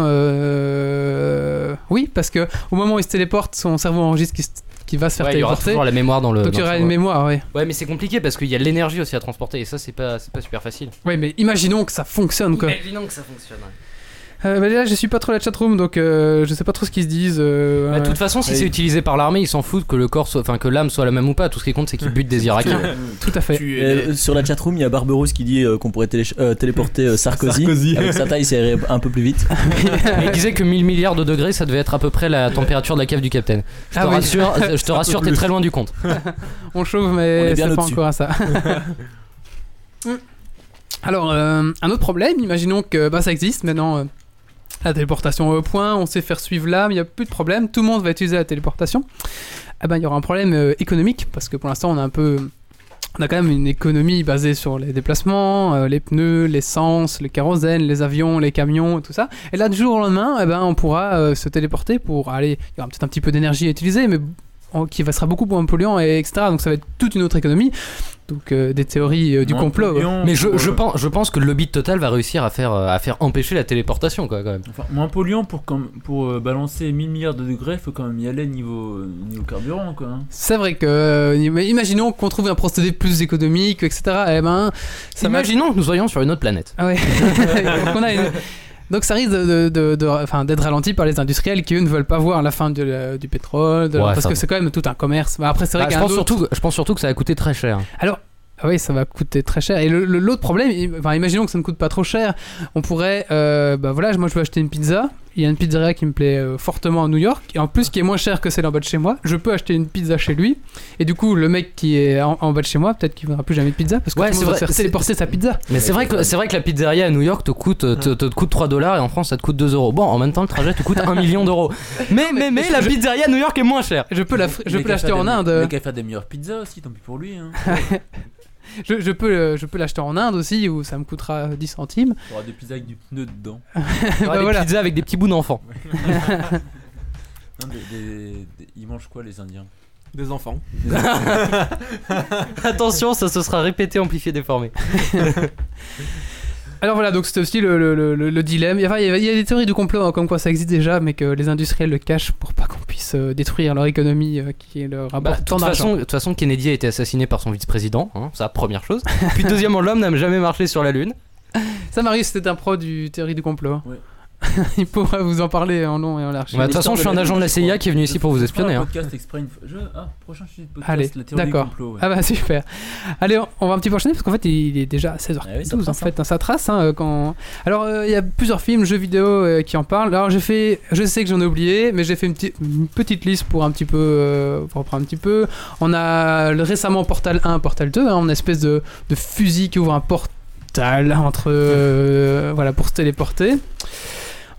Speaker 1: euh, oui, parce que au moment où il se téléporte, son cerveau enregistre qu'il se- qu'il va se faire
Speaker 3: Ouais, il y aura
Speaker 1: téléporter.
Speaker 3: toujours la mémoire dans le.
Speaker 1: Donc il y
Speaker 3: dans
Speaker 1: aura
Speaker 3: le-
Speaker 1: une mémoire, oui.
Speaker 3: Ouais, mais c'est compliqué parce qu'il y a l'énergie aussi à transporter et ça, c'est pas, c'est pas super facile.
Speaker 1: Oui, mais imaginons que ça fonctionne quoi.
Speaker 3: Imaginons que ça fonctionne.
Speaker 1: Euh, bah, là, je suis pas trop la chatroom, donc euh, je sais pas trop ce qu'ils se disent. euh,
Speaker 3: Bah, de
Speaker 1: ouais.
Speaker 3: toute façon, si c'est utilisé par l'armée, ils s'en foutent que le corps soit, enfin que l'âme soit la même ou pas. Tout ce qui compte, c'est qu'ils butent des Irakiens.
Speaker 1: Tout à fait.
Speaker 7: Euh, sur la chatroom, il y a Barberousse qui dit euh, qu'on pourrait télé- euh, téléporter euh, Sarkozy.
Speaker 3: Sarkozy.
Speaker 7: Avec sa taille, ça irait un peu plus vite.
Speaker 3: Mais il disait que 1000 milliards de degrés, ça devait être à peu près la température de la cave du capitaine. Je te
Speaker 1: Ah oui.
Speaker 3: rassure, je te rassure, t'es très loin du compte.
Speaker 1: On chauffe,
Speaker 3: On est
Speaker 1: mais
Speaker 3: bien
Speaker 1: c'est pas
Speaker 3: au-dessus.
Speaker 1: encore à ça. Mm. Alors, euh, un autre problème, imaginons que bah, ça existe maintenant. euh, la téléportation au point, on sait faire suivre l'âme, il n'y a plus de problème, tout le monde va utiliser la téléportation. Ah ben, il y aura un problème euh, économique, parce que pour l'instant, on a un peu. On a quand même une économie basée sur les déplacements, euh, les pneus, l'essence, le kérosène, les avions, les camions, et tout ça. Et là, du jour au lendemain, eh ben, on pourra euh, se téléporter pour aller. Il y aura peut-être un petit peu d'énergie à utiliser, mais en- qui va- sera beaucoup moins polluant, et etc. Donc ça va être toute une autre économie. Donc euh, des théories euh, du
Speaker 3: Moins
Speaker 1: complot.
Speaker 3: polluant, Mais je,
Speaker 8: euh,
Speaker 3: je pense, je pense que le lobby de Total va réussir à faire, euh, à faire empêcher la téléportation, quoi, quand même.
Speaker 8: Enfin, moins polluant pour, quand- pour euh, balancer 1000 milliards de degrés, faut quand même y aller niveau, euh, niveau carburant quoi. hein.
Speaker 1: C'est vrai que, euh, mais imaginons qu'on trouve un procédé plus économique, etc. Eh ben, ça va-
Speaker 3: Imaginons que nous soyons sur une autre planète.
Speaker 1: Ah ouais. qu'on a une- Donc ça risque de- de- de- de- enfin, d'être ralenti par les industriels qui eux ne veulent pas voir la fin de la- du pétrole, de la-
Speaker 3: Ouais,
Speaker 1: parce
Speaker 3: ça
Speaker 1: que
Speaker 3: va.
Speaker 1: c'est quand même tout un commerce. Bah, après c'est vrai
Speaker 3: Bah,
Speaker 1: qu'il
Speaker 3: je,
Speaker 1: y a un
Speaker 3: pense
Speaker 1: autre-
Speaker 3: surtout, je pense surtout que ça a coûté très cher.
Speaker 1: Alors, ah oui, ça va coûter très cher. Et le- le- l'autre problème, i- enfin, imaginons que ça ne coûte pas trop cher. On pourrait, euh, bah voilà, moi je veux acheter une pizza. Il y a une pizzeria qui me plaît euh, fortement à New York. Et en plus, qui est moins chère que celle en bas de chez moi. Je peux acheter une pizza chez lui. Et du coup, le mec qui est en, en bas de chez moi, peut-être qu'il ne voudra plus jamais de pizza parce que
Speaker 3: Ouais,
Speaker 1: tout le monde
Speaker 3: c'est
Speaker 1: va
Speaker 3: vrai,
Speaker 1: se faire
Speaker 3: c'est-
Speaker 1: téléporter sa pizza.
Speaker 3: Mais c'est vrai, que, c'est vrai que la pizzeria à New York te coûte, euh, te, te- te coûte 3 dollars et en France ça te coûte 2 euros. Bon, en même temps, le trajet te coûte 1 million d'euros. Mais, mais, mais, la pizzeria à New York est moins chère.
Speaker 1: Je peux la fr- je
Speaker 8: Mais
Speaker 1: peux l'acheter
Speaker 8: qu'à faire
Speaker 1: en
Speaker 8: des-
Speaker 1: Inde. euh.
Speaker 8: Mais qu'à faire des meilleures pizzas aussi, tant pis pour lui. Hein.
Speaker 1: Je, je peux, euh, je peux l'acheter en Inde aussi où ça me coûtera 10 centimes.
Speaker 8: Il y aura des pizzas avec du pneu dedans.
Speaker 3: Il y aura
Speaker 1: Bah
Speaker 3: des
Speaker 1: voilà.
Speaker 3: pizzas avec des petits bouts d'enfants.
Speaker 8: Non, Hein, des- des- des- ils mangent quoi les Indiens
Speaker 5: Des enfants.
Speaker 3: Attention, ça se sera répété, amplifié, déformé.
Speaker 1: Alors voilà, donc c'était aussi le, le- le- le- le dilemme. Enfin, il y a- il y a des théories du complot hein, comme quoi ça existe déjà, mais que les industriels le cachent pour pas qu'on puisse euh, détruire leur économie euh, qui leur
Speaker 3: Bah,
Speaker 1: apporte
Speaker 3: de
Speaker 1: tant
Speaker 3: toute
Speaker 1: d'argent.
Speaker 3: façon, de toute façon, Kennedy a été assassiné par son vice-président, hein, ça, première chose. Puis deuxièmement, l'homme n'a jamais marché sur la Lune.
Speaker 1: Ça m'arrive, c'était un pro du théorie du complot. hein. il pourra vous en parler en long et en large.
Speaker 3: Bah, de toute façon, je suis un agent de la CIA qui est venu ici pour vous espionner.
Speaker 8: Ah, Un
Speaker 3: hein.
Speaker 8: podcast exprès une fois. Je... Ah, prochain sujet de podcast,
Speaker 1: Allez,
Speaker 8: la théorie du
Speaker 1: d'accord.
Speaker 8: complot. ouais.
Speaker 1: Ah bah super. Allez, on, on va un petit peu enchaîner parce qu'en fait il est déjà 16h12
Speaker 8: Ah oui, ça
Speaker 1: en
Speaker 8: trace,
Speaker 1: fait, hein, ça trace. hein, euh, quand... Alors euh, il y a plusieurs films, jeux vidéo euh, qui en parlent. Alors j'ai fait, je sais que j'en ai oublié, mais j'ai fait une, petite- une petite liste pour un petit peu, euh, pour reprendre un petit peu. On a le- récemment Portal 1, Portal 2, hein, une espèce de, de fusil qui ouvre un portal entre, euh, voilà, pour se téléporter.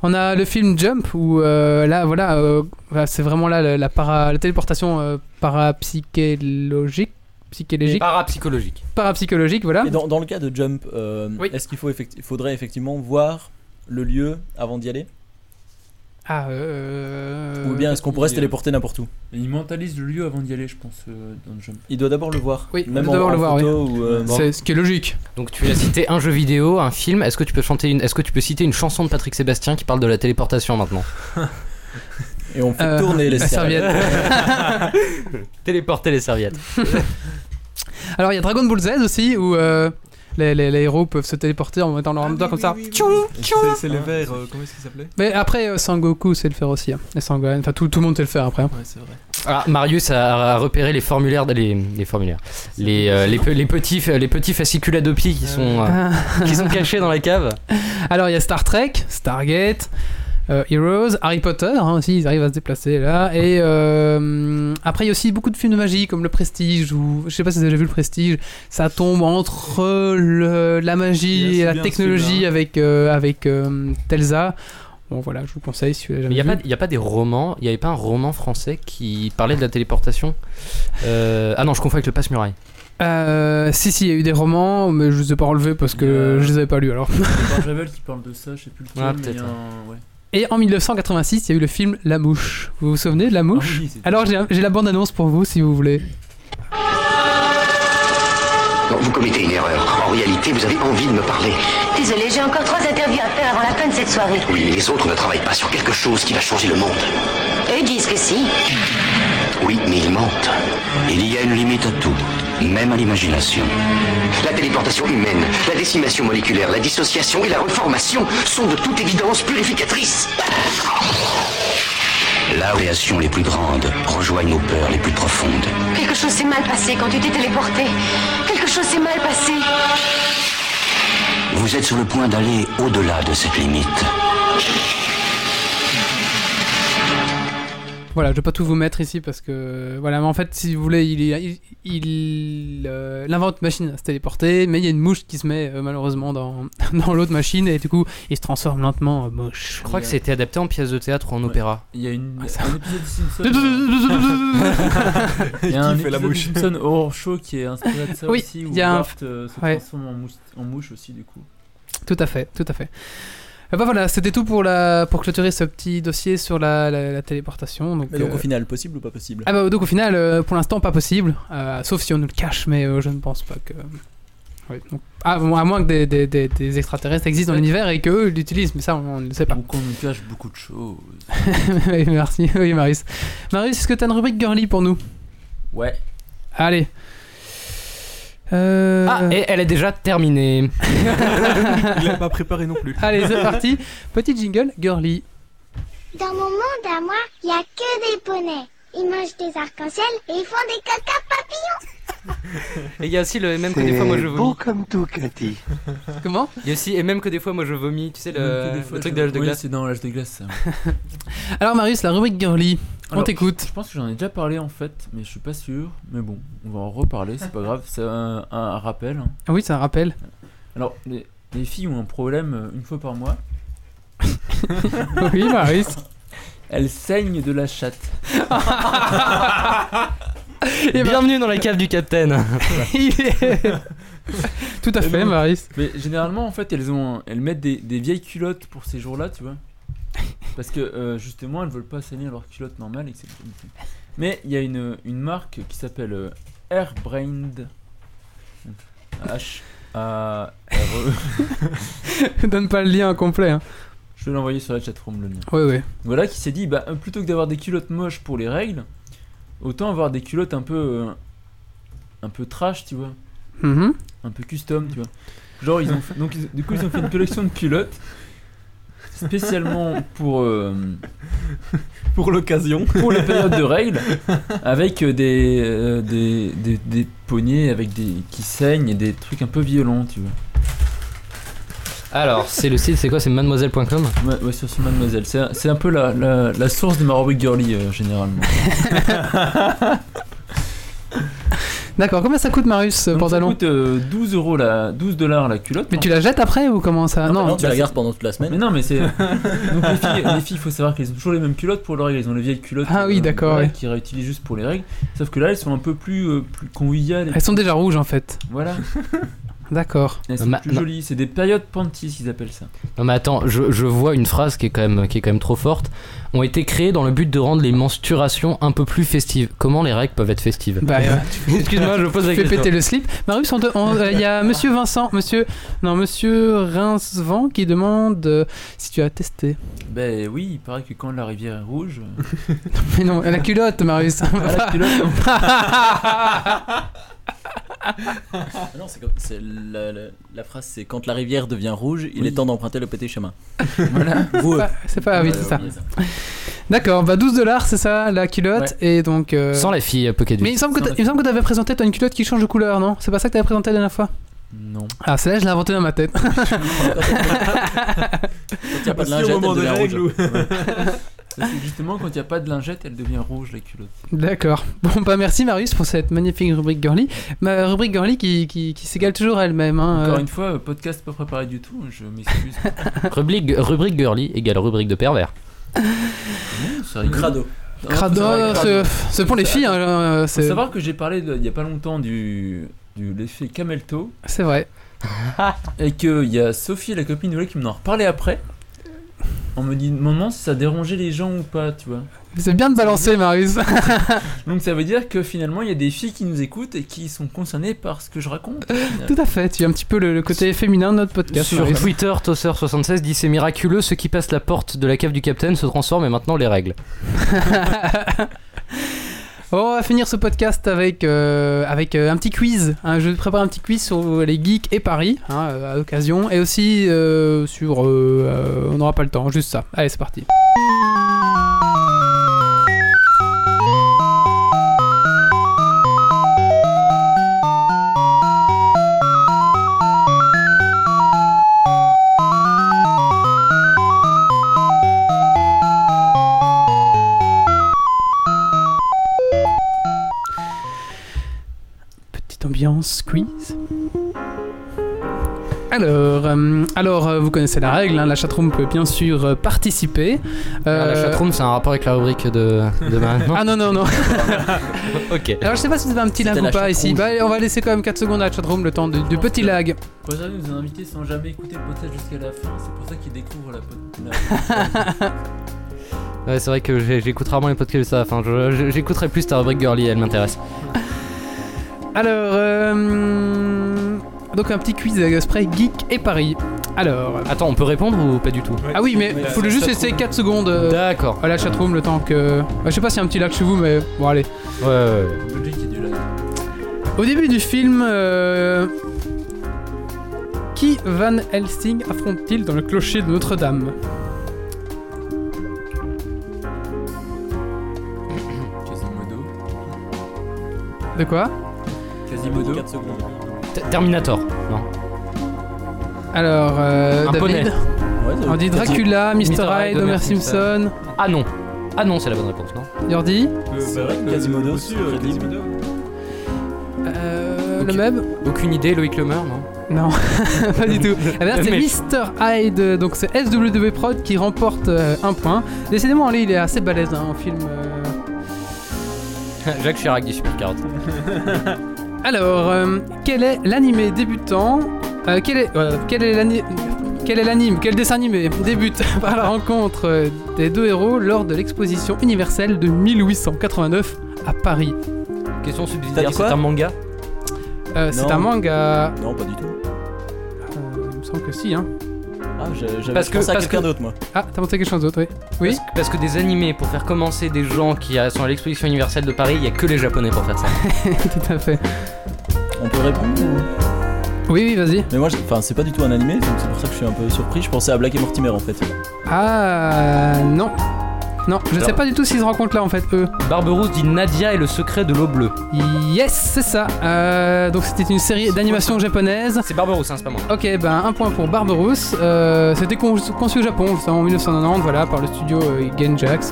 Speaker 1: On a le film Jump où euh, là voilà, euh, voilà, c'est vraiment là la, la para- la téléportation euh, parapsychologique, psychédélique,
Speaker 3: Parapsychologique.
Speaker 1: parapsychologique voilà.
Speaker 7: Et dans, dans le cas de Jump, euh, est-ce qu'il faut effecti- faudrait effectivement voir le lieu avant d'y aller
Speaker 1: Ah, euh,
Speaker 7: Ou bien est-ce qu'on pourrait se
Speaker 8: il-
Speaker 7: téléporter n'importe où
Speaker 8: Ils mentalisent le lieu avant d'y aller, je pense, euh, dans le jump.
Speaker 7: Il doit d'abord le voir.
Speaker 1: Oui,
Speaker 7: même
Speaker 1: on
Speaker 7: en,
Speaker 1: doit d'abord
Speaker 7: en
Speaker 1: le voir,
Speaker 7: photo
Speaker 1: oui.
Speaker 7: ou, euh,
Speaker 1: C'est ce qui est logique.
Speaker 3: Donc tu as cité un jeu vidéo, un film. Est-ce que tu peux chanter une... Est-ce que tu peux citer une chanson de Patrick Sébastien qui parle de la téléportation maintenant
Speaker 7: Et on fait
Speaker 1: Euh,
Speaker 7: tourner les
Speaker 1: la serviette.
Speaker 3: Téléporter les serviettes.
Speaker 1: Alors il y a Dragon Ball Z aussi où euh, les, les- les héros peuvent se téléporter en mettant leur
Speaker 7: Ah
Speaker 1: arme dedans comme ça. Tchou
Speaker 5: C'est- C'est le vert, euh, comment est-ce qu'il s'appelait
Speaker 1: Mais après euh, Sangoku sait le faire aussi. hein. Et Sangohan, enfin tout, tout le monde sait le faire après. hein.
Speaker 5: Ouais, c'est vrai.
Speaker 3: Ah, Marius a a repéré les formulaires, les, les formulaires, les, euh, les, pe- les petits, les petits fascicules Adopi qui sont, euh, qui sont cachés dans la cave.
Speaker 1: Alors il y a Star Trek, Stargate, euh, Heroes, Harry Potter hein, aussi, ils arrivent à se déplacer là. Et euh, après il y a aussi beaucoup de films de magie comme Le Prestige ou je sais pas si vous avez déjà vu Le Prestige. Ça tombe entre le- la
Speaker 5: Il
Speaker 1: magie
Speaker 5: y
Speaker 1: et
Speaker 5: a
Speaker 1: la
Speaker 5: celui-là,
Speaker 1: technologie
Speaker 5: celui-là.
Speaker 1: avec euh, avec euh, Telsa. Bon voilà, je vous conseille si vous l'avez
Speaker 3: Mais il
Speaker 1: jamais vu.
Speaker 3: n'y a, pas des romans, il n'y avait pas un roman français qui parlait de la téléportation Euh, Ah non, je confonds avec le passe-muraille.
Speaker 1: Euh, si si, il y a eu des romans, mais je les ai pas relevés parce que
Speaker 8: Euh.
Speaker 1: je les avais pas lus alors.
Speaker 8: C'est Barjavel qui parle de ça, je sais plus lequel.
Speaker 3: Ah,
Speaker 8: mais il y a
Speaker 3: peut-être,
Speaker 8: un- ouais.
Speaker 1: Et en 1986, il y a eu le film La Mouche. Vous vous souvenez de La Mouche
Speaker 8: Ah oui, c'était-
Speaker 1: Alors j'ai j'ai la bande-annonce pour vous si vous voulez.
Speaker 13: Non, vous commettez une erreur. En réalité, vous avez envie de me parler.
Speaker 15: Désolé, j'ai encore trois interviews à faire avant la fin de cette soirée.
Speaker 13: Oui, mais les autres ne travaillent pas sur quelque chose qui va changer le monde.
Speaker 15: Eux disent que si.
Speaker 13: Oui, mais ils mentent. Il y a une limite à tout, même à l'imagination. La téléportation humaine, la décimation moléculaire, la dissociation et la reformation sont de toute évidence purificatrices. Là où les créations les plus grandes rejoignent nos peurs les plus profondes.
Speaker 15: Quelque chose s'est mal passé quand tu t'es téléporté. Quelque chose s'est mal passé.
Speaker 13: Vous êtes sur le point d'aller au-delà de cette limite.
Speaker 1: Voilà, je vais pas tout vous mettre ici parce que voilà, mais en fait, si vous voulez, il il, il, euh, il invente une machine à se téléporter, mais il y a une mouche qui se met euh, malheureusement dans, dans l'autre machine et du coup, il se transforme lentement en mouche.
Speaker 3: Je crois que c'était adapté en pièce de théâtre ou en opéra.
Speaker 8: Il y a une,
Speaker 1: Ah,
Speaker 8: un épisode de Simpson.
Speaker 1: Qui
Speaker 8: Il y a un
Speaker 5: fait la
Speaker 8: épisode de
Speaker 5: mouche
Speaker 8: Simpson Horror Show qui est inspiré de ça
Speaker 1: Oui,
Speaker 8: aussi, où
Speaker 1: il y a un-
Speaker 8: Bart euh, se
Speaker 1: ouais.
Speaker 8: transforme en, mousse, en mouche aussi, du coup.
Speaker 1: Tout à fait, tout à fait. Et bah voilà, c'était tout pour la pour clôturer ce petit dossier sur la, la- la téléportation. Donc,
Speaker 7: Mais donc
Speaker 1: euh,
Speaker 7: au final, possible ou pas possible
Speaker 1: Ah bah donc au final, euh, pour l'instant pas possible, euh, sauf si on nous le cache, mais euh, je ne pense pas que. Ouais, donc- ah, bon, à moins que des, des- des- des extraterrestres existent dans l'univers et qu'eux l'utilisent, mais ça on, on ne le sait pas.
Speaker 8: Donc on nous cache beaucoup de choses.
Speaker 1: Oui, Merci, oui Marius. Marius, est-ce que t'as une rubrique girly pour nous
Speaker 8: Ouais.
Speaker 1: Allez. Euh,
Speaker 3: Ah, et elle est déjà terminée.
Speaker 5: Il l'a pas préparé non plus.
Speaker 1: Allez, c'est parti. Petit jingle, girly.
Speaker 13: Dans mon monde à moi, il n'y a que des poneys. Ils mangent des arcs-en-ciel et ils font des caca papillons.
Speaker 3: Et il y a aussi le même que des fois moi je vomis.
Speaker 10: beau comme tout, Cathy.
Speaker 3: Comment Il y a aussi et même que des fois moi je vomis, tu sais Euh, le,
Speaker 8: Des fois,
Speaker 3: le truc
Speaker 8: je-
Speaker 3: de l'âge de
Speaker 8: oui,
Speaker 3: glace.
Speaker 8: C'est dans l'âge de glace. ça.
Speaker 1: Alors, Marius, la rubrique girly. On
Speaker 8: Alors,
Speaker 1: t'écoute.
Speaker 8: Je pense que j'en ai déjà parlé en fait, mais je suis pas sûr. Mais bon, on va en reparler, c'est pas grave, c'est un, un rappel. hein.
Speaker 1: Ah oui, ça rappelle.
Speaker 8: Alors, les, les filles ont un problème euh, une fois par mois.
Speaker 1: oui, Marius.
Speaker 8: Elles saignent de la chatte.
Speaker 3: Et bienvenue dans la cave du capitaine.
Speaker 1: Tout à fait, Maris.
Speaker 8: Mais généralement, en fait, elles, ont, elles mettent des, des vieilles culottes pour ces jours-là, tu vois. Parce que euh, justement, elles veulent pas saigner leurs culottes normales, etc. Mais il y a une, une marque qui s'appelle euh, Airbrained. H. A. R. E.
Speaker 1: Donne pas le lien complet. hein.
Speaker 8: Je vais l'envoyer sur la chatroom le lien.
Speaker 1: Ouais, ouais.
Speaker 8: Voilà qui s'est dit bah euh, plutôt que d'avoir des culottes moches pour les règles, autant avoir des culottes un peu euh, un peu trash, tu vois.
Speaker 1: Mhm.
Speaker 8: Un peu custom, tu vois. Genre ils ont fait- donc ils- du coup ils ont fait une collection de culottes spécialement pour euh,
Speaker 5: pour l'occasion,
Speaker 8: pour les périodes de règles avec euh, des euh, des, des, des poignées avec des qui saignent et des trucs un peu violents, tu vois.
Speaker 3: Alors, c'est le site, c'est quoi C'est mademoiselle.com
Speaker 8: Ouais, ouais, sur ce mademoiselle. C'est un- C'est un peu la, la, la source de ma rubrique girly euh, généralement.
Speaker 1: D'accord, combien ça coûte, Marius, ce
Speaker 8: Ça
Speaker 1: pantalon
Speaker 8: coûte euh, 12 euros la 12 dollars la culotte.
Speaker 1: Mais tu la jettes après ou comment ça Non,
Speaker 8: bah, c'est-
Speaker 1: pendant
Speaker 8: toute la semaine. Mais non, mais c'est. Donc les filles, les filles, faut savoir qu'elles ont toujours les mêmes culottes pour leurs règles. Elles ont les vieilles culottes.
Speaker 1: Ah oui, d'accord,
Speaker 8: voilà,
Speaker 1: ouais.
Speaker 8: Qui réutilisent juste pour les règles. Sauf que là, elles sont un peu plus, euh, plus conviviales.
Speaker 1: Elles sont déjà rouges en fait.
Speaker 8: Voilà.
Speaker 1: D'accord.
Speaker 8: Elles sont
Speaker 3: Ma-
Speaker 8: plus
Speaker 3: ma-
Speaker 8: jolies. C'est des périodes panties, ils appellent ça.
Speaker 3: Non mais attends, je, je vois une phrase qui est, quand même, qui est quand même trop forte. Ont été créées dans le but de rendre les menstruations un peu plus festives. Comment les règles peuvent être festives
Speaker 1: Bah, euh,
Speaker 3: Excuse-moi, je pose la
Speaker 1: Tu fais
Speaker 3: question.
Speaker 1: péter le slip. Marius, on te- on- euh, il y a Monsieur Vincent, Monsieur, non Monsieur Rincevent qui demande euh, si tu as testé.
Speaker 8: Ben oui, il paraît que quand la rivière est rouge. euh,
Speaker 1: Mais non, la culotte, Marius.
Speaker 8: Ah, la culotte.
Speaker 7: Ah non, c'est comme- c'est la, la- la phrase c'est quand la rivière devient rouge, il est temps d'emprunter le petit chemin.
Speaker 8: voilà.
Speaker 7: Vous, euh,
Speaker 1: c'est pas, oui,
Speaker 7: Ouais,
Speaker 1: c'est
Speaker 7: ouais,
Speaker 1: ça.
Speaker 7: oubliez ça.
Speaker 1: D'accord, bah 12 dollars, c'est ça, la culotte, et donc. euh,
Speaker 3: Sans la fille, euh, Pocket
Speaker 1: Mais il me semble que t'a- il me semble que t'avais présenté toi une culotte qui change de couleur, non C'est pas ça que t'avais présenté la dernière fois
Speaker 8: Non.
Speaker 1: Ah, celle-là, je l'ai inventée dans ma tête.
Speaker 8: Quand
Speaker 7: il y a pas de lingette, elle devient rouge.
Speaker 8: Parce que justement, quand il n'y a pas de lingette, elle devient rouge la culotte.
Speaker 1: D'accord. Bon, bah merci Marius pour cette magnifique rubrique girly. Ma rubrique girly qui, qui, qui s'égale toujours à elle-même. hein,
Speaker 8: Encore
Speaker 1: euh.
Speaker 8: une fois, euh, podcast pas préparé du tout, je m'excuse.
Speaker 3: rubrique, euh, rubrique girly égale rubrique de pervers.
Speaker 8: c'est rigolo.
Speaker 7: Crado.
Speaker 1: Crado, c'est- c'est pour euh, les filles, hein, euh,
Speaker 8: Faut
Speaker 1: c'est-
Speaker 8: savoir que j'ai parlé de- il y a pas longtemps du, du l'effet Camelto.
Speaker 1: C'est vrai.
Speaker 8: Et qu'il y a Sophie, la copine de Lola, qui m'en reparlait après. On me dit moment si ça dérangeait les gens ou pas, tu vois.
Speaker 1: C'est bien de balancer Marius.
Speaker 8: Donc ça veut dire que finalement il y a des filles qui nous écoutent et qui sont concernées par ce que je raconte.
Speaker 1: Tout à fait, tu as un petit peu le, le côté féminin de notre podcast.
Speaker 3: Sur
Speaker 1: Marius.
Speaker 3: Twitter, Tosser76 dit c'est miraculeux, ceux qui passent la porte de la cave du capitaine se transforment et maintenant les règles.
Speaker 1: On va finir ce podcast avec, euh, avec euh, un petit quiz. hein. je prépare un petit quiz sur les geeks et Paris hein, euh, à l'occasion. Et aussi euh, sur... euh, euh, on n'aura pas le temps, juste ça. Allez, c'est parti. Petite ambiance quiz. Alors, euh, alors euh, vous connaissez la règle, hein, la chatroom peut bien sûr euh, participer.
Speaker 3: Ah, la
Speaker 1: Euh,
Speaker 3: chatroom, c'est un rapport avec la rubrique de, de ma-
Speaker 1: Ah non, non, non.
Speaker 3: ok.
Speaker 1: Alors je sais pas si vous avez un petit lag
Speaker 3: C'était
Speaker 1: ou
Speaker 3: la
Speaker 1: pas ici. Bah,
Speaker 3: chatroom.
Speaker 1: on va laisser quand même 4 secondes à la chatroom le temps du, du petit lag.
Speaker 8: Aujourd'hui, nous avons invité sans jamais écouter le podcast jusqu'à la fin, c'est pour ça qu'ils découvrent la podcast.
Speaker 3: Ouais, c'est vrai que j'ai- j'écoute rarement les podcasts de ça. Enfin, je- je- j'écouterai plus ta rubrique girly, elle m'intéresse.
Speaker 1: Alors, euh, donc un petit quiz avec Spray Geek et Paris. Alors.
Speaker 3: Attends, on peut répondre ou pas du tout
Speaker 1: Ah oui, mais faut le juste laisser 4 secondes. euh,
Speaker 3: D'accord.
Speaker 1: À la chatroom le temps que. Bah, je sais pas s'il y a un petit lag chez vous, mais bon, allez.
Speaker 3: Ouais, ouais, ouais.
Speaker 8: Belgique, il y a du lag.
Speaker 1: Au début du film, euh, qui Van Helsing affronte-t-il dans le clocher de Notre-Dame
Speaker 8: Quasimodo.
Speaker 1: De quoi
Speaker 8: Quasimodo.
Speaker 3: Terminator, non.
Speaker 1: Alors, euh,
Speaker 3: Un
Speaker 1: David,
Speaker 3: poney.
Speaker 1: on dit Dracula, Mr. Hyde,
Speaker 3: Homer
Speaker 1: Homer Simpson.
Speaker 3: Ah non. Ah non, c'est la bonne réponse, non
Speaker 1: Jordi
Speaker 7: C'est vrai que Quasimodo, c'est très digne.
Speaker 1: Euh, Le même
Speaker 3: Aucune idée, Loïc Lemer, non
Speaker 1: Non, pas du tout. Eh bien, c'est
Speaker 3: Mais-
Speaker 1: Mr. Hyde, donc c'est SWB Prod qui remporte euh, un point. Décidément, lui, il est assez balèze hein, en film. euh.
Speaker 3: Jacques Chirac dit Supercard.
Speaker 1: Alors, euh, quel est l'animé débutant euh, Quel est voilà, quel est l'ani- quel est l'anime Quel dessin animé débute par la rencontre euh, des deux héros lors de l'exposition universelle de 1889 à Paris
Speaker 3: Question
Speaker 1: T'as
Speaker 3: subsidiaire,
Speaker 1: dit
Speaker 3: c'est
Speaker 1: quoi
Speaker 3: un manga
Speaker 1: Euh, C'est
Speaker 3: Non.
Speaker 1: un manga.
Speaker 7: Non, pas du tout.
Speaker 1: Euh, il me semble que si, hein.
Speaker 7: Ah, je- j'avais
Speaker 3: Parce
Speaker 7: je
Speaker 3: que-
Speaker 7: pensais à
Speaker 3: parce
Speaker 7: quelqu'un
Speaker 3: que-
Speaker 7: d'autre, moi.
Speaker 1: Ah, t'as monté quelque chose d'autre, oui. Oui
Speaker 3: Parce que des animés pour faire commencer des gens qui sont à l'exposition universelle de Paris, il y a que les japonais pour faire ça.
Speaker 1: Tout à fait.
Speaker 7: On peut répondre
Speaker 1: Oui, oui, vas-y.
Speaker 7: Mais moi, je- enfin, c'est pas du tout un animé, donc c'est pour ça que je suis un peu surpris. Je pensais à Black et Mortimer en fait.
Speaker 1: Ah, non. Non, je sais
Speaker 3: Alors.
Speaker 1: pas du tout s'ils se rencontrent là en fait, eux.
Speaker 3: Barberousse dit Nadia et le secret de l'eau bleue.
Speaker 1: Yes, c'est ça. Euh, donc c'était une série d'animation japonaise.
Speaker 3: C'est Barberousse, hein, c'est pas moi.
Speaker 1: Ok, ben un point pour Barberousse. Euh, c'était con- conçu au Japon justement, en 1990, voilà, par le studio euh, Genjax.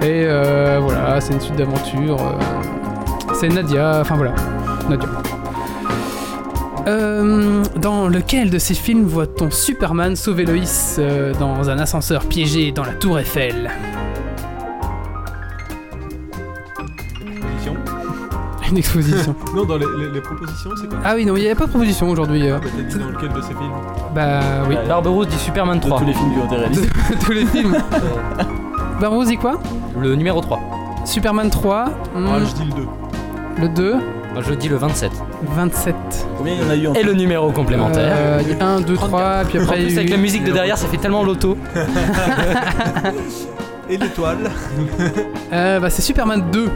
Speaker 1: Et euh, voilà, c'est une suite d'aventures. euh, c'est Nadia, enfin voilà, Nadia. Euh, dans lequel de ces films voit-on Superman sauver Loïs euh, dans un ascenseur piégé dans la tour Eiffel
Speaker 5: Proposition
Speaker 1: Une exposition.
Speaker 5: Non, dans les, les- les propositions, c'est quoi
Speaker 1: ah oui, non, il n'y avait pas de proposition aujourd'hui. euh.
Speaker 5: Ah, bah, t'as dit dans lequel de ces films
Speaker 1: Bah oui.
Speaker 3: Barberousse dit Superman 3.
Speaker 7: tous les films du Hanté réaliste.
Speaker 1: Tous les films. Barberousse dit quoi
Speaker 3: Le numéro 3.
Speaker 1: Superman 3. hmm,
Speaker 5: Ah, je dis le 2.
Speaker 1: le 2.
Speaker 3: Moi, je dis le 27.
Speaker 1: 27.
Speaker 7: Combien il y en a eu en
Speaker 3: Et le numéro complémentaire.
Speaker 1: Euh, il y a 1, 2, 3, puis après.
Speaker 3: en
Speaker 1: il y
Speaker 3: plus,
Speaker 1: a
Speaker 3: avec
Speaker 1: eu-
Speaker 3: la musique de derrière, ça fait tellement l'auto.
Speaker 5: Et l'étoile
Speaker 1: Euh, bah, c'est Superman 2.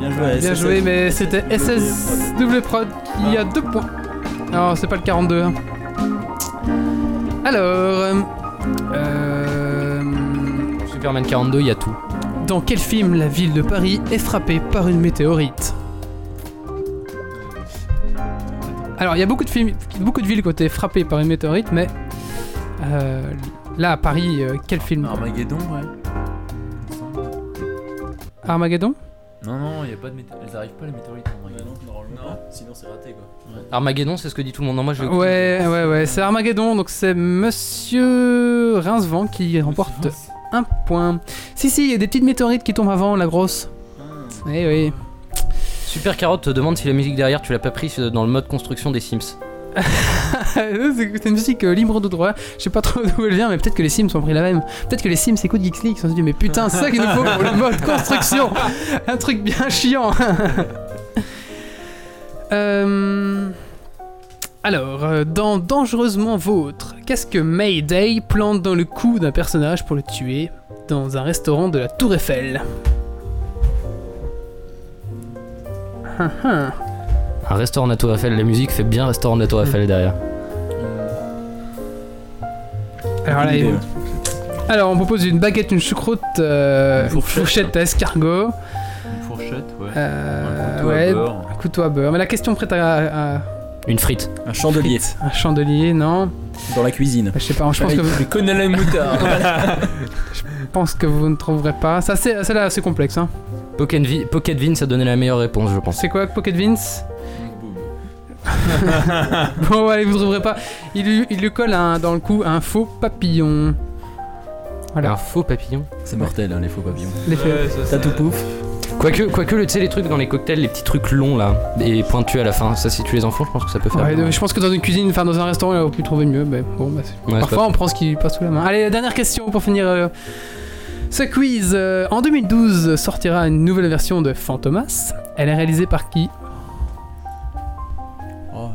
Speaker 7: Bien joué, à
Speaker 1: Bien
Speaker 7: SSF.
Speaker 1: joué, mais c'était SSW Prod qui a 2 points. Alors, c'est pas le 42. hein. Alors. euh, euh,
Speaker 3: Superman 42, il y a tout.
Speaker 1: dans quel film la ville de Paris est frappée par une météorite Alors, il y a beaucoup de, films, beaucoup de villes qui ont été frappées par une météorite, mais. euh, là, à Paris, euh, quel film
Speaker 8: Armageddon, ouais.
Speaker 1: Armageddon
Speaker 8: Non, non, il y a pas de météorite. Elles arrivent pas les météorites en Armageddon.
Speaker 7: Bah Non, sinon c'est raté quoi.
Speaker 3: Armageddon, c'est ce que dit tout le monde. Non, moi, je.
Speaker 1: Ouais, ouais, ouais, c'est Armageddon, donc c'est Monsieur Rincevent qui remporte un point. Si, si, il y a des petites météorites qui tombent avant la grosse. Eh oui.
Speaker 3: Super Carotte te demande si la musique derrière, tu l'as pas prise dans le mode construction des Sims.
Speaker 1: c'est une musique euh, libre de droit. Je sais pas trop d'où elle vient, mais peut-être que les Sims ont pris la même. Peut-être que les Sims écoutent Geeks League, ils se sont dit, mais putain, c'est ça qu'il nous faut pour le mode construction. Un truc bien chiant. Euh, Alors, euh, dans Dangereusement Vôtre, qu'est-ce que Mayday plante dans le cou d'un personnage pour le tuer dans un restaurant de la Tour Eiffel Hum, hum.
Speaker 3: Un restaurant de la Tour Eiffel, la musique fait bien restaurant de la Tour Eiffel derrière.
Speaker 1: Alors là, il- Alors, on propose une baguette, une choucroute, euh, une fourchette, à escargot.
Speaker 8: Une fourchette, ouais.
Speaker 1: euh,
Speaker 8: Un couteau à
Speaker 1: ouais,
Speaker 8: beurre.
Speaker 1: un couteau à beurre. Mais la question prête à, à-
Speaker 3: Une frite.
Speaker 7: Un chandelier
Speaker 1: un chandelier, non Bah,
Speaker 7: dans la cuisine.
Speaker 1: Je sais pas, je pense que vous,
Speaker 8: Je connais la moutarde.
Speaker 1: je pense que vous ne trouverez pas. Ça, c'est celle-là, c'est complexe. Hein.
Speaker 3: Pocket, Vi- Pocket Vince a donné la meilleure réponse, je pense.
Speaker 1: C'est quoi, Pocket Vince Bon, allez, vous trouverez pas. Il, lui- il lui colle un- dans le cou un faux papillon. Voilà.
Speaker 3: Un faux papillon.
Speaker 7: C'est mortel, hein, les faux Euh, papillons.
Speaker 1: Les faits.
Speaker 7: T'as tout pouf.
Speaker 3: Quoique, quoique le- tu sais, les trucs dans les cocktails, les petits trucs longs là, et pointus à la fin, ça, si tu les enfants, je pense que ça peut faire.
Speaker 1: Ouais,
Speaker 3: bien.
Speaker 1: de- je pense que dans une cuisine, enfin dans un restaurant, il aurait pu trouver mieux. Mais bon, bah, c'est-
Speaker 3: Ouais, c'est
Speaker 1: parfois
Speaker 3: pas-
Speaker 1: on prend ce qui passe sous la main. Allez, la dernière question pour finir euh, ce quiz. Euh, en 2012 sortira une nouvelle version de Fantomas. Elle est réalisée par qui
Speaker 7: Oh,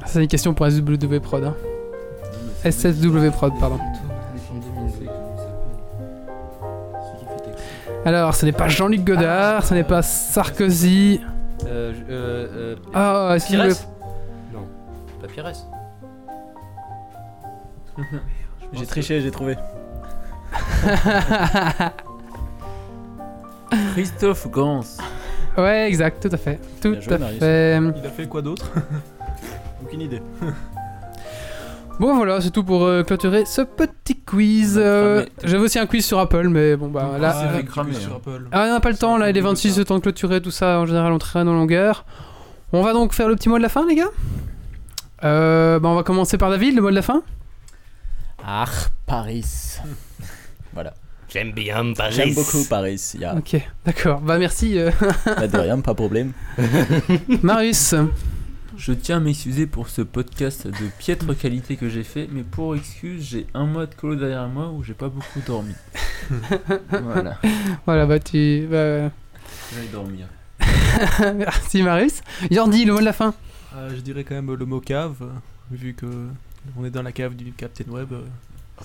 Speaker 1: Ah, C'est une question pour SW Prod. hein. SSW Prod, pardon. Alors, ce n'est pas Jean-Luc Godard, ce n'est pas Sarkozy.
Speaker 3: Euh, je- euh, euh,
Speaker 1: Ah, est-ce qu'il
Speaker 3: Pires
Speaker 1: veut-
Speaker 3: Non, pas Pires.
Speaker 7: J'ai triché, j'ai trouvé.
Speaker 8: Christophe Gans.
Speaker 1: Ouais, exact, tout à fait. Tout
Speaker 8: Bien joué,
Speaker 1: à
Speaker 8: Marius.
Speaker 1: fait.
Speaker 5: Il a fait quoi d'autre
Speaker 7: Aucune idée.
Speaker 1: Bon, voilà, c'est tout pour euh, clôturer ce petit quiz. Euh, J'avais aussi un quiz sur Apple, mais bon, bah là.
Speaker 5: Ah, c'est vrai que tu
Speaker 8: cramé,
Speaker 5: sur
Speaker 8: hein.
Speaker 5: Apple.
Speaker 1: Ah, on n'a pas le temps, là, il est 26, le temps de clôturer tout ça. En général, on traîne en longueur. On va donc faire le petit mot de la fin, les gars euh, bah, On va commencer par David, le mot de la fin
Speaker 7: Ah, Paris. voilà.
Speaker 3: J'aime bien Paris.
Speaker 7: J'aime beaucoup Paris. Il y a...
Speaker 1: Ok, d'accord. Bah, merci, euh,
Speaker 7: Bah, de rien, pas de problème.
Speaker 1: Marius.
Speaker 8: Je tiens à m'excuser pour ce podcast de piètre qualité que j'ai fait, mais pour excuse, j'ai un mois de colo derrière moi où j'ai pas beaucoup dormi. voilà.
Speaker 1: Voilà, bah, tu. bah,
Speaker 8: J'allais dormir.
Speaker 1: merci, Marius. Jordi, le mot de la fin
Speaker 5: Euh, je dirais quand même le mot cave, euh, vu que on est dans la cave du Captain Web. euh,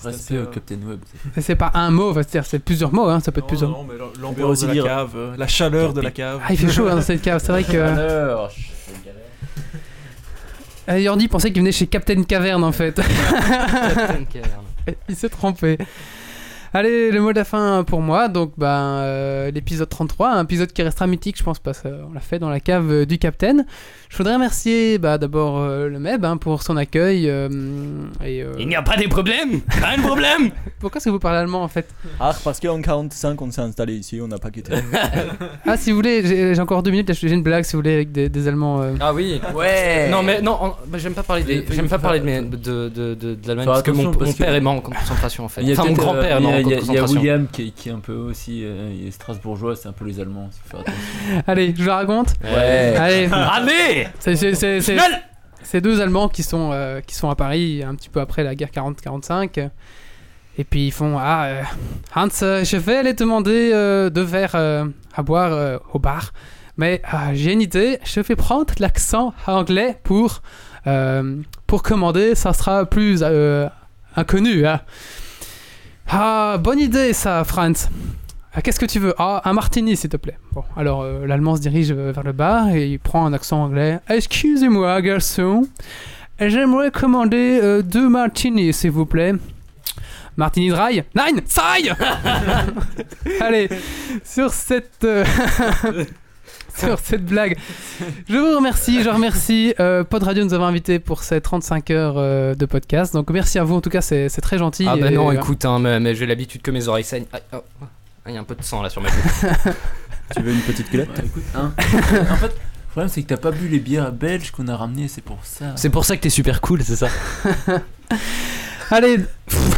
Speaker 5: c'est assez,
Speaker 8: Respect au
Speaker 5: euh,
Speaker 8: Captain Web.
Speaker 1: Et C'est pas un mot, enfin, c'est-à-dire c'est plusieurs mots, hein, ça peut être plusieurs
Speaker 5: Non,
Speaker 1: mots.
Speaker 5: mais
Speaker 8: On
Speaker 5: l'ambiance
Speaker 8: peut aussi
Speaker 5: de la
Speaker 8: dire-
Speaker 5: cave, euh, la chaleur de la cave.
Speaker 1: Ah, il fait chaud hein, dans cette cave, c'est vrai que.
Speaker 8: Alors,
Speaker 1: Euh, Jordi pensait qu'il venait chez Captain Caverne en fait.
Speaker 3: Captain Caverne.
Speaker 1: Il s'est trompé. Allez, le mot de la fin pour moi. Donc, ben, euh, l'épisode 33, un épisode qui restera mythique, je pense, parce qu'on l'a fait dans la cave euh, du Captain. Je voudrais remercier bah, d'abord euh, le MEB hein, pour son accueil. euh, et, euh,
Speaker 3: Il n'y a pas de problème Pas de problème
Speaker 1: Pourquoi est-ce que vous parlez allemand en fait
Speaker 7: Ah, parce qu'en 45, on s'est installé ici, on n'a pas quitté.
Speaker 1: Ah, si vous voulez, j'ai j'ai encore deux minutes, là, j'ai une blague si vous voulez avec des, des Allemands. euh.
Speaker 3: Ah oui
Speaker 1: Eh.
Speaker 8: Ouais.
Speaker 3: Non mais non, on- bah, j'aime pas parler, des-
Speaker 8: Faut-
Speaker 3: j'aime pas
Speaker 8: faut
Speaker 3: parler de,
Speaker 8: faire-
Speaker 3: mes- de, de, de, de l'Allemagne
Speaker 8: Faut
Speaker 3: parce que mon,
Speaker 8: attention, parce
Speaker 3: mon
Speaker 8: que-
Speaker 3: père est mort en camp de concentration en fait.
Speaker 8: Il y a
Speaker 3: Enfin, mon
Speaker 8: peut-être, euh,
Speaker 3: grand-père est mort
Speaker 8: il y a-
Speaker 3: en camp
Speaker 8: il y
Speaker 3: de
Speaker 8: a- Il y a
Speaker 3: concentration.
Speaker 8: William qui est, qui est un peu aussi euh, il est strasbourgeois, c'est un peu les Allemands. il faut faire attention.
Speaker 1: Allez, je vous la raconte.
Speaker 8: Ouais.
Speaker 1: Allez.
Speaker 3: Ah, Allez
Speaker 1: C'est- c'est- c'est- c'est-
Speaker 3: Schnell
Speaker 1: Ces deux Allemands qui sont, euh, qui sont à Paris un petit peu après la guerre 40-45. Et puis ils font Ah, euh, Hans, euh, je vais aller te demander euh, deux verres euh, à boire euh, au bar. Mais ah, j'ai une idée, je vais prendre l'accent anglais pour, euh, pour commander, ça sera plus euh, inconnu. hein. Ah, bonne idée ça, Franz. Ah, Qu'est-ce que tu veux Ah, un martini, s'il te plaît. Bon, alors euh, l'Allemand se dirige euh, vers le bar et il prend un accent anglais. Excusez-moi, garçon. J'aimerais commander euh, deux martinis, s'il vous plaît. Martini dry Nine Sai Allez, sur cette. euh, Sur cette blague. Je vous remercie, je remercie euh, Pod Radio de nous avoir invités pour ces 35 heures euh, de podcast. Donc merci à vous, en tout cas, c'est c'est très gentil.
Speaker 3: Ah bah
Speaker 1: et-
Speaker 3: non, écoute, hein, mais, mais j'ai l'habitude que mes oreilles saignent. Ah, ah, ah, Il y a un peu de sang là sur ma joue.
Speaker 7: tu veux une petite culotte
Speaker 8: Ouais, écoute, hein. en fait, le problème c'est que t'as pas bu les bières belges qu'on a ramenées, c'est pour ça.
Speaker 3: C'est pour ça que t'es super cool, c'est ça
Speaker 1: Allez,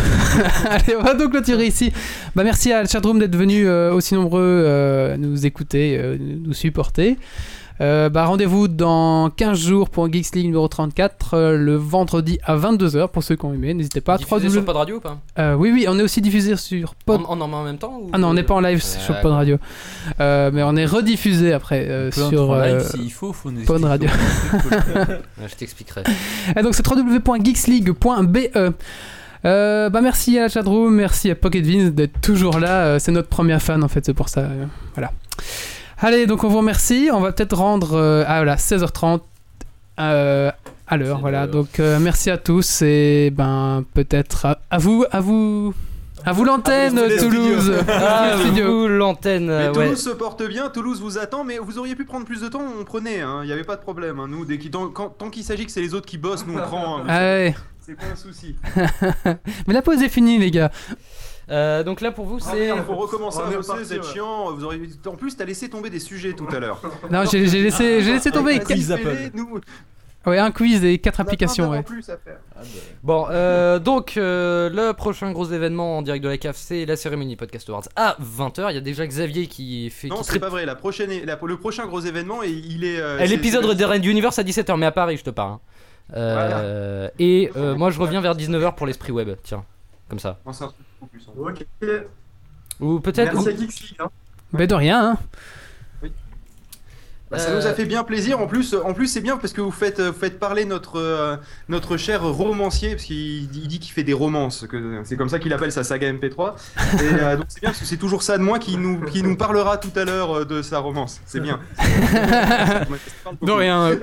Speaker 1: Allez, on va donc clôturer ici. Bah, merci à la chatroom d'être venu aussi nombreux euh, nous écouter, euh, nous supporter. Euh, bah, Rendez-vous dans 15 jours pour Geeks League numéro 34, euh, le vendredi à 22h pour ceux qui ont aimé. N'hésitez pas.
Speaker 3: Diffusé
Speaker 1: www.
Speaker 3: sur Pod Radio ou pas
Speaker 1: Euh, oui, oui, on est aussi diffusé sur Pod.
Speaker 3: on, on en met en même temps ou...
Speaker 1: Ah non, on n'est pas en live sur Pod Radio. Euh, mais on est rediffusé après euh,
Speaker 8: Plein de
Speaker 1: sur
Speaker 8: fois live,
Speaker 1: euh,
Speaker 8: s'il faut, faut nous
Speaker 1: Pod
Speaker 8: expliquer
Speaker 1: Radio.
Speaker 3: Ouais, Je t'expliquerai.
Speaker 1: Et Eh, donc c'est www.geeksleague.be. Euh, bah merci à la chatroom, merci à Pocket Vince d'être toujours là. Euh, c'est notre première fan en fait, c'est pour ça. euh, voilà. Allez, donc on vous remercie. On va peut-être rendre euh, à voilà, 16h30 euh, à l'heure. Voilà. Donc euh, merci à tous et ben peut-être à, à vous, à vous, à vous l'antenne
Speaker 6: les
Speaker 1: Toulouse. Ah, À
Speaker 6: studios.
Speaker 1: vous, les studios.
Speaker 3: Ouh, Ah, l'antenne,
Speaker 6: Mais
Speaker 3: euh, ouais.
Speaker 6: Toulouse se porte bien, Toulouse vous attend, mais vous auriez pu prendre plus de temps, on prenait, hein, il n'y avait pas de problème. hein, nous, dès qu'il- tant, quand- tant qu'il s'agit que c'est les autres qui bossent, nous on prend. hein, vous
Speaker 1: Ah ouais.
Speaker 6: C'est pas un souci.
Speaker 1: Mais la pause est finie les gars.
Speaker 3: Euh, donc là pour vous
Speaker 10: Ah,
Speaker 3: c'est.
Speaker 6: Il faut recommencer
Speaker 3: On
Speaker 6: à
Speaker 3: est
Speaker 6: bosser,
Speaker 3: reparti,
Speaker 6: c'est
Speaker 3: ouais.
Speaker 6: chiant. Vous auriez... En plus, t'as laissé tomber des sujets tout à l'heure.
Speaker 1: Non, j'ai j'ai
Speaker 13: Ah,
Speaker 1: laissé, j'ai laissé tomber.
Speaker 6: Vas-y,
Speaker 1: quatre-
Speaker 6: fais-les, nous,
Speaker 1: Ouais, un quiz et quatre
Speaker 6: on a plein
Speaker 1: applications.
Speaker 6: d'avant
Speaker 1: Ouais.
Speaker 6: plus à faire.
Speaker 3: Bon, euh, donc euh, le prochain gros événement en direct de la CAF, c'est la cérémonie Podcast Awards à 20h. Il y a déjà Xavier qui fait.
Speaker 6: Non,
Speaker 3: qui
Speaker 6: c'est
Speaker 3: tri-
Speaker 6: pas vrai. La prochaine, la- le prochain gros événement, et il est. euh,
Speaker 3: Eh,
Speaker 6: c'est-
Speaker 3: L'épisode
Speaker 6: c'est-
Speaker 3: de Red Universe à 17h, mais à Paris, je te parle. hein. Euh, Et euh, moi, je reviens vers 19h pour l'esprit web, tiens, comme ça.
Speaker 6: Non, c'est un truc beaucoup plus sombre.
Speaker 16: Ok.
Speaker 3: Ou peut-être.
Speaker 1: Bah,
Speaker 16: Merci à Geeks League, hein.
Speaker 1: Mais de rien. Hein.
Speaker 13: Bah, ça
Speaker 6: Euh,
Speaker 13: nous a fait bien plaisir. En plus, en plus c'est bien parce que vous faites, vous faites parler notre, euh, notre cher romancier, parce qu'il dit il dit qu'il fait des romances. que C'est comme ça qu'il appelle sa saga MP3. Et euh, donc c'est bien parce que c'est toujours ça de moi qui nous, qui nous parlera tout à l'heure euh, de sa romance. C'est bien.
Speaker 17: De rien. euh.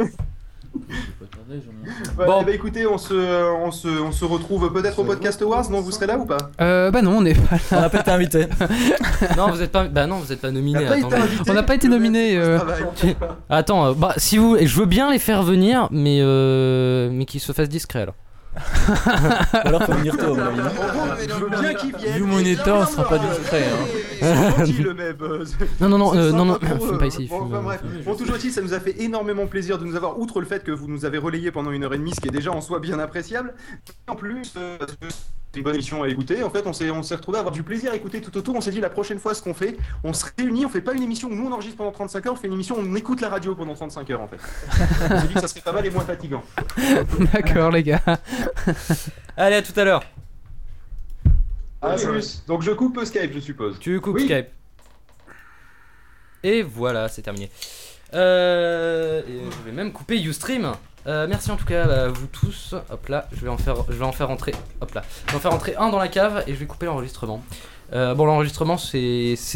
Speaker 13: Bon, bah, écoutez, on se, on se, on se retrouve peut-être au podcast Awards. Non, vous serez là ou pas
Speaker 1: Euh, bah non, on n'est pas là.
Speaker 7: On n'a pas été invité.
Speaker 3: non, vous êtes pas. Bah non, vous êtes pas nominé. attendez.
Speaker 1: On n'a pas été nominé. euh.
Speaker 3: Attends, euh, bah si vous, je veux bien les faire venir, mais euh, mais qu'ils se fassent discrets alors.
Speaker 7: alors faut venir tôt.
Speaker 13: Je veux bien qu'il vienne.
Speaker 18: Vu mon état, on sera pas discret.
Speaker 13: le même.
Speaker 3: Non, non, non,
Speaker 13: C'est
Speaker 3: euh, non, non,
Speaker 13: sympa pour
Speaker 3: fume
Speaker 13: eux. hein.
Speaker 3: pas ici,
Speaker 13: Bon,
Speaker 3: fume,
Speaker 13: enfin,
Speaker 3: euh,
Speaker 13: bref. Bon, toujours dit, ça nous a fait énormément plaisir de nous avoir, outre le fait que vous nous avez relayé pendant une heure et demie, ce qui est déjà en soi bien appréciable. En plus, euh, parce que c'est une bonne émission à écouter. En fait, on s'est, on s'est retrouvé à avoir du plaisir à écouter tout autour. On s'est dit la prochaine fois ce qu'on fait, on se réunit, on fait pas une émission où nous on enregistre pendant 35 heures, on fait une émission où on écoute la radio pendant 35 heures en fait. on s'est dit que ça serait pas mal et moins fatigant.
Speaker 1: D'accord, les gars.
Speaker 3: Allez, à tout à l'heure.
Speaker 13: Ah, plus. Donc je coupe Skype, je suppose.
Speaker 3: Tu coupes
Speaker 13: Oui.
Speaker 3: Skype. Et voilà, c'est terminé. Euh, et je vais même couper YouStream. Euh, merci en tout cas à vous tous. Hop là, je vais en faire, je vais en faire entrer. Hop là, je vais en faire entrer un dans la cave et je vais couper l'enregistrement. Euh, bon, l'enregistrement c'est c'est